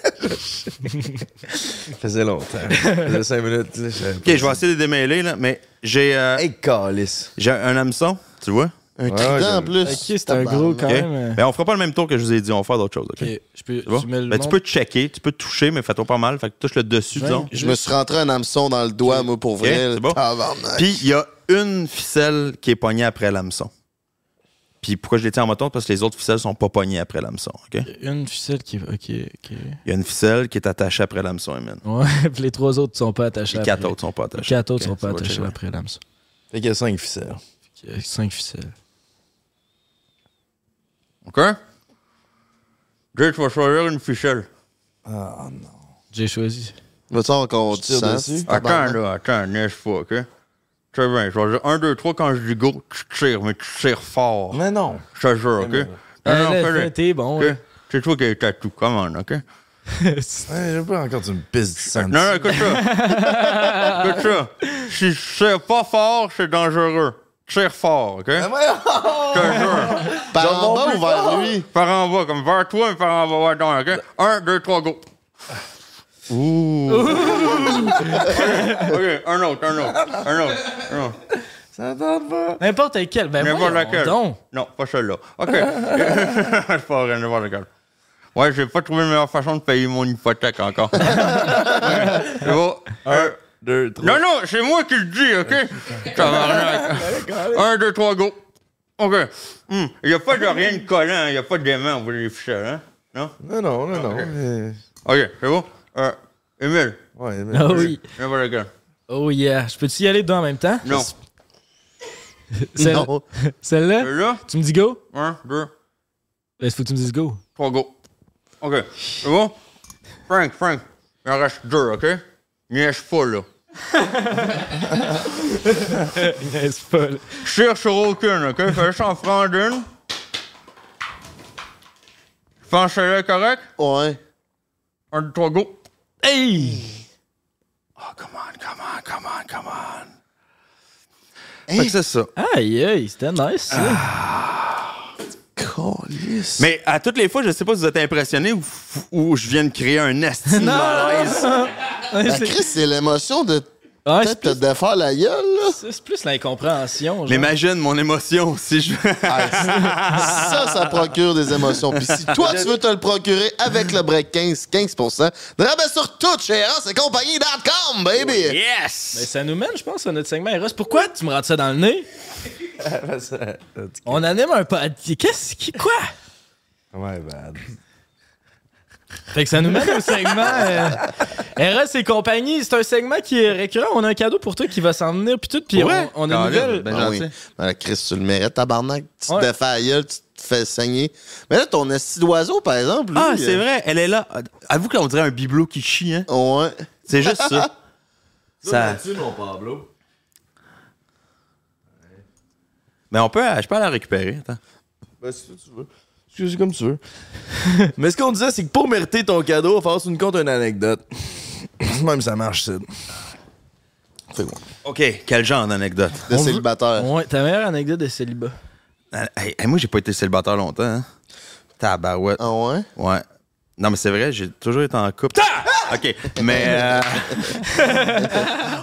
S5: faisait longtemps. Ça faisait cinq minutes. là, j'avais
S2: OK,
S5: pas-
S2: je vais essayer de démêler, là, mais j'ai euh,
S5: Hey, calice.
S2: j'ai un hameçon, tu vois?
S1: Un trident
S5: je-
S1: en plus.
S3: Ok, c'est un gros quand
S2: OK?
S3: même.
S2: Mais on fera pas le même tour que je vous ai dit, on va faire d'autres choses, OK?
S3: Ok, je peux.
S2: C'est bon?
S3: Tu mets le
S2: Ben, tu
S3: monde-
S2: peux checker, tu peux toucher, mais fais-toi pas mal. Fait que touche le dessus,
S3: Ouais.
S2: disons.
S1: Je me suis rentré un hameçon dans le doigt, moi, pour vrai.
S2: c'est bon.
S1: Tabarnak.
S2: Puis il y a une ficelle qui est pognée après l'hameçon. Puis pourquoi je l'ai tiens en moton? Parce que les autres ficelles sont pas pognées après l'hameçon. OK?
S3: Une ficelle qui. Ok, ok.
S2: Il y a une ficelle qui est attachée après l'hameçon, Emin.
S3: Ouais, [laughs] puis les trois autres sont pas attachés.
S2: Les quatre
S3: après.
S2: autres sont pas
S3: Les
S2: attachées.
S3: quatre autres
S2: OK,
S3: sont pas
S2: ça va
S3: attachés
S2: checker.
S3: après l'hameçon.
S5: Fait qu'il y a cinq ficelles.
S3: Il y a Cinq ficelles.
S2: OK? Jay, tu vas choisir une ficelle.
S3: J'ai choisi.
S1: Vas-tu encore du
S5: tire
S1: sang?
S5: dessus.
S1: Tabarnak.
S2: Attends, là, attends, n'est-ce pas, OK? Très bien, je vais dire 1, 2, 3, quand je dis go, tu tires, mais tu tires fort.
S5: Mais non.
S2: Je te jure, OK? Non, non,
S3: Eh, là,
S2: fais-le.
S3: T'es bon.
S2: OK? C'est toi qui as les tatous, commande, OK? [laughs]
S5: Ouais, je veux pas encore que tu me pisses du sang.
S2: Non, non, écoute ça.
S3: [laughs]
S2: écoute ça. Si tu tires pas fort, c'est dangereux. Tire fort, OK? Je te jure.
S1: Par en bas ou vers lui?
S2: Par en bas, comme vers toi, mais par en bas, ouais, donc, OK? Un, deux, trois, go. Ouh. OK, un autre, un autre, un autre, un autre.
S5: Ça tente pas.
S3: N'importe lequel. Ben,
S2: N'importe
S3: voyons
S2: laquelle.
S3: donc.
S2: Non, pas celle-là. OK. [laughs] c'est pas vrai, n'importe laquelle. Ouais, j'ai pas trouvé la meilleure façon de payer mon hypothèque
S3: [laughs]
S2: encore. C'est bon. Euh,
S5: Deux, trois.
S2: Non, non, c'est moi qui le dis, OK? [laughs] Tabarnak. Un, deux, trois, go. OK. Hmm. Il n'y a pas de rien de collant, il n'y a pas d'aimant, vous les ficelles, hein? Non?
S5: Non, non, non, non. euh,
S2: OK, c'est bon? Euh, Émile,
S5: Ouais, mais...
S3: Ah oui.
S2: n'importe lequel.
S3: Oh yeah. Je peux-tu y aller dedans en même temps? [laughs]
S2: Non.
S3: Celle-
S1: Non.
S3: Celle-là?
S2: Celui-là,
S3: Tu me dis go?
S2: Euh, un, deux,
S3: Ben, faut que tu me dises go.
S2: trois, go. OK, c'est bon? Frank, Frank, il en reste deux, OK? Nièce pas, là.
S3: N'est-ce pas? là?
S2: Je tire sur aucune, OK? Fais juste en prendre d'une. Je pense que celle-là est correcte.
S1: Ouais.
S2: Un, deux, trois, go.
S3: Hey!
S2: Oh, come on, come on, come on, come on. Fait que c'est ça.
S3: Aïe, aïe, c'était nice, ça.
S2: Mais à toutes les fois, je sais pas si vous êtes impressionné ou, ou je viens de créer un esti de malaise.
S3: Ouais,
S1: La
S3: c'est-
S1: Chris, c'est Ben, l'émotion de
S3: Ah. Ouais, c'est
S1: Peut-être te
S3: plus-
S1: défaire la gueule, là.
S3: c'est c'est plus l'incompréhension.
S10: Mais
S3: genre.
S10: imagine mon émotion si je.
S1: Ça, ça procure des émotions. Puis si toi, tu veux te le procurer avec le break 15, 15 de rabais sur tout chez Ross et compagnie.com, baby!
S3: Mais
S10: yes!
S3: Ben, ça nous mène, je pense, à notre segment Eros. Pourquoi tu me rentres ça dans le nez? On anime un podcast. Qu'est-ce qui. Quoi?
S5: Ouais, bad.
S3: Fait que ça nous mène au segment euh, Eros et compagnie. C'est un segment qui est récurrent. On a un cadeau pour toi qui va s'en venir. Puis tout. Puis
S10: Ouais.
S3: on, on a une
S10: Caroline,
S3: nouvelle.
S10: ben
S1: Ah
S10: gentil.
S1: oui. Ben, Chris, tu le mérites, tabarnak. Tu
S3: Ouais.
S1: te défais la gueule, tu te fais saigner. Mais là, ton esti d'oiseau, par exemple.
S10: Ah,
S1: lui,
S10: c'est
S1: euh,
S10: vrai, elle est là. Avoue qu'on dirait un bibelot qui chie, hein.
S1: Ouais.
S5: [laughs]
S10: C'est juste ça. ça...
S5: mon Pablo.
S10: Mais on peut, je peux aller la récupérer. Attends.
S5: Ben, si tu veux. Excusez comme
S10: [laughs]
S5: tu veux. Mais ce qu'on disait, c'est que pour mériter ton cadeau, il faut que tu nous contes une
S10: [coughs]
S5: anecdote. Même ça marche, Sid.
S10: OK, quel genre d'anecdote?
S1: De célibataire.
S3: Ouais, ta meilleure anecdote de célibat.
S10: Ah, hey, hey, moi, j'ai pas été célibataire longtemps. Hein. Tabarouette.
S1: Ah ouais?
S10: Ouais. Non, mais c'est vrai, j'ai toujours été en couple. OK, mais... euh,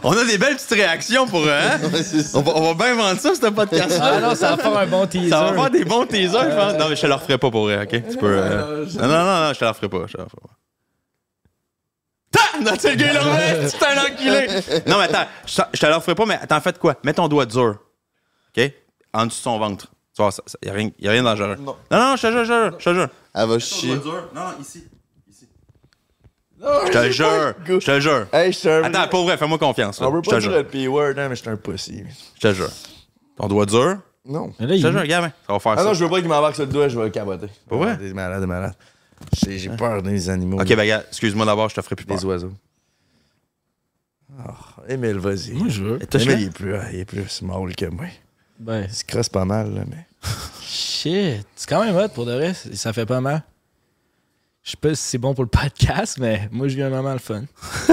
S10: on a des belles petites réactions pour... eux, Hein?
S1: Ouais, c'est ça.
S10: On va, on va bien vendre ça, ce podcast-là.
S3: Ah non, ça va faire un bon teaser.
S10: Ça va faire [laughs] des bons teasers, je pense. Non, mais je te le referai pas pour vrai, OK? Tu peux... euh, Non, non, non, non, je te le referai pas. Je te le referai pas. Ta! Non, c'est le gars, il l'a remis, C'est un enculé! Non, mais attends, je te- je te le referai pas, mais attends, fais de quoi? Mets ton doigt dur, OK? En dessous de son ventre. Tu vois, il n'y a, rien- y a rien de dangereux. Non, non, je te jure, je te jure, je te jure.
S1: Elle va chier.
S10: Non, ici.
S5: Oh,
S10: Je te le jure, je te le jure.
S5: Hey, je suis un.
S10: Attends, pour vrai, fais-moi confiance. là.
S5: on veut
S10: Je te
S5: pas dire
S10: jure,
S5: le P-word, hein, mais je suis un pussy.
S10: je te jure. Ton doigt dur,
S5: Non.
S3: Mais là,
S10: je te
S3: il-
S10: jure, regarde, hein, ça va faire
S5: Ah
S10: ça.
S5: non, je veux pas qu'il m'embarque sur le doigt, je vais le caboter.
S10: Pour vrai?
S5: Des malades, des malades. J'ai j'ai peur des animaux.
S10: Ok, ben, regarde, excuse-moi d'abord, je te ferai plus
S5: des
S10: peur.
S5: oiseaux. Oh, Emile, vas-y. Moi, je veux.
S10: touche-le.
S5: il est plus, ah, il est plus mâle que moi.
S3: Ben,
S5: Il se crosse pas mal, là, mais.
S3: shit. C'est quand même hot pour de vrai. C'est- Ça fait pas mal. Je sais pas si c'est bon pour le podcast, mais moi, je vis un moment le fun.
S10: [laughs]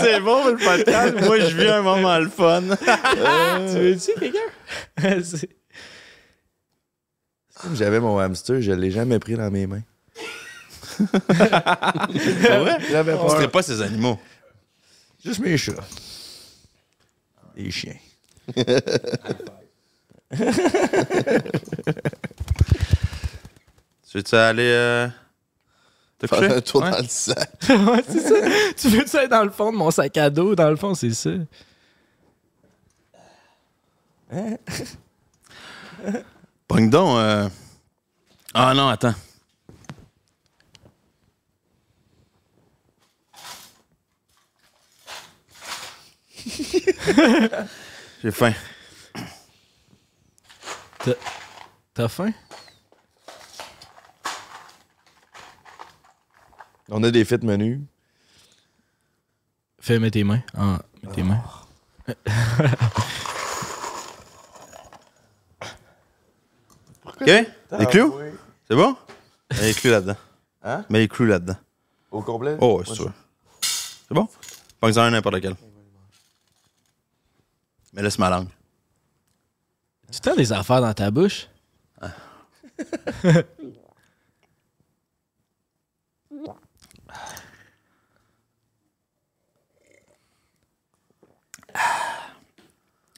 S10: C'est bon, le podcast. Moi, je vis un moment le fun.
S3: Ah, Tu veux-tu quelqu'un? [laughs] C'est-
S5: Comme J'avais mon hamster, je l'ai jamais pris dans mes
S10: [laughs]
S5: mains. J'avais
S10: Tu
S5: peur.
S10: serais pas ces animaux.
S5: Juste mes chats. Les chiens.
S10: Tu veux-tu aller. Euh... Te coucher?
S1: Faire un tour
S10: Ouais.
S1: dans le sac.
S3: Ouais, c'est ça. tu veux-tu être dans le fond de mon sac à dos? Dans le fond, c'est ça.
S10: Pogne donc. euh. Ah non, attends. J'ai faim.
S3: T'as faim?
S5: On a des fêtes menus.
S3: Fais, mets tes mains. Ah, mets tes mains.
S10: OK? Des clous? C'est bon? Mets les clous là-dedans.
S5: Hein?
S10: Mets les clous là-dedans.
S5: Au complet?
S10: Oh, c'est sûr. C'est bon? Pogne-en un n'importe lequel. Mais laisse ma langue.
S3: Tu t'as des affaires dans ta bouche?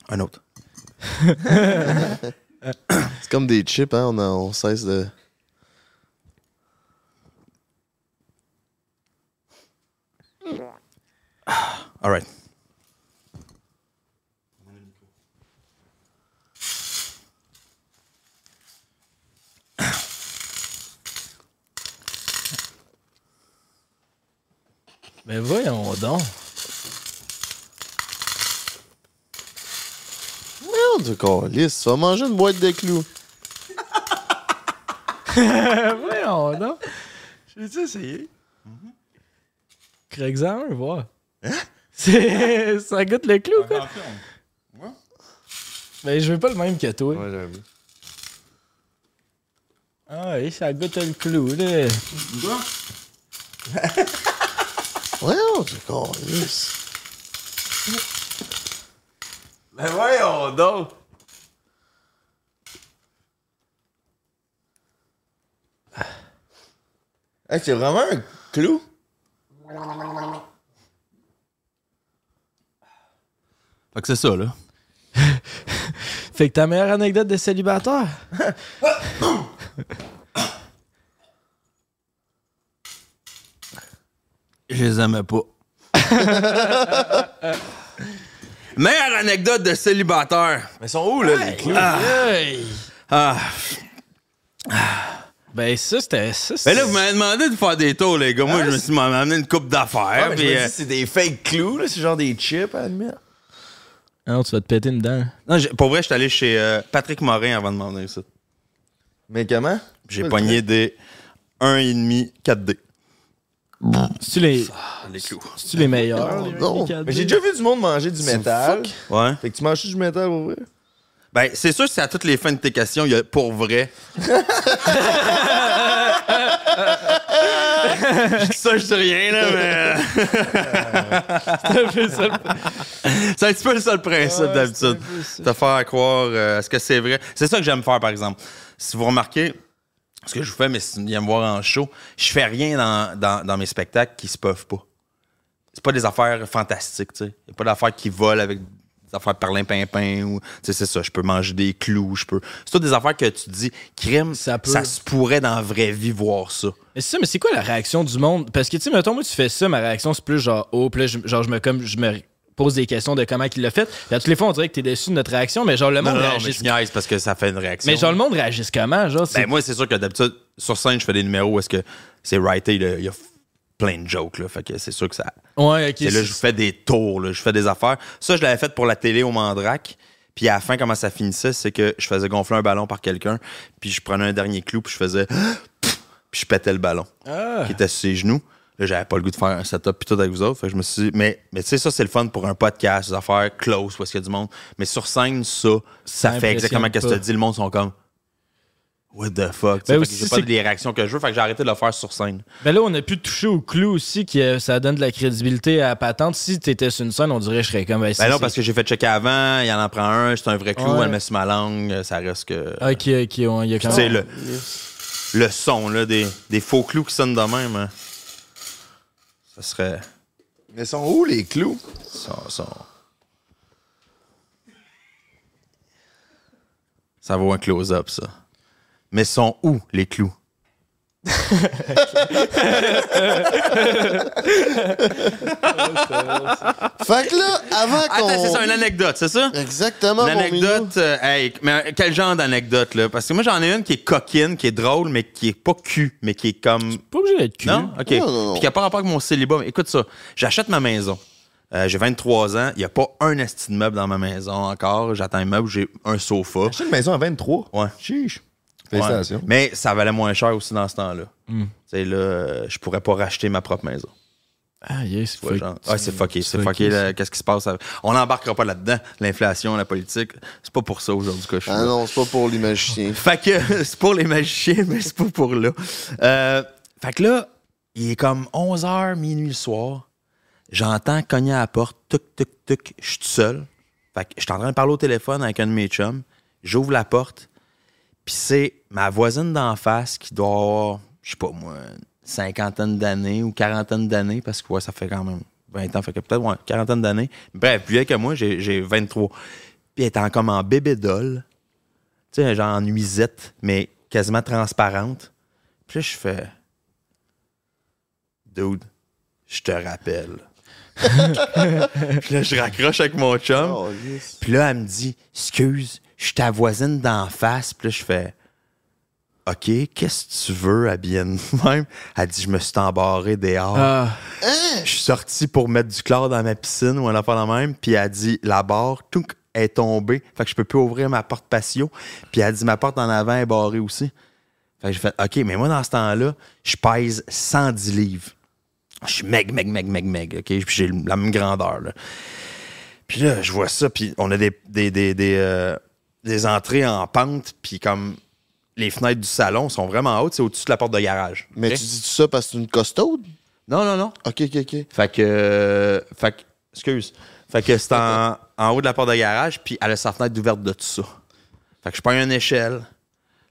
S10: Un autre.
S1: C'est comme des chips, hein. On, a- on cesse de.
S10: All right.
S3: Mais Ben, voyons donc.
S1: Merde, tu calice. Tu vas manger une boîte de clous.
S3: voyons donc.
S5: J'ai essayé.
S3: Craig-en un, Mm-hmm. voir. C'est- Ça goûte le clou, quoi. Mais je veux pas le même que toi.
S5: Ouais, j'avoue.
S3: Ah oui, ça goûte le clou, là.
S1: Merde, tu calice.
S5: Mais voyons donc! Hey, c'est vraiment un clou?
S10: Fait que c'est ça, là.
S3: Fait que ta meilleure anecdote de célibataire?
S10: Je les aimais [laughs] pas. Meilleure anecdote de célibataire.
S5: Mais sont où, là, les clous?
S3: Hey!
S10: Ah.
S3: Ben, ça, c'était. ça,
S10: Mais
S3: c'était-
S10: là, vous m'avez demandé de faire des tours, les gars. Moi, je me suis amené une coupe d'affaires.
S5: Ah, mais je
S10: puis,
S5: me
S10: euh,
S5: dis, c'est des fake clous, là. C'est genre des chips, à admettre.
S3: Ah Non, tu vas te péter une dent.
S10: non, j'ai- pour vrai, je suis allé chez euh, Patrick Morin avant de m'en venir ça.
S5: Mais comment?
S10: J'ai pogné des 1,5 4D.
S3: C'est-tu les,
S10: Les clous.
S3: c'est-tu les meilleurs?
S5: Non. Mais j'ai déjà vu du monde manger du métal.
S10: Ouais.
S5: Fait que tu manges du métal, pour vrai?
S10: Ben, c'est sûr que c'est à toutes les fins de tes questions, il y a pour vrai. je dis ça, je dis rien, là, mais. euh, [laughs] c'est un petit peu le seul principe d'habitude. Te faire croire euh, à ce que c'est vrai. C'est ça que j'aime faire, par exemple. Si vous remarquez, ce que je vous fais, mais si vous venez me voir en show, je fais rien dans, dans- dans mes spectacles qui se peuvent pas. C'est pas des affaires fantastiques, tu sais. Y a pas d'affaires qui volent avec des affaires perlin pimpin ou. Tu sais, c'est ça. Je peux manger des clous, je peux. C'est toutes des affaires que tu dis, crime,
S3: Ça peut.
S10: ça se pourrait dans la vraie vie voir ça.
S3: Mais c'est ça, mais c'est quoi la réaction du monde? Parce que, tu sais, mettons, moi, tu fais ça, ma réaction, c'est plus genre, oh, puis là, je- genre, je me, comme, je me pose des questions de comment il l'a fait. Puis à toutes les fois, on dirait que t'es déçu de notre réaction, mais genre, le
S10: Non,
S3: monde
S10: non, non, mais
S3: réagit.
S10: je niaise parce que ça fait une réaction.
S3: mais genre, le monde réagit comment? Genre, c'est.
S10: Ben, moi, c'est sûr que d'habitude, sur scène, je fais des numéros où est-ce que c'est writé, là, il y a f- plein de jokes, là. Fait que c'est sûr que ça.
S3: ouais, ok.
S10: Et là, je vous fais des tours, là, je fais des affaires. Ça, je l'avais fait pour la télé au Mandrake. Puis à la fin, comment ça finissait, c'est que je faisais gonfler un ballon par quelqu'un, puis je prenais un dernier clou, puis je faisais... [gasps] Puis je pétais le ballon
S3: Ah.
S10: qui était sur ses genoux. Là, j'avais pas le goût de faire un setup puis tout avec vous autres. Fait que je me suis dit, mais, mais tu sais, ça, c'est le fun pour un podcast, des affaires close, où est-ce qu'il y a du monde. Mais sur scène, ça, ça, fait
S3: impressionne
S10: exactement ce que
S3: pas.
S10: tu dit. Le monde sont comme, what the fuck.
S3: Ben
S10: tu sais. Fait que
S3: aussi,
S10: j'ai pas
S3: c'est-
S10: les réactions que je veux. Fait que j'ai arrêté de le faire sur scène.
S3: Ben là, on a pu toucher au clou aussi, que euh, ça donne de la crédibilité à la patente. Si t'étais sur une scène, on dirait que je serais comme. Ben,
S10: Ben
S3: ça,
S10: non,
S3: c'est-
S10: parce que j'ai fait checker avant, il en en prend un, c'est un vrai clou,
S3: Ouais. Ah.
S10: elle le met sur ma langue, ça reste que.
S3: Ok, ok, ouais, il y a
S10: Puis
S3: quand
S10: tu sais,
S3: même.
S10: le, le son là, des, des faux clous qui sonnent de même, hein. ça serait.
S5: Mais sont où, les clous?
S10: Ça, ça... ça vaut un close-up, ça. Mais sont où les clous?
S1: Fait que là, avant qu'on.
S10: Attends, c'est ça, une anecdote, c'est ça?
S1: Exactement, mon minou.
S10: L'anecdote, euh, hey, mais euh, quel genre d'anecdote, là? Parce que moi, j'en ai une qui est coquine, qui est drôle, mais qui est pas cul, mais qui est comme.
S3: Pas obligé d'être cul.
S10: Non? OK.
S1: Non, non, non.
S10: Puis qu'à part rapport avec mon célibat, mais écoute ça, j'achète ma maison. Euh, j'ai 23 ans, il n'y a pas un esti de meuble dans ma maison encore. J'attends un meuble, j'ai un sofa.
S5: J'ai une maison à 23.
S10: Ouais.
S5: Chiche.
S10: Ouais.
S5: Félicitations.
S10: Mais ça valait moins cher aussi dans ce temps-là. Tu sais, là, euh, je pourrais pas racheter ma propre maison.
S3: Ah, yes,
S1: Oh.
S10: Tu vois, genre, ah, c'est fucké, c'est
S3: fucké,
S10: fucké.
S3: ça.
S10: là, Qu'est-ce qui se passe? avec- On n'embarquera pas là-dedans. L'inflation, la politique, c'est pas pour ça aujourd'hui que je suis
S1: Ah
S10: là.
S1: non, c'est pas pour les magiciens.
S10: Fait que [laughs] c'est pour les magiciens, mais c'est pas pour là. Euh, fait que là, il est comme 11h, minuit le soir. J'entends cogner à la porte, tuc, tuc, tuc. Je suis tout seul. Fait que je suis en train de parler au téléphone avec un de mes chums. J'ouvre la porte. Puis c'est ma voisine d'en face qui doit avoir, je sais pas moi, une cinquantaine d'années ou quarantaine d'années, parce que ouais, ça fait quand même 20 ans, fait que peut-être ouais, quarantaine d'années. Bref, plus vieille que moi, j'ai j'ai 23. Puis elle est en, comme en bébé doll, tu sais, genre en nuisette, mais quasiment transparente. Puis là, je fais, dude, je te rappelle. [laughs] Puis là, je raccroche avec mon chum.
S1: Oh, yes.
S10: Puis là, elle me dit, excuse, je suis ta voisine d'en face. Puis là, je fais, OK, qu'est-ce que tu veux, à bien de même? Elle dit, je me suis embarré dehors.
S3: Ah,
S1: Hein?
S10: Je suis sorti pour mettre du chlore dans ma piscine ou un affaire la même. Puis elle dit, la barre, tout est tombée. Fait que je peux plus ouvrir ma porte patio. Puis elle dit, ma porte en avant est barrée aussi. Fait que j'ai fait, OK, mais moi, dans ce temps-là, je pèse 110 livres. Je suis meg, meg, meg, meg, meg. OK? Puis j'ai la même grandeur, là. Puis là, je vois ça, puis on a des, des, des, des, euh, des entrées en pente, puis comme les fenêtres du salon sont vraiment hautes, c'est au-dessus de la porte de garage.
S1: Mais
S10: OK?
S1: tu dis tout ça parce que c'est une costaude?
S10: Non, non, non.
S1: Ok, ok, ok.
S10: Fait que. euh, fait que. Excuse. Fait que c'est en, en haut de la porte de garage, puis elle a sa fenêtre ouverte de tout ça. Fait que je prends une échelle.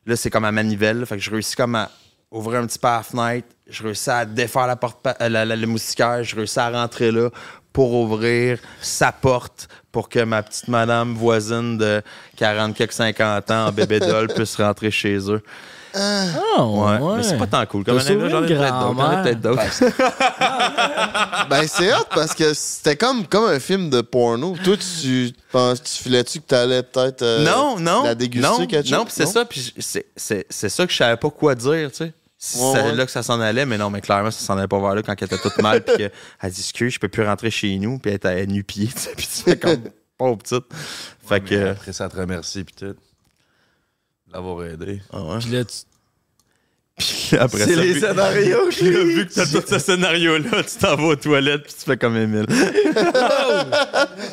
S10: Là, c'est comme à manivelle. Fait que je réussis comme à ouvrir un petit peu la fenêtre. Je réussis à défaire la porte, pa- euh, la- la- le moustiquaire. Je réussis à rentrer là pour ouvrir sa porte pour que ma petite madame voisine de 40 quelques 50 ans en bébé doll
S3: [laughs]
S10: puisse rentrer chez eux.
S3: Oh,
S10: Ouais. Mais c'est pas tant cool. Comme
S3: T'as sauvé
S10: anecdote, j'en ai
S3: une
S10: peut-être d'autres. J'en ai
S3: grand-mère.
S10: peut-être d'autres.
S1: Ben, c'est hot parce que c'était comme, comme un film de porno. Toi, tu, tu penses, tu filais-tu que t'allais peut-être euh,
S10: non, non.
S1: la déguster,
S10: non,
S1: quelque chose?
S10: Non, puis c'est ça. Puis je- c'est- c'est c'est ça que je savais pas quoi dire, tu sais. Si
S1: Ouais,
S10: c'est
S1: ouais.
S10: là que ça s'en allait, mais non, mais clairement, ça s'en allait pas vers là quand elle était toute mal, puis qu'elle elle dit excuse, je peux plus rentrer chez nous, puis elle était à nu-pied, [laughs] tu sais, puis tu fais
S1: [laughs]
S10: comme pauvre petite. Fait que. euh,
S5: Après, ça te remercie, puis tout. L'avoir aidé.
S10: ah ouais.
S3: Puis là, tu-
S10: Puis après ça. vu-
S5: scénarios,
S10: Puis là, vu que t'as tout ce scénario-là, tu t'en vas aux toilettes, puis tu fais comme Emile.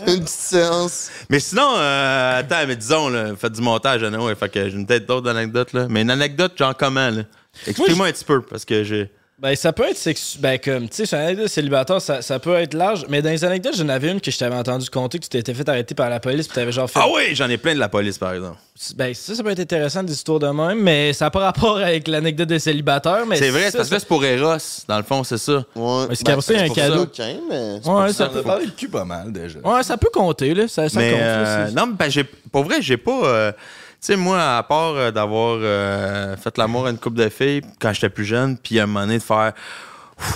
S1: Une petite séance.
S10: Mais sinon, euh, attends, mais disons, là, faites du montage, Anna, ouais, fait que j'ai une tête d'autres anecdotes, là. Mais une anecdote, genre comment, là? Explique-moi un petit peu, parce que j'ai.
S3: Ben, ça peut être sexu... Ben, comme, tu sais, sur une anecdote célibataire, ça, ça peut être large. Mais dans les anecdotes, j'en avais une que je t'avais entendu compter que tu t'étais fait arrêter par la police, puis t'avais genre fait.
S10: Ah oui, j'en ai plein de la police, par exemple.
S3: Ben, ça, ça peut être intéressant des histoires de même, mais ça n'a pas rapport avec l'anecdote des célibataires. mais
S10: C'est vrai,
S3: ça,
S10: c'est parce que là, c'est pour Eros, dans le fond, c'est ça.
S1: Ouais. Ben,
S3: Mais c'est qu'après ça, il y a un
S1: pour
S3: cadeau.
S1: ça, ok, mais-
S3: ça- Ouais, ça
S5: On a
S3: peut...
S5: parlé de cul pas mal, déjà.
S3: ouais, ça peut compter, là. Ça, ça
S10: mais
S3: compte.
S10: euh,
S3: là, c'est-
S10: non, mais ben, j'ai- pour vrai, j'ai pas. euh, tu sais, moi, à part euh, d'avoir euh, fait l'amour à une couple de filles quand j'étais plus jeune, puis à un moment donné de faire.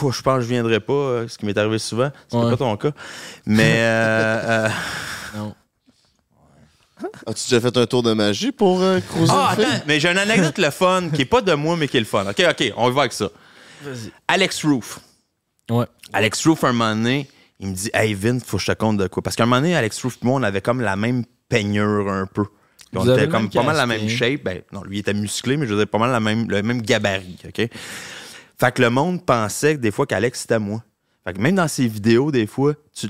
S10: Ouh, Je pense que je viendrai pas, euh, ce qui m'est arrivé souvent. C'est
S3: Ouais.
S10: pas ton cas. Mais. euh, euh,
S1: As-tu déjà fait un tour de magie pour euh, croiser
S10: [laughs] Ah,
S1: une fille?
S10: attends, mais j'ai une anecdote le fun qui est pas de moi, mais qui est le fun. OK, OK, on y va avec ça. Alex Roof.
S3: Ouais.
S10: Alex Roof, un moment donné, il me dit Hey Vin, faut que je te compte de quoi. Parce qu'un moment donné, Alex Roof et moi, on avait comme la même peignure un peu. Puis
S3: Vous
S10: on
S3: avez
S10: était
S3: le
S10: comme
S3: même
S10: pas mal la
S3: casting.
S10: même shape. Ben, non, lui il était musclé, mais je veux dire, pas mal la même, le même gabarit. OK? Fait que le monde pensait que des fois qu'Alex c'était moi. Fait que même dans ses vidéos, des fois, tu,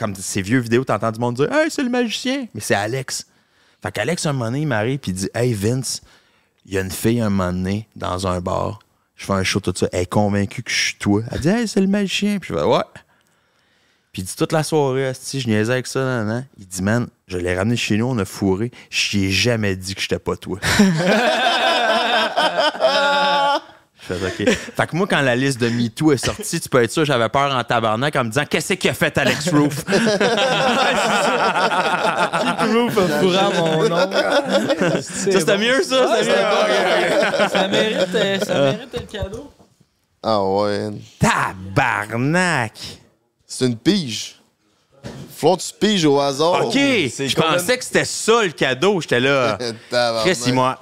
S10: comme ces vieux vidéos, t'entends du monde dire Hey, c'est le magicien! Mais c'est Alex. Fait qu'Alex, un moment donné, il m'arrive puis il dit Hey Vince, il y a une fille un moment donné dans un bar. Je fais un show, tout ça. Elle est convaincue que je suis toi. Elle dit Hey, c'est le magicien. Puis je fais Ouais. Puis il dit toute la soirée, si je niaisais avec ça, nan, nan. Il dit Man, je l'ai ramené chez nous, on a fourré. Je ai jamais dit que j'étais
S3: [laughs]
S10: pas toi. Je fais, OK. Fait que moi, quand la liste de MeToo est sortie, tu peux être sûr, j'avais peur en tabarnak en me disant Qu'est-ce qu'il a fait, Alex Roof
S3: Roof of Courant, mon nom. C'est
S10: Ça, c'était
S3: bon.
S10: mieux, ça C'était mieux?
S3: Ça mérite, euh, ça mérite le cadeau.
S1: Ah ouais.
S10: Tabarnak!
S1: C'est une pige. Faut que tu piges au hasard.
S10: OK! Je pensais que c'était ça le cadeau. J'étais là.
S1: [laughs] Tabarnak.
S10: Chris, il m'a-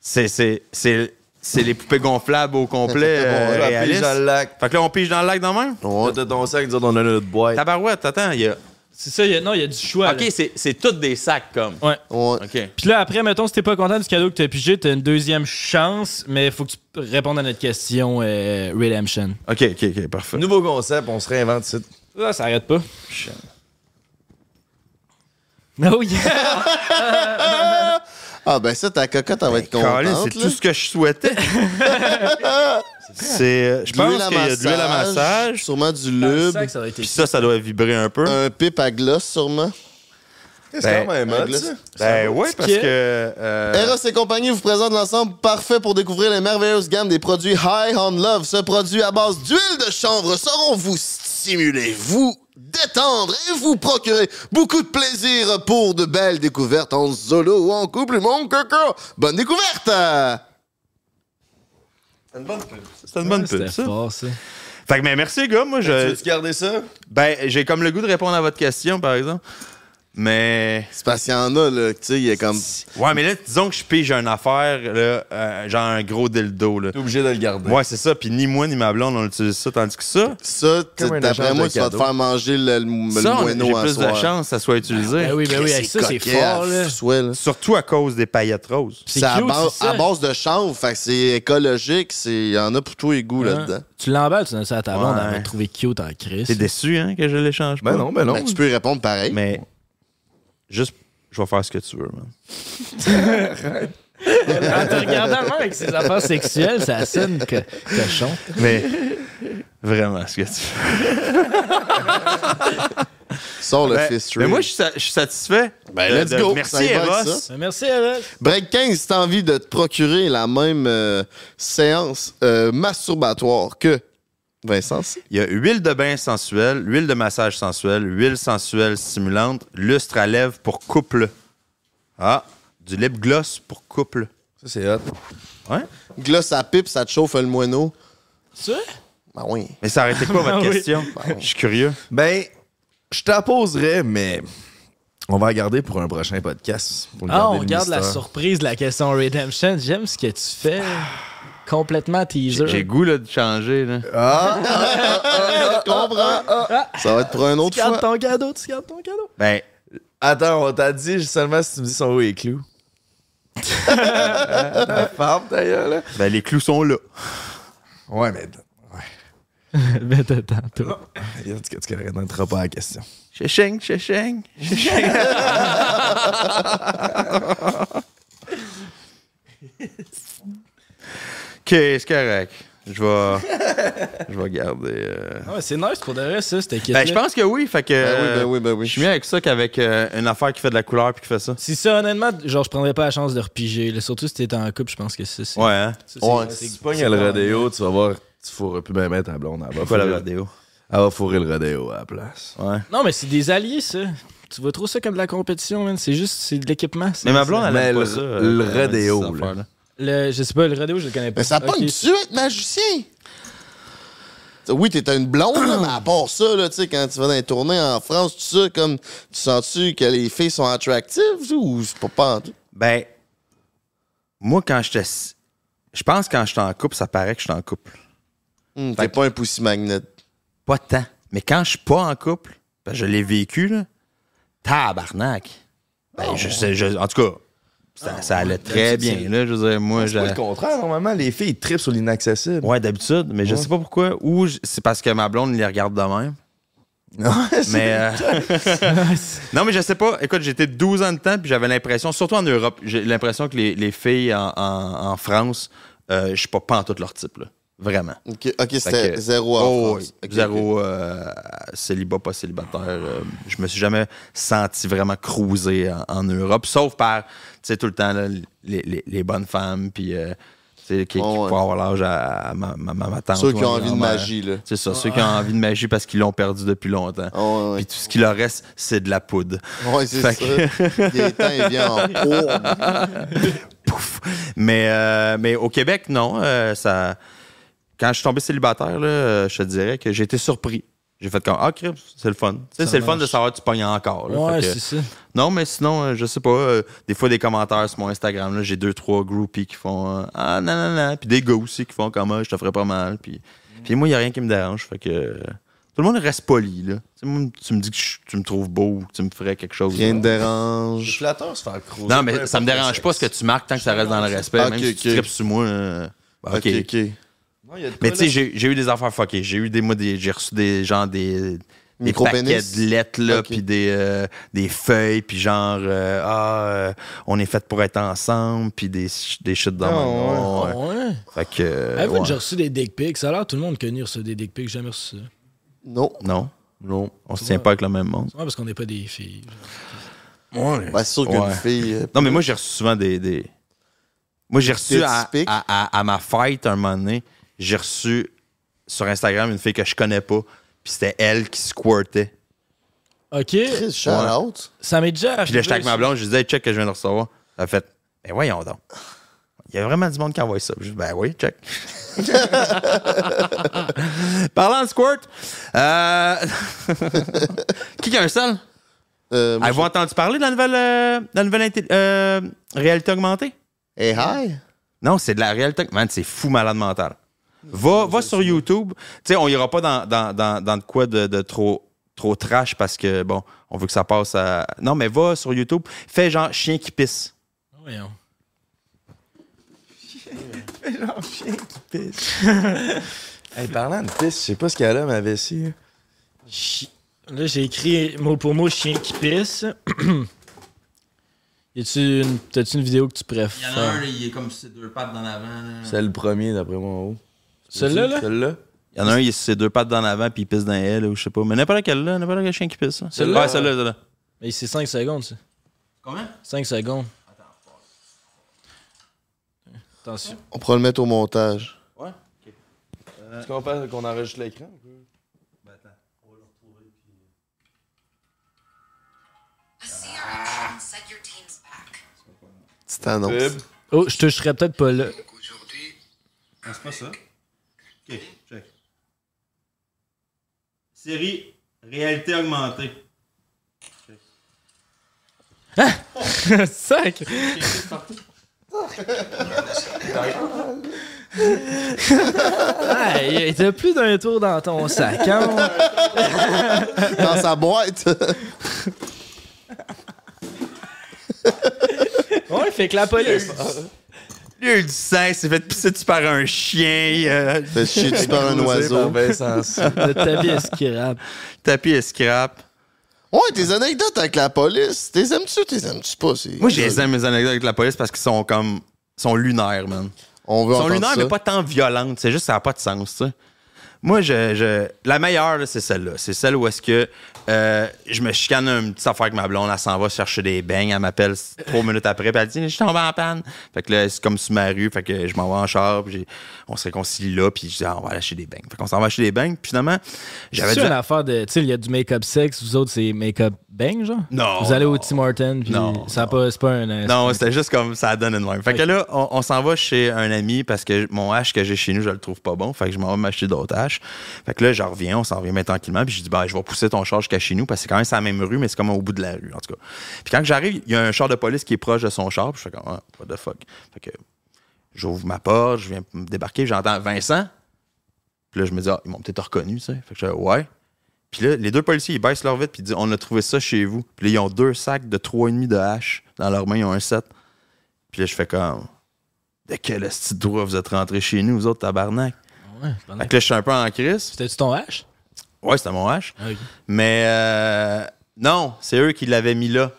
S10: C'est, c'est, c'est, c'est les poupées gonflables au complet. euh,
S5: On a
S10: réalistes.
S5: pige dans le lac.
S10: Fait que là, on pige dans le lac dans même?
S5: On de ton sac, nous autres, on a notre boîte.
S10: Tabarouette, attends. il y a-
S3: C'est ça, il y a- non, il y a du choix.
S10: OK,
S3: là.
S10: c'est, c'est toutes des sacs comme.
S3: Ouais.
S1: Ouais.
S10: OK.
S3: Puis là, après, mettons, si t'es pas content du cadeau que t'as pigé, t'as une deuxième chance, mais faut que tu répondes à notre question euh, Redemption.
S10: OK, OK, OK, parfait.
S5: Nouveau concept, on se réinvente. c'est-
S3: Ça, ça arrête pas. [laughs] Oh yeah!
S1: Ah ben ça, ta cocotte, elle va être
S10: Colin,
S1: contente.
S10: c'est
S1: là.
S10: tout ce que je souhaitais. c'est, euh, je
S1: Du huile
S10: pense
S1: à
S10: qu'il y a de l'huile à massage.
S1: Sûrement du lube.
S3: ça aurait été
S10: Puis ça, ça doit vibrer un peu.
S1: Un pipe à gloss, sûrement.
S5: C'est quand même
S1: un
S5: hot,
S1: glace.
S5: ça.
S10: ben oui, parce
S3: ticket.
S10: que... euh,
S1: Eros et compagnie vous présente l'ensemble parfait pour découvrir les merveilleuses gammes des produits High on Love. Ce produit à base d'huile de chanvre sauront vous stimuler, vous détendre et vous procurer beaucoup de plaisir pour de belles découvertes en solo ou en couple, mon coco. Bonne découverte!
S10: c'est une bonne pub,
S3: C'était
S10: ça.
S3: fort, ça.
S10: Fait que, mais merci, les gars. Moi,
S5: Tu
S10: je...
S5: veux-tu garder ça?
S10: Ben, j'ai comme le goût de répondre à votre question, par exemple. Mais...
S1: C'est parce qu'il y en a, là, tu sais, il y a comme...
S10: Ouais, mais là, disons que je pige une affaire, là, euh, genre un gros dildo, là.
S5: T'es obligé de le garder.
S10: Ouais, c'est ça. Puis ni moi ni ma blonde, on utilise ça. Tandis que ça,
S1: Ça,
S5: Comme
S1: t'es-
S5: un
S1: d'après
S5: échange
S1: moi,
S5: de
S1: tu vas te
S5: cadeaux.
S1: faire manger le, le, le
S10: ça, on-
S1: moineau
S10: j'ai
S1: à
S10: plus de
S1: soir.
S10: chance que ça soit utilisé.
S3: Ben oui, ben oui, hey, ça, c'est
S1: coquet à
S3: fort, là.
S1: souhait, là.
S10: Surtout à cause des paillettes roses.
S3: C'est
S1: C'est à,
S3: cute,
S1: ba-
S3: c'est ça.
S1: à base de chanvre, fait que c'est écologique, c'est- il y en a pour tous les goûts là-dedans.
S3: Hein? Tu l'emballes, tu donnes ça à ta blonde,
S10: Ouais.
S3: elle va te trouver cute en crise.
S10: T'es déçu, hein, que je l'échange pas?
S5: Ben non, ben non.
S1: Ben, tu peux y répondre pareil.
S10: Mais juste, je vais faire ce que tu veux, man.
S3: En te regardant même avec ses affaires sexuelles, ça sonne que cochon.
S10: Mais vraiment, ce que tu veux.
S1: Sors le
S10: Ben,
S1: fist
S10: mais moi, je suis sa- je suis satisfait.
S1: Ben,
S10: de-
S1: let's
S10: de-
S1: go.
S10: Merci,
S1: Ça évoque
S10: Eros.
S1: ça.
S3: Ben, Merci, Alex.
S1: Break 15, si t'as envie de te procurer la même euh, séance euh, masturbatoire que Vincent.
S10: Il y a huile de bain sensuelle, huile de massage sensuelle, huile sensuelle stimulante, lustre à lèvres pour couple. Ah, du lip gloss pour couple.
S5: Ça, c'est hot.
S1: Gloss à pipe, ça te chauffe le moineau.
S3: Ça?
S1: Ben oui.
S10: Mais ça
S3: [laughs]
S10: arrêtait quoi votre
S3: Ah oui.
S10: question? Je suis curieux.
S5: Ben, je t'apposerais, mais on va regarder pour un prochain podcast. pour
S3: Ah,
S5: garder
S3: on
S5: le
S3: regarde la
S5: mystère.
S3: surprise de la question Redemption. J'aime ce que tu fais. Complètement teaser.
S10: J'ai goût là, de changer. Là.
S3: Ah,
S1: Je comprends. Ça va être pour un
S3: Tu
S1: autre fois.
S3: gardes ah. ton cadeau, tu gardes ton
S10: [laughs]
S3: cadeau.
S10: Ben,
S5: Attends, on t'a dit seulement si tu me dis son haut et clou. la femme, d'ailleurs, là.
S10: ben, les clous sont là.
S5: Ouais, mais.
S3: Mais t'attends, toi.
S5: Il y a- Tu tu connaîtras pas la question.
S10: Chécheng, chécheng. [laughs] ok, c'est correct. Je vais. Je vais garder. euh.
S3: Ah ouais, c'est nice pour de vrai, ça, c'était kit
S10: Ben, je pense que oui. Fait que.
S1: Ben oui, ben oui, ben
S10: Je
S1: oui.
S10: suis mieux avec ça qu'avec euh, une affaire qui fait de la couleur puis qui fait ça.
S3: Si ça, honnêtement, genre, je prendrais pas la chance de repiger. là. Surtout si t'étais en couple, je pense que ça, c'est.
S10: Ouais, hein?
S3: ça, c'est-
S1: Ouais.
S3: c'est-
S5: Tu pognes le rodéo, tu vas voir, tu fourras plus bien mettre ta blonde. Elle va,
S10: C'est quoi la
S5: fourrer-
S10: vidéo?
S5: elle va fourrer le rodéo à la place.
S10: Ouais.
S3: Non, mais c'est des alliés, ça. Tu vois trop ça comme de la compétition, man. C'est juste, c'est de l'équipement. c'est-
S10: Mais ma blonde, elle
S5: Mais
S10: aime
S5: le-
S10: pas ça.
S5: le
S10: euh,
S5: rodéo,
S10: ces
S5: là.
S10: affaires-là.
S3: Le, je sais pas, le rodeo, je le connais pas.
S1: Mais ça
S3: Ok.
S1: pogne-tu être magicien? Oui, t'es une blonde, là, mais à part ça, là, tu sais, quand tu vas dans les tournées en France, tout ça, comme, tu sens-tu que les filles sont attractives ou c'est pas pas en tout?
S10: Ben, moi, quand j'étais. Je pense que quand j'étais en couple, ça paraît que je suis en couple.
S1: Hum, t'es pas un poussy magnet.
S10: Pas tant. Mais quand je suis pas en couple, ben, je l'ai vécu, là. Tabarnak. Ben, je sais, je- en tout cas, ça, ça allait très bien, là. Je veux dire, moi,
S5: C'est pas
S10: j'ai.
S5: le contraire, normalement, les filles ils trippent sur l'inaccessible.
S10: Ouais, d'habitude, mais je sais pas pourquoi. Ou je- c'est parce que ma blonde les regarde de même. [laughs] Mais euh, non, mais je sais pas. Écoute, j'étais 12 ans de temps, puis j'avais l'impression, surtout en Europe, j'ai l'impression que les, les filles en, en- en France, euh, je suis pas pas en tout leur type, là. Vraiment.
S1: Ok, ok,
S10: Fait
S1: c'était
S10: que-
S1: zéro en
S10: Oh,
S1: France.
S10: oui.
S1: Ok, ok.
S10: Zéro euh, célibat, pas célibataire. euh, je me suis jamais senti vraiment cruisé en, en Europe, sauf par, tu sais, tout le temps, là, les, les- les bonnes femmes, puis, euh, tu sais, qui, qui
S1: Oh, ouais.
S10: peuvent avoir l'âge à, à ma, ma, ma- ma tante.
S1: Ceux
S10: ou
S1: qui
S10: à
S1: ont
S10: ma
S1: envie de
S10: grand-mère.
S1: magie, là.
S10: C'est ça, ceux qui ont envie de magie parce qu'ils l'ont perdu depuis longtemps.
S1: Ah ouais, ouais.
S10: Puis tout ce qui leur reste, c'est de la poudre. [laughs]
S1: Ouais, c'est
S10: Fait
S1: ça. Gaétan, il vient
S10: [laughs]
S1: en cours.
S10: Pouf! Mais, euh, mais au Québec, non. euh, ça... Quand je suis tombé célibataire, là, euh, je te dirais que j'ai été surpris. J'ai fait comme Ah, crime, c'est le fun. Tu sais,
S3: Ça
S10: C'est le fun de
S3: marche.
S10: savoir que tu pognes encore. là.
S3: Ouais,
S10: Fait que-
S3: c'est ça.
S10: Non, mais sinon, euh, je sais pas. euh, des fois, des commentaires sur mon Instagram, là, j'ai deux, trois groupies qui font euh, Ah, non, non, non. Puis des gars aussi qui font comme Ah, je te ferais pas mal. Puis, puis moi, il n'y a rien qui me dérange. Fait que euh, tout le monde reste poli. Là. Tu sais, moi, tu me dis que je- tu me trouves beau ou que tu me ferais quelque chose.
S1: Rien
S10: là.
S1: ne dérange.
S5: flatteur se faire croiser.
S10: Non, mais ça me dérange pas ce que tu marques tant que ça reste dans le respect.
S1: Ok,
S10: même si tu
S1: ok.
S10: tripes sur moi. euh,
S1: Ok,
S10: bah,
S1: ok.
S10: ok. Mais tu sais, j'ai j'ai eu des affaires fuckées. J'ai eu des, moi, des, j'ai reçu des gens des, des
S1: Micro-pénis?
S10: paquets de lettres, là,
S1: Ok.
S10: puis des, euh, des feuilles, puis genre, euh, ah, euh, on est fait pour être ensemble, puis des, ch- des shit
S1: Ah,
S10: dans
S3: Ah Ouais.
S10: mon Fait que. euh,
S3: Avez-vous
S10: ouais.
S3: déjà reçu des dick pics? Ça a l'air tout le monde connu reçu des dick pics. J'ai jamais reçu ça. Ouais,
S1: Non.
S10: Non. Non. On se tient pas avec le même monde.
S3: parce qu'on n'est pas des filles.
S1: Ben, c'est sûr qu'une
S10: Ouais.
S1: fille. euh,
S10: Non, mais moi, j'ai reçu souvent des. des- Moi, j'ai reçu
S1: Des
S10: à,
S1: typiques.
S10: à- à- à ma fête, un moment donné, j'ai reçu sur Instagram une fille que je connais pas, puis c'était elle qui squirtait.
S3: Ok,
S1: Chris, shout out.
S3: ça m'est déjà
S10: Puis
S3: arrivé.
S10: là, j'étais avec ma
S3: ça.
S10: blonde, je disais, hey, check que je viens de recevoir. Elle a fait, ben voyons donc. Il y a vraiment du monde qui envoie ça. Puis je dis, ben oui, check. [laughs] Parlant de squirt, euh, [laughs] qui qui a un seul?
S1: Euh, moi,
S10: Avez-vous entendu parler de la nouvelle, euh, de la nouvelle inté- euh, réalité augmentée?
S1: je- Hey, hi.
S10: Non, c'est de la réalité. Man, c'est fou malade mental. Va, va sur YouTube. Tu sais, on ira pas dans, dans, dans, dans de quoi de, de trop, trop trash parce que, bon, on veut que ça passe à. Non, mais va sur YouTube. Fais genre chien qui pisse.
S3: Voyons.
S5: Hey, parlant de pisse, je sais pas ce qu'elle a, ma vessie.
S3: Chi- Là, j'ai écrit mot pour mot chien qui pisse. [clears throat] y a-tu une... T'as-tu une vidéo que tu préfères?
S10: il est comme ses deux pattes dans l'avant.
S5: C'est le premier, d'après moi, en haut.
S3: Celle-là, là?
S5: Celle-là?
S10: Il y en a un, il a ses deux pattes dans l'avant puis il pisse dans elle ou je sais pas. Mais n'importe quel, là, n'importe quel chien qui pisse. là.
S3: Celui-là?
S10: Ouais, celle-là, celle-là.
S3: Mais c'est 5 secondes, ça.
S10: Combien?
S3: 5 secondes. Attention.
S1: On pourra le mettre au montage.
S5: Est-ce qu'on pense qu'on enregistre l'écran?
S11: A CRM set your team's back.
S1: Petite annonce.
S3: Oh, je toucherais peut-être pas [laughs] là.
S10: Non, c'est pas ça. Ok, check. Série réalité augmentée.
S3: Sac! Ah, Il il était plus d'un tour dans ton sac, hein?
S1: Dans sa
S10: [laughs]
S1: boîte.
S3: Ouais, fait que la police.
S10: Lieu du sang, s'est fait pisser dessus par un chien. euh,
S1: Fait chier dessus par un oiseau.
S10: Ben.
S3: Le tabis qui rappe.
S10: tapis et scrap.
S1: Ouais, tes anecdotes avec la police. T'es aimes-tu, t'es aimes-tu pas? c'est-
S10: Moi, j'ai aimé mes anecdotes avec la police parce qu'ils sont comme. sont lunaires, man.
S1: On veut
S10: Ils sont
S1: entendre
S10: lunaires,
S1: ça.
S10: mais pas tant violentes. C'est juste que ça n'a pas de sens, tu sais. Moi, je, je- la meilleure, là, c'est celle-là. C'est celle où est-ce que euh, je me chicane une petite affaire avec ma blonde. Elle s'en va chercher des beignes. Elle m'appelle trois minutes après. Puis elle dit Je suis tombé en panne. Fait que là, c'est comme sur ma rue. Fait que je m'en vais en char. Puis j'ai- on se réconcilie là. Puis je dis Ah, On va aller acheter des beignes. Fait qu'on s'en va acheter des beignes. Puis finalement, j'avais
S3: C'est
S10: dit
S3: une affaire de. Tu sais, il y a du make-up sexe, vous autres, c'est make-up bang, genre?
S10: Non,
S3: Vous allez au
S10: non.
S3: Tim Hortons, puis
S10: Non,
S3: ça a pas, c'est pas un. euh,
S10: Non, c'était juste comme ça donne une même. Fait que là, on, on s'en va chez un ami parce que mon hache que j'ai chez nous, je le trouve pas bon. Fait que je m'en vais m'acheter d'autres haches. Fait que là, je reviens, on s'en revient mais tranquillement. Puis je dis, ben, je vais pousser ton char jusqu'à chez nous parce que c'est quand même c'est la même rue, mais c'est comme au bout de la rue, en tout cas. Puis quand j'arrive, il y a un char de police qui est proche de son char. Puis je fais comme, ah, what the fuck. Fait que j'ouvre ma porte, je viens me débarquer, j'entends Vincent. Puis là, je me dis, ah, ils m'ont peut-être reconnu, tu sais. Fait que je dis, ouais. Puis là, les deux policiers, ils baissent leur vitre, puis ils disent On a trouvé ça chez vous. Puis là, ils ont deux sacs de 3,5 de hache dans leurs mains, ils ont un set. Puis là, je fais comme De quel esti de droit vous êtes rentrés chez nous, vous autres, tabarnak
S3: Ouais,
S10: Fait que là, je suis un peu en crise.
S3: C'était-tu ton H?
S10: Ouais, c'était mon hache.
S3: [laughs]
S10: Mais euh, non, c'est eux qui l'avaient mis là.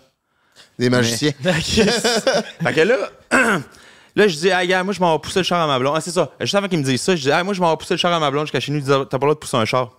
S1: Des magiciens.
S10: Fait que là, [clears throat] là, je dis, ah, gars, moi, je m'en vais pousser le char à ma blonde. Ah, c'est ça. Juste avant qu'ils me disent ça, je dis, ah, moi, je m'en vais pousser le char à ma blonde jusqu'à chez nous. Ils disent, Ah, t'as pas le droit de pousser un char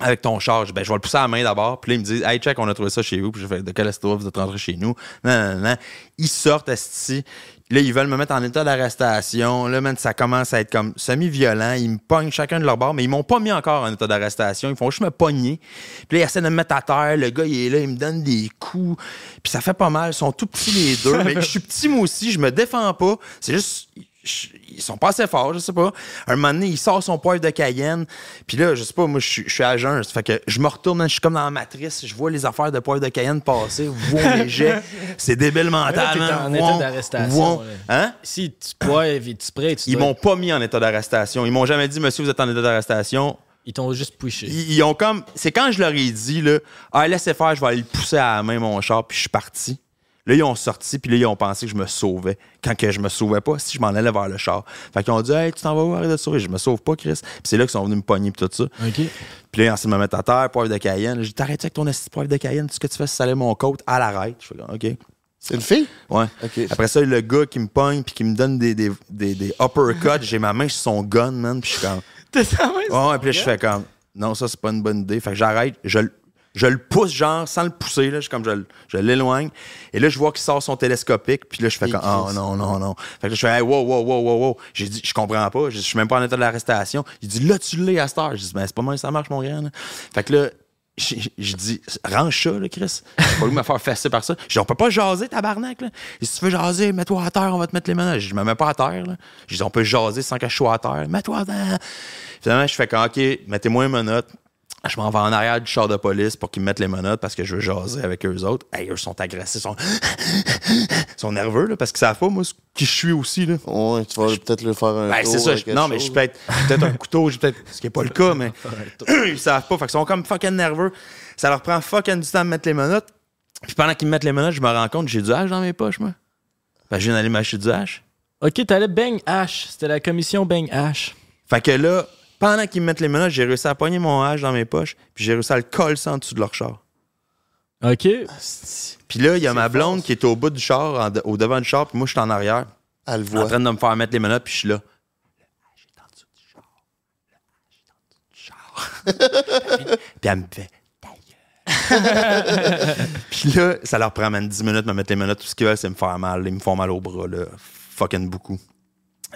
S10: avec ton char. Je dis, ben, je vais le pousser à la main d'abord. Puis là, ils me disent, hey, check, on a trouvé ça chez vous. Puis je fais, de quelle histoire vous êtes rentré chez nous? Non, non, non. Ils sortent, esti. Là, ils veulent me mettre en état d'arrestation. Là, man, ça commence à être comme semi-violent. Ils me pognent chacun de leur bord, mais ils m'ont pas mis encore en état d'arrestation. Ils font juste me pogner. Puis là, ils essaient de me mettre à terre. Le gars, il est là, il me donne des coups. Puis ça fait pas mal. Ils sont tout petits, les deux. mais je suis petit, moi aussi. Je me défends pas. C'est juste. je- Ils sont pas assez forts, je sais pas. Un moment donné, il sort son poivre de Cayenne. Puis là, je sais pas, moi, je suis- je suis à jeun. Ça Fait que je me retourne, je suis comme dans la matrice. Je vois les affaires de poivre de Cayenne passer. Wow,
S3: [laughs]
S10: les jets. C'est débile mental.
S3: t'es
S10: hein.
S3: en état
S10: Wow,
S3: d'arrestation,
S10: wow.
S3: là.
S10: Hein?
S3: Si tu bois et tu sprays, tu
S10: Ils
S3: dois-
S10: m'ont pas mis en état d'arrestation. Ils m'ont jamais dit, monsieur, vous êtes en état d'arrestation.
S3: ils t'ont juste pushé.
S10: Ils, ils ont comme. C'est quand je leur ai dit, là, ah, laissez faire, je vais aller le pousser à la main, mon char, puis je suis parti. Là, ils ont sorti, puis là, ils ont pensé que je me sauvais. Quand que je me sauvais pas, si je m'en allais vers le char. Fait qu'ils ont dit, hey, tu t'en vas où, arrête de te sauver. Je me sauve pas, Chris. Puis c'est là qu'ils sont venus me pogner, puis tout ça.
S3: OK.
S10: Puis là, ils ont essayé de me mettre à terre, poivre de Cayenne. J'ai dit, t'arrêtes avec ton esti de poivre de Cayenne, tout ce que tu fais, c'est saler mon côte, à l'arrêt. Je fais, comme, OK.
S1: C'est une fille?
S10: Ouais.
S1: OK.
S10: Après ça, le gars qui me pogne puis qui me donne des, des, des, des uppercuts, j'ai ma main sur son gun, man. Puis je suis comme. Ouais, ouais, puis là, je fais comme. Non, ça, c'est pas une bonne idée. Fait que j'arrête. Je, le- je le pousse, genre, sans le pousser. Là, je, suis comme je, le- je l'éloigne. Et là, je vois qu'il sort son télescopique. Puis là, je fais comme. Oh non, non, non. Fait que là, je fais. Hey, wow, wow, wow, wow, wow. J'ai dit, je comprends pas. Je je suis même pas en état d'arrestation. Il dit, là, tu l'es à cette heure. Je dis, ben, c'est pas mal, ça marche, mon gars. là. Fait que là. J'ai j'ai dit, range ça, là, Chris. J'ai pas voulu me faire fesser par ça. J'ai dit, on peut pas jaser, tabarnak, là. Et si tu veux jaser, mets-toi à terre, on va te mettre les mains. Je me mets pas à terre, là. J'ai dit, on peut jaser sans que je sois à terre. Mets-toi à terre. Finalement, je fais comme, OK, mettez-moi une menottes. Je m'en vais en arrière du char de police pour qu'ils me mettent les menottes parce que je veux jaser avec eux autres. Hey, eux sont agressés, ils sont, [laughs] ils sont nerveux, là, parce qu'ils savent pas, moi, ce- qui je suis aussi, là.
S1: Ouais, tu vas peut-être lui faire un
S10: Ben,
S1: tour.
S10: c'est ça.
S1: ou
S10: je-
S1: euh, quelque
S10: non, mais
S1: chose.
S10: je suis peut-être peut-être un couteau, j'ai peut-être. Ce qui n'est pas le cas,
S1: [laughs]
S10: mais. [clears throat] ils savent pas. Fait qu'ils sont comme fucking nerveux. Ça leur prend fucking du temps de mettre les menottes. Puis pendant qu'ils me mettent les menottes, je me rends compte, j'ai du hache dans mes poches, moi. Fait que je viens d'aller m'acheter du hache.
S3: OK, t'allais bang H. C'était la commission bang H.
S10: Fait que là, pendant qu'ils me mettent les menottes, j'ai réussi à pogner mon hache dans mes poches. Puis j'ai réussi à le coller en dessous de leur char.
S3: OK.
S10: Puis là, il y a ma blonde qui est au bout du char, en de- au devant du char, puis moi, je suis en arrière.
S1: Elle le
S10: en
S1: voit.
S10: train de me faire mettre les menottes, puis je suis là. Le H est en dessous du char. Le H est en dessous du char. puis, puis elle me fait ta gueule. [laughs] Puis là, ça leur prend même 10 minutes de me mettre les menottes. Tout ce qu'ils veulent, c'est me faire mal. Ils me font mal au bras, là. Fucking beaucoup.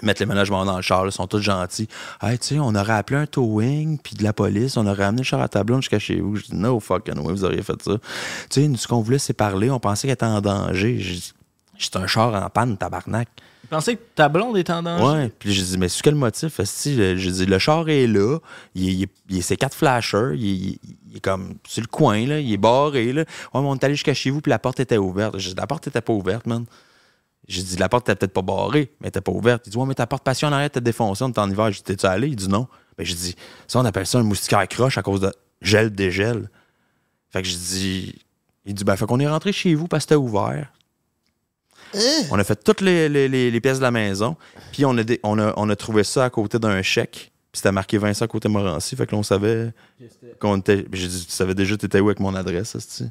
S10: Ils Mettent les menottes, je m'en vais dans le char, là. Ils sont tous gentils. Hey, tu sais, on aurait appelé un towing, puis de la police, on aurait amené le char à ta blonde jusqu'à chez vous. Je dis, no fucking way, vous auriez fait ça. Tu sais, nous, ce qu'on voulait, c'est parler. On pensait qu'elle était en danger. Je dis, c'est un char en panne, tabarnak.
S3: Tu pensais que ta blonde est en danger?
S10: Ouais, puis j'ai dit, mais sur quel motif? esti? Le- J'ai dit, le char est là, il, est- il est- il est- c'est quatre flashers, il, est- il est comme sur le coin, là, il est barré. Là. Ouais, mais on est allé jusqu'à chez vous, puis la porte était ouverte. J'ai dit, la porte était pas ouverte, man. J'ai dit, la porte était peut-être pas barrée, mais elle était pas ouverte. Il dit, ouais, mais ta porte passion en arrière était défoncée, on était en hiver. J'ai dit, t'es-tu allé? Il dit, non. Ben, j'ai dit, ça, on appelle ça un moustiquaire croche à cause de gel-dégel. Fait que j'ai dit, il dit, ben, fait qu'on est rentré chez vous parce que c'était ouvert.
S1: Hein?
S10: On a fait toutes les, les- les- les pièces de la maison. Puis on a, dé- on, a, on a trouvé ça à côté d'un chèque. Puis c'était marqué Vincent côté Morancy. Fait que là, on savait qu'on était. J'ai dit, tu savais déjà, t'étais où avec mon adresse, esti?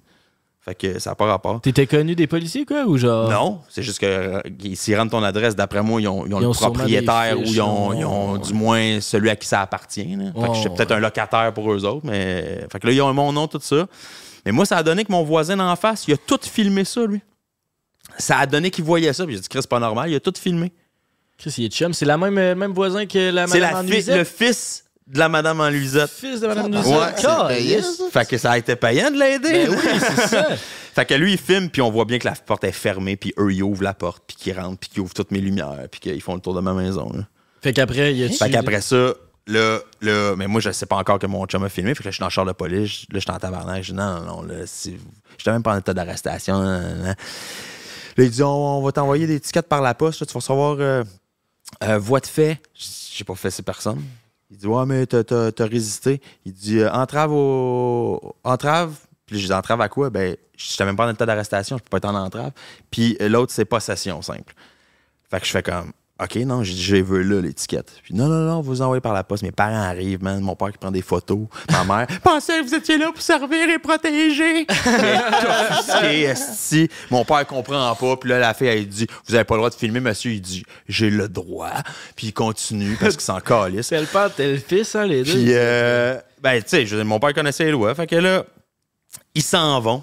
S10: Fait que ça n'a pas rapport.
S3: T'étais connu des policiers, quoi, ou genre?
S10: Non, c'est juste que euh, qu'ils- s'ils rendent ton adresse, d'après moi, ils ont, ils ont
S3: Ils ont
S10: le
S3: sûrement des
S10: propriétaire
S3: fiches,
S10: ou ils ont,
S3: ouais.
S10: ils ont du moins celui à qui ça appartient. là. Fait que
S3: Ouais,
S10: j'étais peut-être un locataire pour eux autres, mais. Fait que là, ils ont mon nom, tout ça. Mais moi, ça a donné que mon voisin en face, il a tout filmé ça, lui. Ça a donné qu'il voyait ça. Puis j'ai dit, Chris, c'est pas normal, il a tout filmé.
S3: Chris, il est chum. C'est la même, euh, même voisin que la
S10: C'est
S3: madame
S10: la
S3: en
S10: fi- le
S3: nuisette?
S10: fils de la madame en
S3: Le
S10: Luisette.
S3: fils de madame
S1: Ouais,
S3: Nuzette.
S1: c'est payé, ça.
S10: Fait que ça a été payant de l'aider.
S3: Ben oui, c'est ça.
S10: fait que lui, il filme, puis on voit bien que la porte est fermée, puis eux, ils ouvrent la porte, puis qu'ils rentrent, puis qu'ils ouvrent toutes mes lumières, puis qu'ils font le tour de ma maison. là.
S3: [laughs] Fait qu'après, il y a
S10: Fait qu'après ça, là, là, mais moi, je sais pas encore que mon chum a filmé. Fait que là, je suis dans le char de police. Là, je suis en tabarnak. Je dis non, non, non, là, si vous- j'étais même pas en état d'arrestation. nan, nan, nan. Là, il dit on, on va t'envoyer des tickets par la poste. là, tu vas recevoir euh, euh, voie de fait. Je dis, J'ai pas fait ces personnes. Il dit ouais, mais t'as, t'as- t'as résisté. Il dit euh, entrave au. Entrave. Puis là, je dis entrave à quoi Ben, j'étais même pas en état d'arrestation. Je peux pas être en entrave. Puis euh, l'autre, c'est possession simple. Fait que je fais comme, OK, non, j'ai- j'ai vu là l'étiquette. Puis non, non, non, on va vous envoyer par la poste. Mes parents arrivent, man. Mon père qui prend des photos. Ma mère, [laughs] pensez que vous étiez là pour servir et protéger. [laughs] Confisqué, esti. Mon père comprend pas. Puis là, la fille, elle dit, vous avez pas le droit de filmer, monsieur. Il dit, j'ai le droit. Puis il continue parce qu'il s'en calisse.
S3: C'est le père, t'es le fils, hein, les deux.
S10: Puis, euh, ben, tu sais, je veux dire, mon père connaissait les lois. Fait que là, ils s'en vont.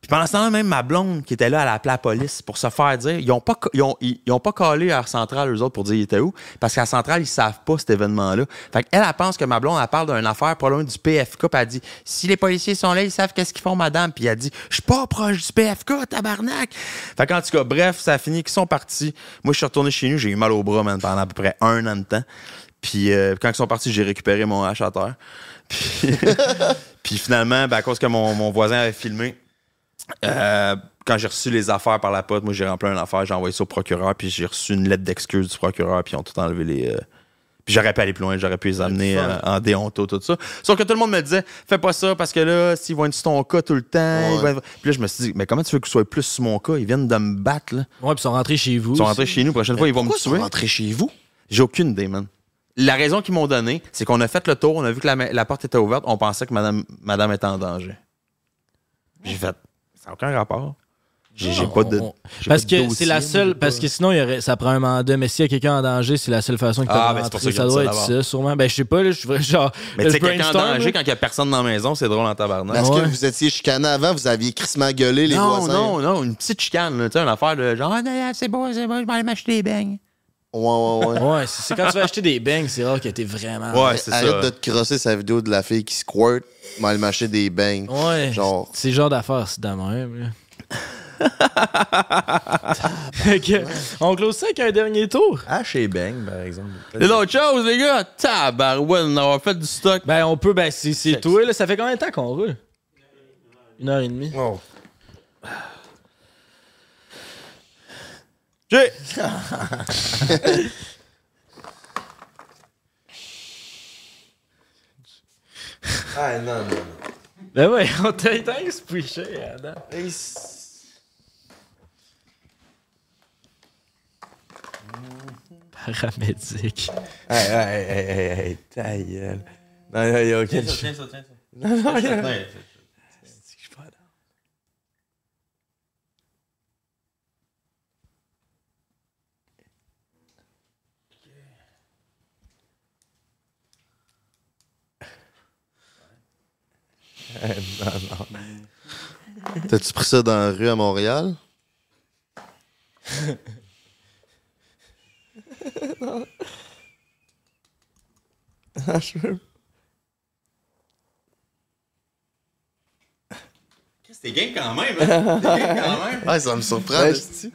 S10: Puis pendant ce temps-là, même ma blonde qui était là, elle a appelé la police pour se faire dire. Ils n'ont pas, ca- ils ont, ils, ils ont pas collé à la centrale, eux autres, pour dire ils étaient où. Parce qu'à la centrale, ils savent pas cet événement-là. Fait qu'elle, elle pense que ma blonde, elle parle d'une affaire pas loin du PFK. Puis elle dit Si les policiers sont là, ils savent qu'est-ce qu'ils font, madame. Puis elle dit Je suis pas proche du PFK, tabarnak. Fait qu'en tout cas, bref, ça a fini qu'ils sont partis. Moi, je suis retourné chez nous, j'ai eu mal au bras, man, pendant à peu près un an de temps. Puis euh, quand ils sont partis, j'ai récupéré mon hache à terre. Puis, puis finalement, ben, à cause que mon, mon voisin avait filmé, euh, quand j'ai reçu les affaires par la pote, moi j'ai rempli un affaire, j'ai envoyé ça au procureur, puis j'ai reçu une lettre d'excuse du procureur, puis ils ont tout enlevé les. euh, puis j'aurais pu aller plus loin, j'aurais pu les amener euh, en déonto, tout ça. Sauf que tout le monde me disait, fais pas ça parce que là, s'ils vont être sur ton cas tout le temps. ils vont être- Puis là, je me suis dit, mais comment tu veux qu'ils soient plus sur mon cas? Ils viennent de me battre, là.
S3: Ouais, puis ils sont rentrés chez vous.
S10: Ils sont rentrés chez nous, prochaine fois, ils vont me
S1: Pourquoi
S10: tuer.
S1: sont rentrés chez vous?
S10: J'ai aucune idée, man. La raison qu'ils m'ont donnée, c'est qu'on a fait le tour, on a vu que la, ma- la porte était ouverte, on pensait que madame, madame était en danger. J'ai fait, ça n'a aucun rapport. J'ai j'ai pas de.
S3: On-
S10: j'ai
S3: Parce
S10: pas de
S3: que
S10: dossier,
S3: c'est la
S10: moi, j'ai
S3: seule.
S10: pas-
S3: Parce que sinon, il y aurait- ça prend un mandat. Mais s'il y a quelqu'un en danger, c'est la seule façon que tu
S10: Ah,
S3: ah,
S10: ben, c'est pour
S3: ça,
S10: ça qu'ils ont
S3: doit
S10: dit ça
S3: être ça,
S10: d'abord.
S3: sûrement. Ben, je sais pas, là, je suis vrai, genre.
S10: Mais
S3: là,
S10: tu
S3: je
S10: sais, quelqu'un en
S3: brainstorm,
S10: danger,
S3: là.
S10: quand il y a personne dans la maison, c'est drôle en tabarnak.
S1: Parce
S3: Ouais.
S1: que vous étiez chicané avant, vous aviez crissement gueulé les
S10: non,
S1: voisins.
S10: non, non, une petite chicane, là, tu sais, une affaire de genre, Ah, non, non, c'est beau, c'est beau, je vais aller m'acheter des beignes.
S1: Ouais, ouais, ouais.
S3: Ouais, c'est c'est quand tu vas acheter des bangs, c'est rare que t'es vraiment.
S10: Ouais, c'est
S1: Arrête
S10: ça.
S1: de te crosser sa vidéo de la fille qui squirt, mais elle mâchait des bangs.
S3: Ouais.
S1: Genre.
S3: C'est le genre d'affaires, c'est de la même,
S10: [laughs]
S3: là. Fait que, on close ça avec un dernier tour.
S12: Ah, chez Bang, par exemple.
S10: Et l'autre chose, les gars, tabarouette, on a fait du stock.
S3: Ben, on peut, ben, c'est- c'est toi, là. Ça fait combien de temps qu'on roule? Une heure et demie.
S10: J'ai-
S12: Ah, non, non.
S3: Ben ouais, on t'a éteint se puicher, Adam. Paramédic.
S12: Hey, hey, hey, hey, hey, ta gueule. Non, non, y'a aucune. Tiens ça, tiens ça. Non, non, y'a-
S1: T'as-tu pris ça dans la rue à [laughs] Montréal?
S5: Ah, je veux-
S10: C'était game quand même, hein? T'es game quand même.
S1: [laughs] Ouais, ça me surprend.
S5: Ouais,
S1: esti.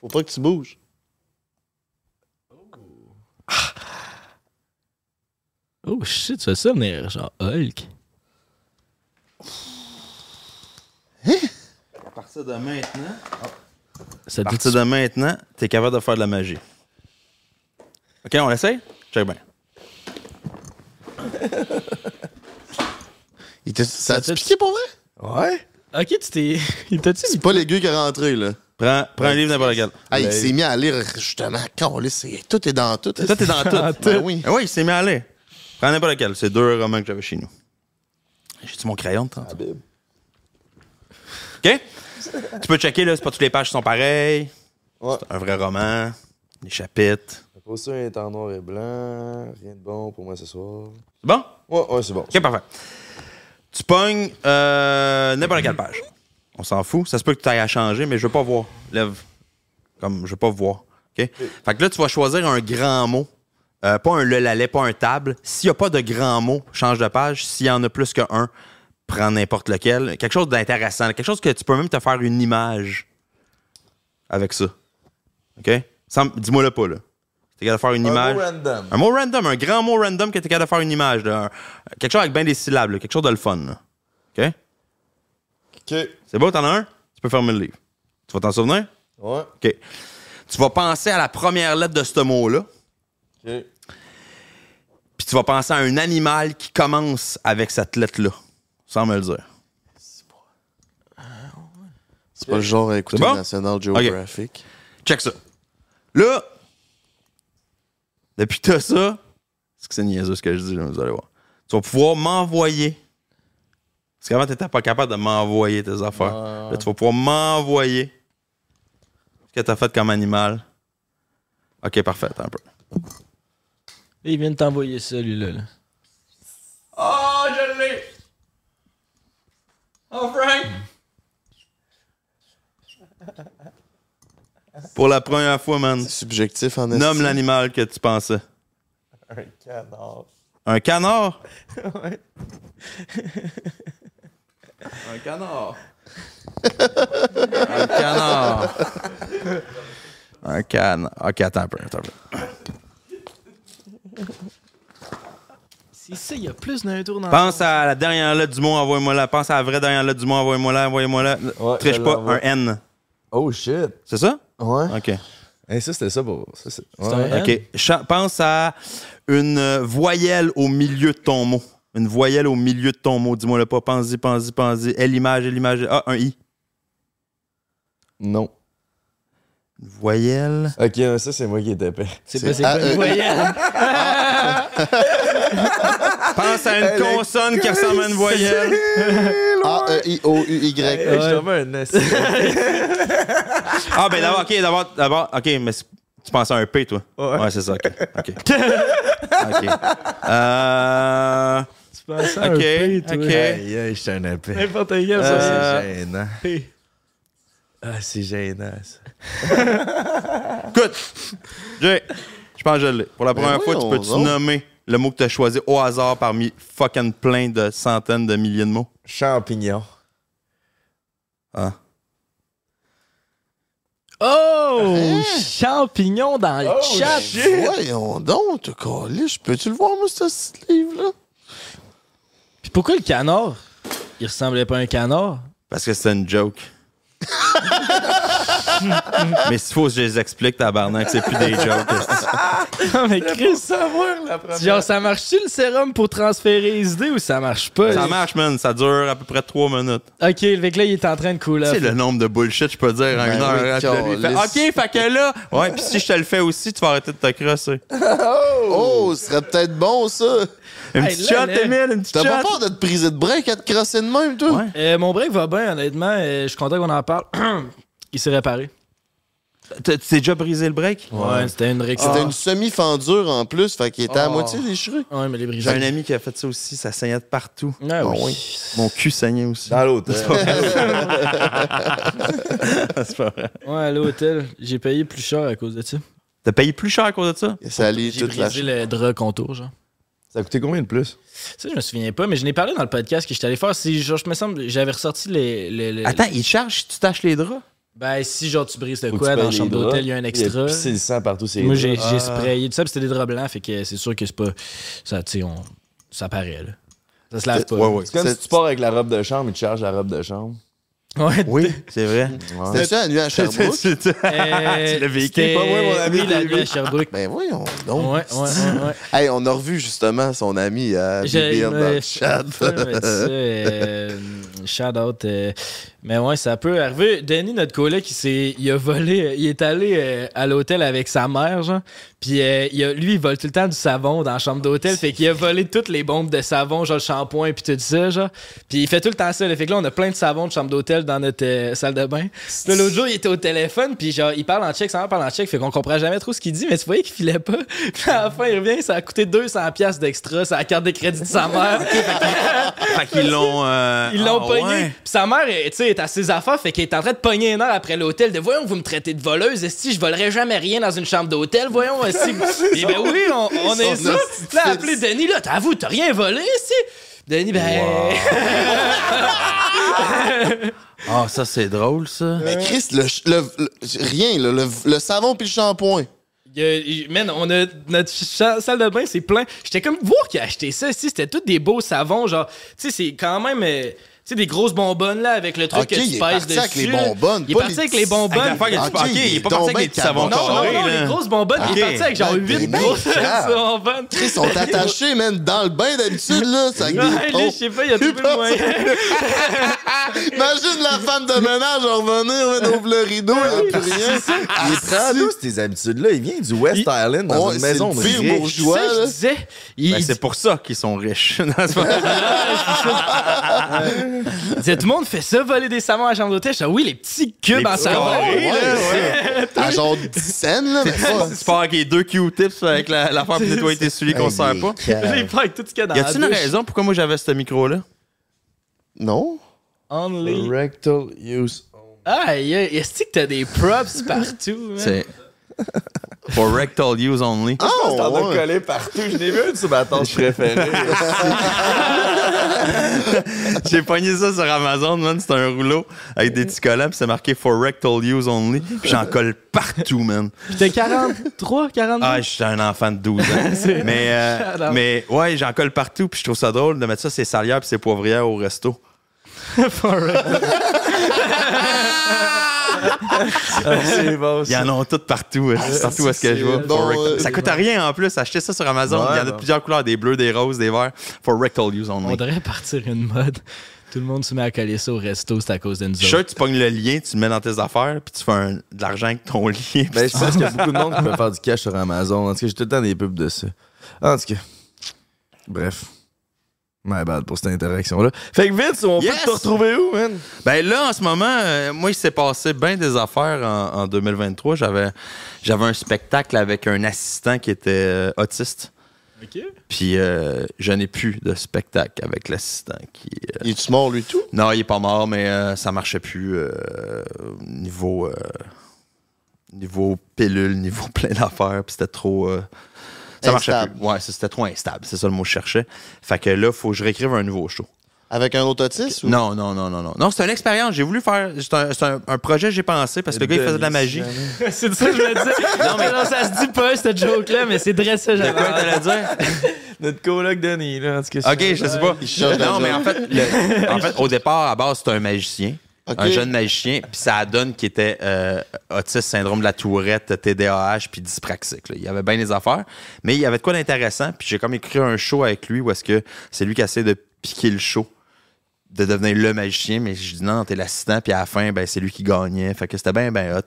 S1: Faut pas que tu bouges.
S3: Oh shit, tu fais ça venir genre Hulk.
S10: À partir de maintenant.
S3: Ça
S10: À
S3: dit
S10: partir de maintenant, t'es capable de faire de la magie. OK, on l'essaye? Check bien.
S1: Il te- Ça a-tu piqué pour vrai?
S5: Ouais?
S3: Ok, tu t'es. [laughs] Il t'a-tu
S1: C'est pas l'aiguille qui est rentré, là.
S10: Prends, prends un livre n'importe lequel.
S1: Ah, il
S5: Ben-
S1: s'est mis à lire justement. Calé, c'est tout est dans tout. [laughs]
S10: Toi, t'es dans tout.
S1: Ben oui.
S10: Ah oui, il s'est mis à aller. Prends n'importe lequel. C'est deux romans que j'avais chez nous. J'ai-tu mon crayon de temps? OK? tu peux checker, là. C'est pas toutes les pages qui sont pareilles.
S5: Ouais.
S10: C'est un vrai roman. Les chapitres.
S5: Pour ça, est en noir et blanc. Rien de bon pour moi ce soir.
S10: C'est bon?
S5: Ouais, ouais, c'est bon.
S10: OK, parfait. Tu pognes euh, n'importe quelle page. On s'en fout. Ça se peut que tu ailles à changer, mais je veux pas voir. Lève. Comme, je veux pas voir. OK? Fait que là, tu vas choisir un grand mot. Euh, pas un le lalet, pas un table. S'il n'y a pas de grand mot, change de page. S'il y en a plus qu'un, prends n'importe lequel. Quelque chose d'intéressant. Quelque chose que tu peux même te faire une image avec ça. OK? Sans- Dis-moi le pas, là. T'es capable de faire une
S5: Un
S10: image.
S5: mot random.
S10: Un mot random, un grand mot random que t'es capable de faire une image. là. Un- quelque chose avec bien des syllabes, là. quelque chose de le fun. là. OK?
S5: OK.
S10: C'est beau, t'en as un? Tu peux fermer le livre. Tu vas t'en souvenir?
S5: Ouais.
S10: OK. Tu vas penser à la première lettre de ce mot-là,
S5: OK.
S10: puis tu vas penser à un animal qui commence avec cette lettre-là, sans me le dire.
S1: C'est pas le genre à écouter
S10: C'est bon?
S1: National Geographic.
S10: Check ça. Là, depuis que t'as ça, c'est que c'est niaiseux ce que je dis, là, vous allez voir. Tu vas pouvoir m'envoyer. Parce qu'avant, t'étais pas capable de m'envoyer tes affaires. Là, tu vas pouvoir m'envoyer ce que t'as fait comme animal. Ok, parfait, attends un peu.
S3: Il vient de t'envoyer ça, lui-là. là.
S13: Oh, je l'ai! Oh, Frank!
S10: Pour la première fois, man,
S1: Subjectif en
S10: nomme
S1: esti.
S10: l'animal que tu pensais.
S5: Un canard. [laughs]
S10: Un canard?
S13: Un canard.
S10: Un canard. Un canard. Ok, attends un peu, attends un peu.
S3: C'est ça, il y a plus d'un tour dans
S10: Pense à la dernière lettre du mot, envoie-moi là. Pense à la vraie dernière lettre du mot, envoie-moi là, envoie-moi là.
S5: Ouais,
S10: Triche
S5: je
S10: pas,
S5: l'envoie.
S10: un N.
S5: Oh shit.
S10: C'est ça?
S5: Ouais.
S10: OK.
S5: Et ça, c'était ça pour. Ça, c'est...
S3: C'est un
S5: Ouais.
S3: N?
S10: OK. Cha- pense à une euh, voyelle au milieu de ton mot. Une voyelle au milieu de ton mot. Dis-moi le pas. Pense-y, pense-y, pense-y. Elle, image, elle, image. Ah, un I.
S5: Non.
S10: Une voyelle.
S5: Ok, ça, c'est moi qui étais épais.
S3: C'est
S1: C'est
S3: pas c'est
S10: Ah,
S3: quoi
S10: euh,
S1: A-E.
S3: une
S10: [laughs]
S3: voyelle?
S10: Pense à une
S5: Elle est
S10: consonne qui ressemble à une voyelle.
S1: E, A-E-I-O-U-Y.
S5: Hey, Je t'envoie un assis.
S10: Ah, ben d'abord, OK, d'abord, d'abord, OK, mais c'est- tu penses à un P, toi? Ouais, c'est ça, OK. [laughs] OK. OK. Euh...
S3: Tu penses à
S10: OK,
S3: un P, toi.
S10: OK.
S5: Aïe, aïe, je suis un épais.
S3: N'importe quel, ça. c'est-
S5: Ah,
S10: Euh,
S5: c'est gênant.
S3: P.
S5: Ah, c'est gênant, ça.
S10: Écoute, Jay, je pense que je l'ai. Pour
S5: Ben
S10: la première
S1: oui,
S10: fois, tu
S1: on
S10: peux-tu
S1: va.
S10: nommer le mot que tu as choisi au hasard parmi fucking plein de centaines de milliers de mots?
S5: Champignon.
S10: Ah. Ah,
S3: Oh!
S10: hein?
S3: Champignon dans
S10: Oh,
S3: le chat!
S1: Voyons donc, t'as calé. Je Peux-tu le voir, moi, ce petit livre-là?
S3: Puis pourquoi le canard? Il ressemblait pas à un canard?
S10: Parce que c'est une [laughs] joke. Mais s'il faut que je les explique, tabarnak, c'est plus des jokes. esti.
S3: [laughs] Non, mais Chris,
S5: Savoir la première.
S3: genre, ça marche-tu le sérum pour transférer les idées ou ça marche pas?
S10: [laughs] Ça marche, man. Ça dure à peu près trois minutes.
S3: Ok, le mec là, il est en train de couler.
S10: C'est le nombre de bullshit, je peux dire, en
S1: Ben
S10: une
S1: oui,
S10: heure. après, lui, il fait,
S1: calisse.
S10: OK, fait que là... Ouais, puis si je te le fais aussi, tu vas arrêter de te crosser.
S1: Oh, ce serait peut-être bon, ça.
S10: Une
S3: Hey,
S10: petite
S3: là,
S10: shot,
S3: là.
S10: Emile, une petite
S1: T'as pas
S10: shot.
S1: peur de te briser de break à te crosser de même, toi?
S10: Ouais.
S3: [clears throat] Euh, mon break va bien, honnêtement. Euh, je suis content qu'on en parle. il s'est réparé.
S10: T'as- Tu t'es déjà brisé le break?
S3: Ouais, c'était une récup.
S1: C'était une semi-fendure en plus, fait qu'il était à
S3: Oh.
S1: moitié déchiré.
S3: Ouais, mais les
S10: J'ai un
S3: brisés.
S10: ami qui a fait ça aussi, ça saignait de partout.
S3: Ah
S1: Bon,
S3: oui.
S10: Mon cul saignait aussi.
S5: Dans l'hôtel.
S10: C'est pas vrai.
S3: Ouais, à l'hôtel, j'ai payé plus cher à cause de ça.
S10: T'as payé plus cher à cause de ça?
S1: Et ça allait
S3: J'ai
S1: toute la
S3: brisé le drap contour, genre.
S5: Ça a coûté combien de plus?
S3: Ça, je me souviens pas, mais je n'ai parlé dans le podcast que j'étais allé faire. Si, genre, je me semble, j'avais ressorti les. les, les-
S10: Attends, il te charge si tu tâches les draps?
S3: Ben, si, genre, tu brises de
S5: Faut que
S3: quoi
S5: tu
S3: dans la
S5: payes
S3: chambre
S5: les
S3: d'hôtel,
S5: draps.
S3: il y a un
S5: Il y a
S3: extra.
S5: pissé le sang partout, c'est.
S3: Moi, j'ai j'ai
S10: Ah.
S3: sprayé tout ça, puis c'était des draps blancs, fait que c'est sûr que c'est pas. Ça, tu sais, on... ça paraît, là. Ça se lave pas.
S10: Ouais, ouais.
S5: C'est comme
S1: C'est-
S5: si tu pars avec la robe de chambre, il te charge la robe de chambre.
S3: [laughs] Ouais,
S10: Oui, c'est vrai. [laughs]
S5: Ouais.
S1: C'était-tu à nuit à Sherbrooke?
S3: euh,
S10: Tu l'as vécu,
S3: c'était-
S10: pas moi, mon ami,
S3: Oui, la nuit à Sherbrooke.
S1: Ben voyons
S3: Ouais,
S1: donc.
S3: ouais, ouais.
S10: [laughs]
S3: ouais.
S1: Hey, on a revu justement son ami à
S3: J'ai-
S1: BBL dans
S3: mais-
S1: le chat.
S3: Ouais, mais tu sais, euh, shout out. euh, mais ouais, ça peut arriver. Denis, notre collègue, il, s'est- il a volé. euh, Il est allé euh, à l'hôtel avec sa mère, genre. Puis euh, il a- lui, il vole tout le temps du savon dans la chambre d'hôtel. Fait qu'il a volé toutes les bombes de savon, genre le shampoing, puis tout ça, genre. Puis il fait tout le temps ça. là. Fait que là, on a plein de savon de chambre d'hôtel dans notre euh, salle de bain. Puis là, l'autre jour, il était au téléphone, puis genre, il parle en tchèque, sa mère parle en tchèque, fait qu'on comprend jamais trop ce qu'il dit, mais tu voyais qu'il filait pas. [laughs] Puis à la fin, il revient, ça a coûté 200$ piastres d'extra, c'est la carte de crédit de sa mère.
S10: Fait qu'ils l'ont. euh,
S3: Ils l'ont
S10: ah,
S3: pogné.
S10: ouais.
S3: Puis sa mère, elle, tu sais, est à ses affaires, fait qu'elle est en train de pogner une heure après l'hôtel. De voyons, vous me traitez de voleuse. Esti, je volerai jamais rien dans une chambre d'hôtel.
S1: [laughs]
S3: Voyons, esti. Eh ben oui, on, on est
S1: Son
S3: ça.
S1: hostie
S3: Là,
S1: de
S3: appelé Denis, là, t'avoues, t'as rien volé, esti. Denis, ben.
S10: Ah, ça, c'est drôle, ça.
S1: Mais Chris, le, ch- le- le- rien, là, le, le savon puis le shampoing.
S3: [laughs] Il y a- il- man, on a notre cha- salle de bain, c'est plein. J'étais comme voir qui a acheté ça. Si c'était tous des beaux savons, genre, tu sais, c'est quand même, euh, tu sais, des grosses bonbonnes là avec le truc
S1: Ok,
S3: que tu
S1: il est
S3: pèses
S1: parti
S3: dessus.
S1: avec les bonbonnes,
S3: Il est
S1: pas
S3: parti
S1: les
S3: avec les
S1: petits-
S3: bonbonnes.
S10: Avec l'affaire que tu
S1: Ok,
S10: parles, ok, Ben, il est pas
S1: donc
S10: parti avec
S1: ben
S10: des petits savons
S1: cabochon.
S3: Non, non,
S10: carrés,
S3: non,
S10: là.
S3: les grosses bonbonnes, il est
S10: Ok.
S3: parti avec genre
S1: Avec des
S3: 8
S1: mecs,
S3: grosses
S1: grave.
S3: bonbonnes.
S1: Ils sont attachés, man, dans le bain d'habitude, là, ça avec
S3: [laughs] Ouais,
S1: des
S3: lui, je
S1: pompes.
S3: sais pas, il a trouvé le
S1: [laughs]
S3: moyen. [laughs]
S1: Imagine la femme de ménage en revenir, man, ouvre le rideau, il n'y a plus rien. Il est
S5: Ah,
S1: prêt,
S5: d'où ces habitudes-là? Il vient du West Island dans
S1: Ouais,
S5: une
S1: c'est
S5: maison
S1: le
S5: de
S1: pire
S5: riche.
S1: bourgeois.
S3: Ça, je
S1: là.
S3: disais, il-
S10: Ben, c'est pour ça qu'ils sont riches. [laughs] Non, c'est pas-
S3: il disait, tout le monde fait ça, voler des savons à la chambre d'hôtel. Je disais, oui, les petits cubes
S10: Les
S3: en
S10: petits
S3: savon.
S10: carrés.
S1: Ouais, ouais. À genre 10 cents, là, mais pas.
S10: tu pars avec les deux Q-tips avec la- l'affaire pour nettoyer tes souliers qu'on se sert pas.
S3: Là, il part avec tout ce qu'il y a dans
S10: Y
S3: la
S10: a-tu une
S3: douche.
S10: raison pourquoi moi j'avais ce micro-là?
S1: Non?
S3: Only.
S5: Rectal use.
S3: Ah, y a- est-ce que t'as des props partout, man?
S10: C'est. For rectal use only.
S1: Ah,
S5: T'en as
S1: ouais.
S5: collé partout. Je n'ai vu une sur ma tâche préférée.
S10: J'ai pogné ça sur Amazon, man. C'est un rouleau avec des petits collants, puis c'est marqué For rectal use only. Puis j'en colle partout, man.
S3: Puis t'as 43, 42?
S10: Ah, je suis un enfant de 12 ans. [laughs] mais, euh,
S3: J'adore.
S10: mais ouais, j'en colle partout, puis je trouve ça drôle de mettre ça, c'est salières puis c'est poivrières au resto. [laughs] Ah,
S5: c'est bon.
S10: Il y en a toutes partout, euh, partout où est-ce que je vois.
S1: bon,
S10: For rectal-
S1: euh,
S10: ça coûte rien en plus, achetez ça sur Amazon.
S5: Ouais,
S10: Il y en a de
S5: bon.
S10: plusieurs couleurs, des bleus, des roses, des verts. For rectal use
S3: On
S10: only.
S3: devrait partir une mode. Tout le monde se met à coller ça au resto, c'est à cause de nous
S10: Je suis sûr
S3: autres.
S10: que tu pognes le lien, tu le mets dans tes affaires, puis tu fais un- de l'argent avec ton [laughs] lien. puis
S5: Ben, je pense qu'il y a beaucoup de monde qui peut faire du cash sur Amazon. En tout cas, j'ai tout le temps des pubs de ça. En tout cas, bref. My bad pour cette interaction-là. Fait que Vince, on
S10: Yes!
S5: peut te retrouver où, man?
S10: Ben là, en ce moment, euh, moi, il s'est passé bien des affaires en, en 2023. J'avais, j'avais un spectacle avec un assistant qui était euh, autiste.
S3: Ok.
S10: Puis euh, je n'ai plus de spectacle avec l'assistant qui. euh,
S1: Il est-tu mort, lui, tout?
S10: Non, il est pas mort, mais euh, ça marchait plus euh, niveau. euh, niveau pilule, niveau [laughs] plein d'affaires. Puis c'était trop. euh, ça marchait
S1: Instable.
S10: plus. Ouais, c'est- c'était trop instable. C'est ça le mot que je cherchais. Fait que là, faut que je réécrive un nouveau show.
S1: Avec un autre autiste? ou-
S10: Non, non, non, non, non. Non, c'est une expérience. J'ai voulu faire. C'est un, c'est un- un projet, j'ai pensé, parce que le gars, il faisait de la magie.
S3: [laughs] c'est de ça que je voulais dire. non, mais non, ça se dit pas, cette joke-là, mais c'est dressé ça,
S10: De quoi
S3: j'avais.
S10: t'allais dire?
S3: [laughs]
S5: Notre coloc Denis, là. En tout cas,
S10: Ok, je sais pas.
S1: Il cherche
S10: non,
S1: de
S10: mais
S1: la
S10: en fait, le- en fait, au départ, à base, c'était un magicien.
S1: Ok.
S10: Un jeune magicien, puis ça donne qui était euh, autiste, syndrome de la tourette, TDAH, puis dyspraxique. là. Il y avait bien des affaires, mais il y avait de quoi d'intéressant. Puis j'ai comme écrit un show avec lui où est-ce que c'est lui qui essaie de piquer le show, de devenir le magicien, mais je dis non, t'es l'assistant, puis à la fin, ben, c'est lui qui gagnait. Fait que c'était bien, bien hot.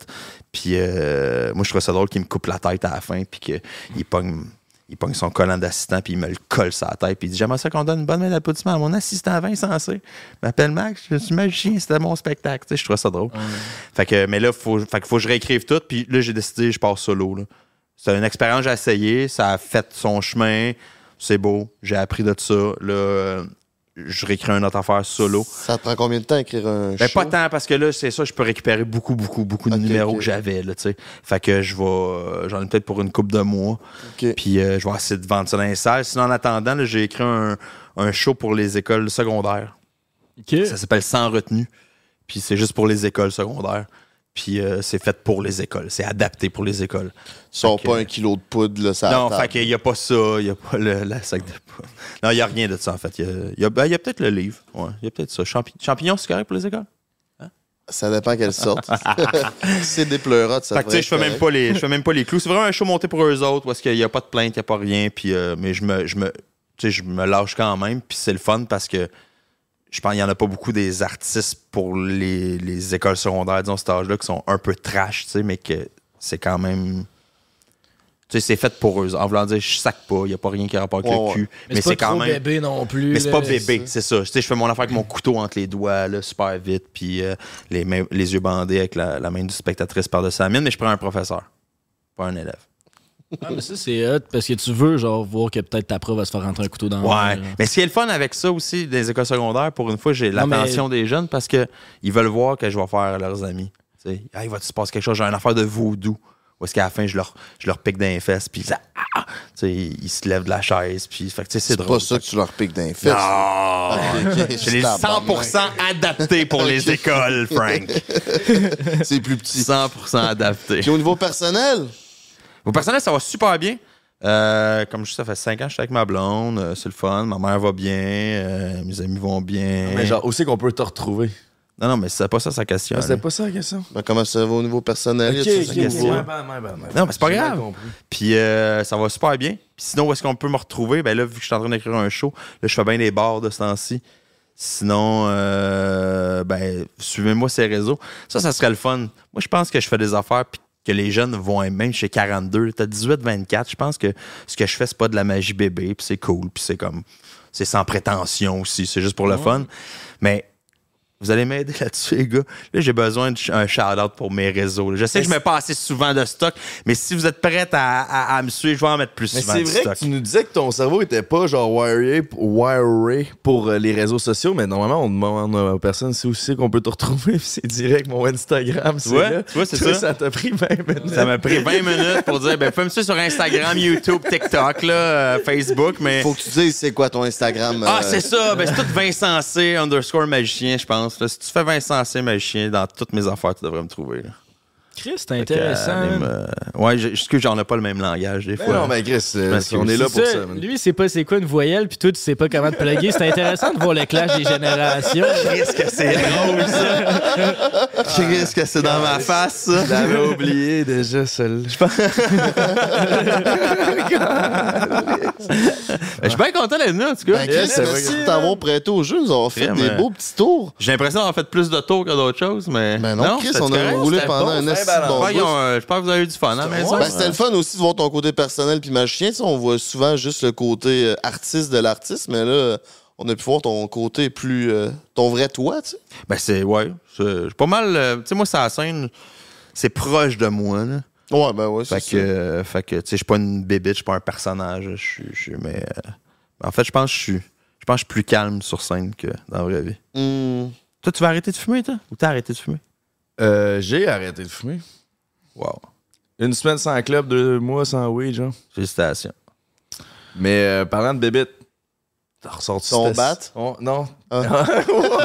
S10: Puis euh, moi, je trouvais ça drôle qu'il me coupe la tête à la fin, puis qu'il pogne Il pogne son collant d'assistant, puis il me le colle sur la tête, puis il dit J'aimerais ça qu'on donne une bonne main d'applaudissement à mon assistant Vincent C. m'appelle Max, je suis magicien, c'était mon spectacle. Tu sais, je trouvais ça drôle. Fait que, mais là, faut, fait que faut que je réécrive tout, puis là, j'ai décidé, je pars solo. là. C'est une expérience, j'ai essayé, ça a fait son chemin, c'est beau, j'ai appris de ça. Là, euh, je réécris une autre affaire solo.
S1: Ça te prend combien de temps à écrire un
S10: Ben,
S1: show?
S10: pas tant, parce que là, c'est ça, je peux récupérer beaucoup, beaucoup, beaucoup de
S1: Ok,
S10: numéros
S1: ok.
S10: que j'avais, là, tu sais. Fait que je vais. euh, J'en ai peut-être pour une coupe de mois.
S1: Ok.
S10: Puis euh, je vais essayer de vendre ça dans les salles. Sinon, en attendant, là, j'ai écrit un, un show pour les écoles secondaires. Ça s'appelle Sans retenue. Puis c'est juste pour les écoles secondaires. Puis euh, c'est fait pour les écoles. C'est adapté pour les écoles.
S1: Ils sont
S10: Fait que-
S1: pas un kilo de poudre, là, ça
S10: non, fait qu'il n'y a pas ça, il n'y a pas le, la sac de poudre. Non, il n'y a rien de ça, en fait. Il y a, il y a- ben, il y a peut-être le livre. Ouais, Il y a peut-être ça. Champi- champignons, c'est correct pour les écoles?
S1: Ça dépend quelle
S10: [laughs]
S1: sorte. c'est des pleurotes, ça
S10: Fait que, tu sais, je fais même pas les, je fais même pas les clous. C'est vraiment un show monté pour eux autres parce qu'il n'y a pas de plainte, il n'y a pas rien. Puis, euh, mais je me, je me, tu sais, je me lâche quand même. Puis c'est le fun parce que je pense qu'il n'y en a pas beaucoup des artistes pour les, les écoles secondaires, disons, cet âge-là, qui sont un peu trash, tu sais, mais que c'est quand même. Tu sais, c'est fait pour eux. En voulant dire, je sac pas, il n'y a pas rien qui rapporte avec
S1: Ouais,
S10: le
S1: ouais.
S10: cul. Mais, c'est
S3: pas
S10: quand
S3: trop
S10: même.
S3: bébé non plus.
S10: Mais c'est
S3: là.
S10: pas bébé, c'est ça. Tu sais, je fais mon affaire avec mon couteau entre les doigts, là, super vite, puis euh, les, mains- les yeux bandés avec la, la main du spectatrice par-dessus la mine, mais je prends un professeur, pas un élève.
S3: Ah, mais ça, c'est hot parce que tu veux, genre, voir que peut-être ta preuve va se faire rentrer un couteau dans le
S10: Ouais.
S3: nez, là.
S10: Mais ce qui est le fun avec ça aussi, des écoles secondaires, pour une fois, j'ai
S3: Non, mais-
S10: l'attention des jeunes parce que ils veulent voir que je vais faire à leurs amis. Tu sais, Ah, il va-tu se passer quelque chose? J'ai une affaire de vaudou. Ou est-ce qu'à la fin, je leur, je leur pique dans les fesses, puis ils, ah, ah, Tu sais, ils se lèvent de la chaise, puis fait que, tu sais, c'est
S1: C'est pas
S10: drôle.
S1: ça que tu leur piques d'un fils.
S10: Non! Je l'ai 100% adapté pour les écoles, Frank.
S1: C'est plus petit.
S10: 100% adapté.
S1: Puis au niveau personnel,
S10: Au personnel, ça va super bien. Euh, comme je dis, ça fait 5 ans que je suis avec ma blonde. euh, c'est le fun. Ma mère va bien. euh, mes amis vont bien.
S5: Mais genre, où c'est qu'on peut te retrouver?
S10: Non, non, mais c'est pas ça sa question.
S5: Ah,
S10: là.
S5: C'était pas ça la question?
S1: ben, comment ça va au niveau personnel? Y a-t-il
S5: Ok,
S1: des
S5: ok,
S1: nouveaux?
S5: ouais, ben, ben, ben, ben.
S10: Non, mais c'est pas
S5: J'ai mal
S10: grave.
S5: compris.
S10: Puis euh, ça va super bien. Puis sinon, où est-ce qu'on peut me retrouver? Ben là, vu que je suis en train d'écrire un show, là, je fais bien des bars de ce temps-ci. Sinon, euh, ben, suivez-moi ces réseaux. Ça, ça serait le fun. Moi, je pense que je fais des affaires puis que les jeunes vont aimer, même chez 42. T'as 18-24. Je pense que ce que je fais, c'est pas de la magie bébé, puis c'est cool, puis c'est comme... C'est sans prétention aussi, c'est juste pour le fun. Mais vous allez m'aider [laughs] là-dessus, les gars. Là, j'ai besoin d'un shout-out pour mes réseaux. là. Je sais que je mets pas assez souvent de stock, mais si vous êtes prête à, à- à me suivre, je vais en mettre plus
S5: Mais
S10: souvent
S5: c'est
S10: de
S5: vrai
S10: stock.
S5: que tu nous disais que ton cerveau était pas genre wiré, wiré pour euh, les réseaux sociaux, mais normalement on demande aux personnes si où c'est qu'on peut te retrouver, [laughs] puis c'est direct mon Instagram, c'est
S10: Ouais,
S5: là.
S10: tu vois, c'est
S5: Toi,
S10: ça.
S5: Ça t'a pris 20 minutes.
S10: Ça m'a pris 20 minutes pour dire, ben, fais-moi ça sur Instagram, YouTube, TikTok, là, euh, Facebook, mais...
S1: Faut que tu dises c'est quoi ton Instagram.
S10: Ah,
S1: euh,
S10: c'est ça! Ben, c'est tout Vincent C, underscore magicien, je pense. là. si tu fais Vincent C magicien dans toutes mes affaires, tu devrais me trouver. là.
S3: Chris, c'est
S10: Fait que,
S3: intéressant.
S10: euh, allez
S3: man.
S10: me- Ouais, je- excuse, j'en ai pas le même langage, des
S5: Mais
S10: fois.
S5: non, mais Chris, euh,
S10: Parce que
S5: on est là pour
S3: C'est
S5: ça.
S3: ça,
S5: man.
S3: Lui, c'est pas c'est quoi une voyelle, puis toi, tu sais pas comment te plugger. C'est intéressant de voir le clash des générations.
S10: [laughs] Qu'est-ce que c'est
S5: [laughs]
S10: drôle, ça! Qu'est-ce que c'est dans ma face, ça!
S5: Je l'avais oublié déjà, celle [laughs]
S10: Ben, Je suis bien content d'être venu, en tout cas.
S1: Ben, Chris,
S5: Yes, c'est
S1: merci
S5: vrai.
S1: de t'avoir prêté au jeu. Nous avons fait
S10: Vraiment.
S1: des beaux petits tours.
S10: J'ai l'impression d'avoir fait plus de tours que d'autres choses, mais.
S1: Ben non, Chris,
S10: c'était
S1: on a
S10: correct,
S1: roulé
S10: c'était
S1: pendant
S10: bon.
S1: un assez bon
S10: Voyons,
S1: bout.
S10: euh, Je pense que vous avez eu du fun, hein, mais ça.
S1: Ben, c'était le fun aussi de voir ton côté personnel puis magicien. Tu sais, on voit souvent juste le côté euh, artiste de l'artiste, mais là, on a pu voir ton côté plus. euh, ton vrai toi, tu sais.
S10: Ben, c'est. Ouais. C'est c'est pas mal. euh, tu sais, moi, c'est la scène. C'est proche de moi, là.
S1: Ouais, ben ouais, c'est
S10: Fait
S1: ça.
S10: que, euh, fait que, tu sais, je suis pas une bébite, je suis pas un personnage. Je suis. je suis- Mais. euh, en fait, je pense que je suis. Je pense que je suis plus calme sur scène que dans la vraie vie.
S1: Hmm.
S10: Toi, tu vas arrêter de fumer, toi? Ou t'as arrêté de fumer?
S5: Euh, J'ai arrêté de fumer.
S10: Wow.
S5: Une semaine sans club, deux mois sans weed, genre.
S10: Félicitations.
S5: Mais euh, parlant de bébite, t'as ressorti
S1: Ton
S5: cette-
S1: bat?
S5: On- non. [laughs]
S1: Ah.
S5: Wow!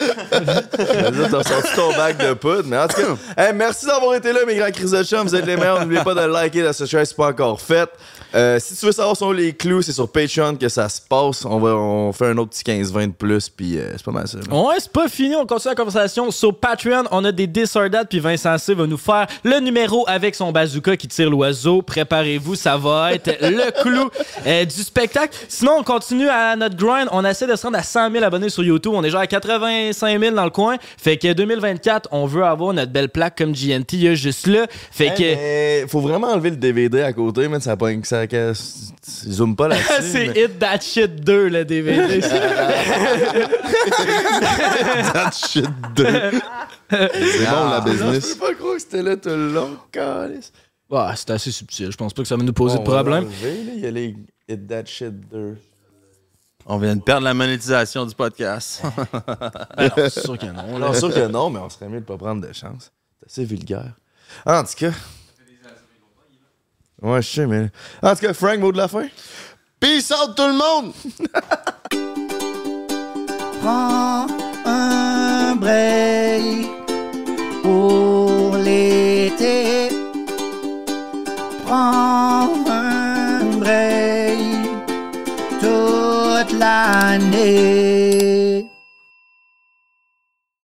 S5: Je veux dire, T'as ressorti ton bac de poudre, mais en tout cas, [coughs] hey, merci d'avoir été là, mes grands cris de chum. Vous êtes les meilleurs. N'oubliez pas de liker, de subscribe si c'est pas encore fait. Euh, si tu veux savoir sont les clous, c'est sur Patreon que ça se passe. On va on fait un autre petit 15-20 de plus, puis euh, c'est pas mal ça. là.
S3: Ouais, c'est pas fini, on continue la conversation sur Patreon. On a des disordates, puis Vincent C va nous faire le numéro avec son bazooka qui tire l'oiseau. Préparez-vous, ça va
S5: [laughs]
S3: être le clou euh, du spectacle. Sinon, on continue à notre grind. On essaie de se rendre à 100 000 abonnés sur YouTube. On est déjà à 85 000 dans le coin. Fait que 2024, on veut avoir notre belle plaque comme GNT, il y a juste là. Fait que.
S5: Hey, mais faut vraiment enlever le DVD à côté, mais ça pogne que ça casse. Zoom pas là-dessus.
S3: [laughs]
S5: [laughs]
S3: c'est
S5: mais-
S3: Hit That Shit 2, le DVD.
S5: [laughs]
S1: That shit de- C'est bon, la
S5: Ah. Je
S1: business.
S5: peux pas croire que c'était là tout le long, câlisse.
S3: Ouais, c'est assez subtil. Je pense pas que ça va nous poser
S5: On
S3: de
S5: va
S3: problème.
S5: l'enlever, là, Il y a les It That Shit 2.
S2: On vient de perdre la monétisation du podcast.
S3: Ben non, c'est sûr que
S1: Ah,
S3: non. là.
S5: Non, sûr que non, mais on serait mieux de pas prendre de chance. C'est assez vulgaire. Ah, En tout cas. Ouais, je sais, mais. En tout cas, Frank, mot de la fin.
S1: Peace out, tout le monde!
S6: Prends un break pour l'été. Prends un break toute l'année.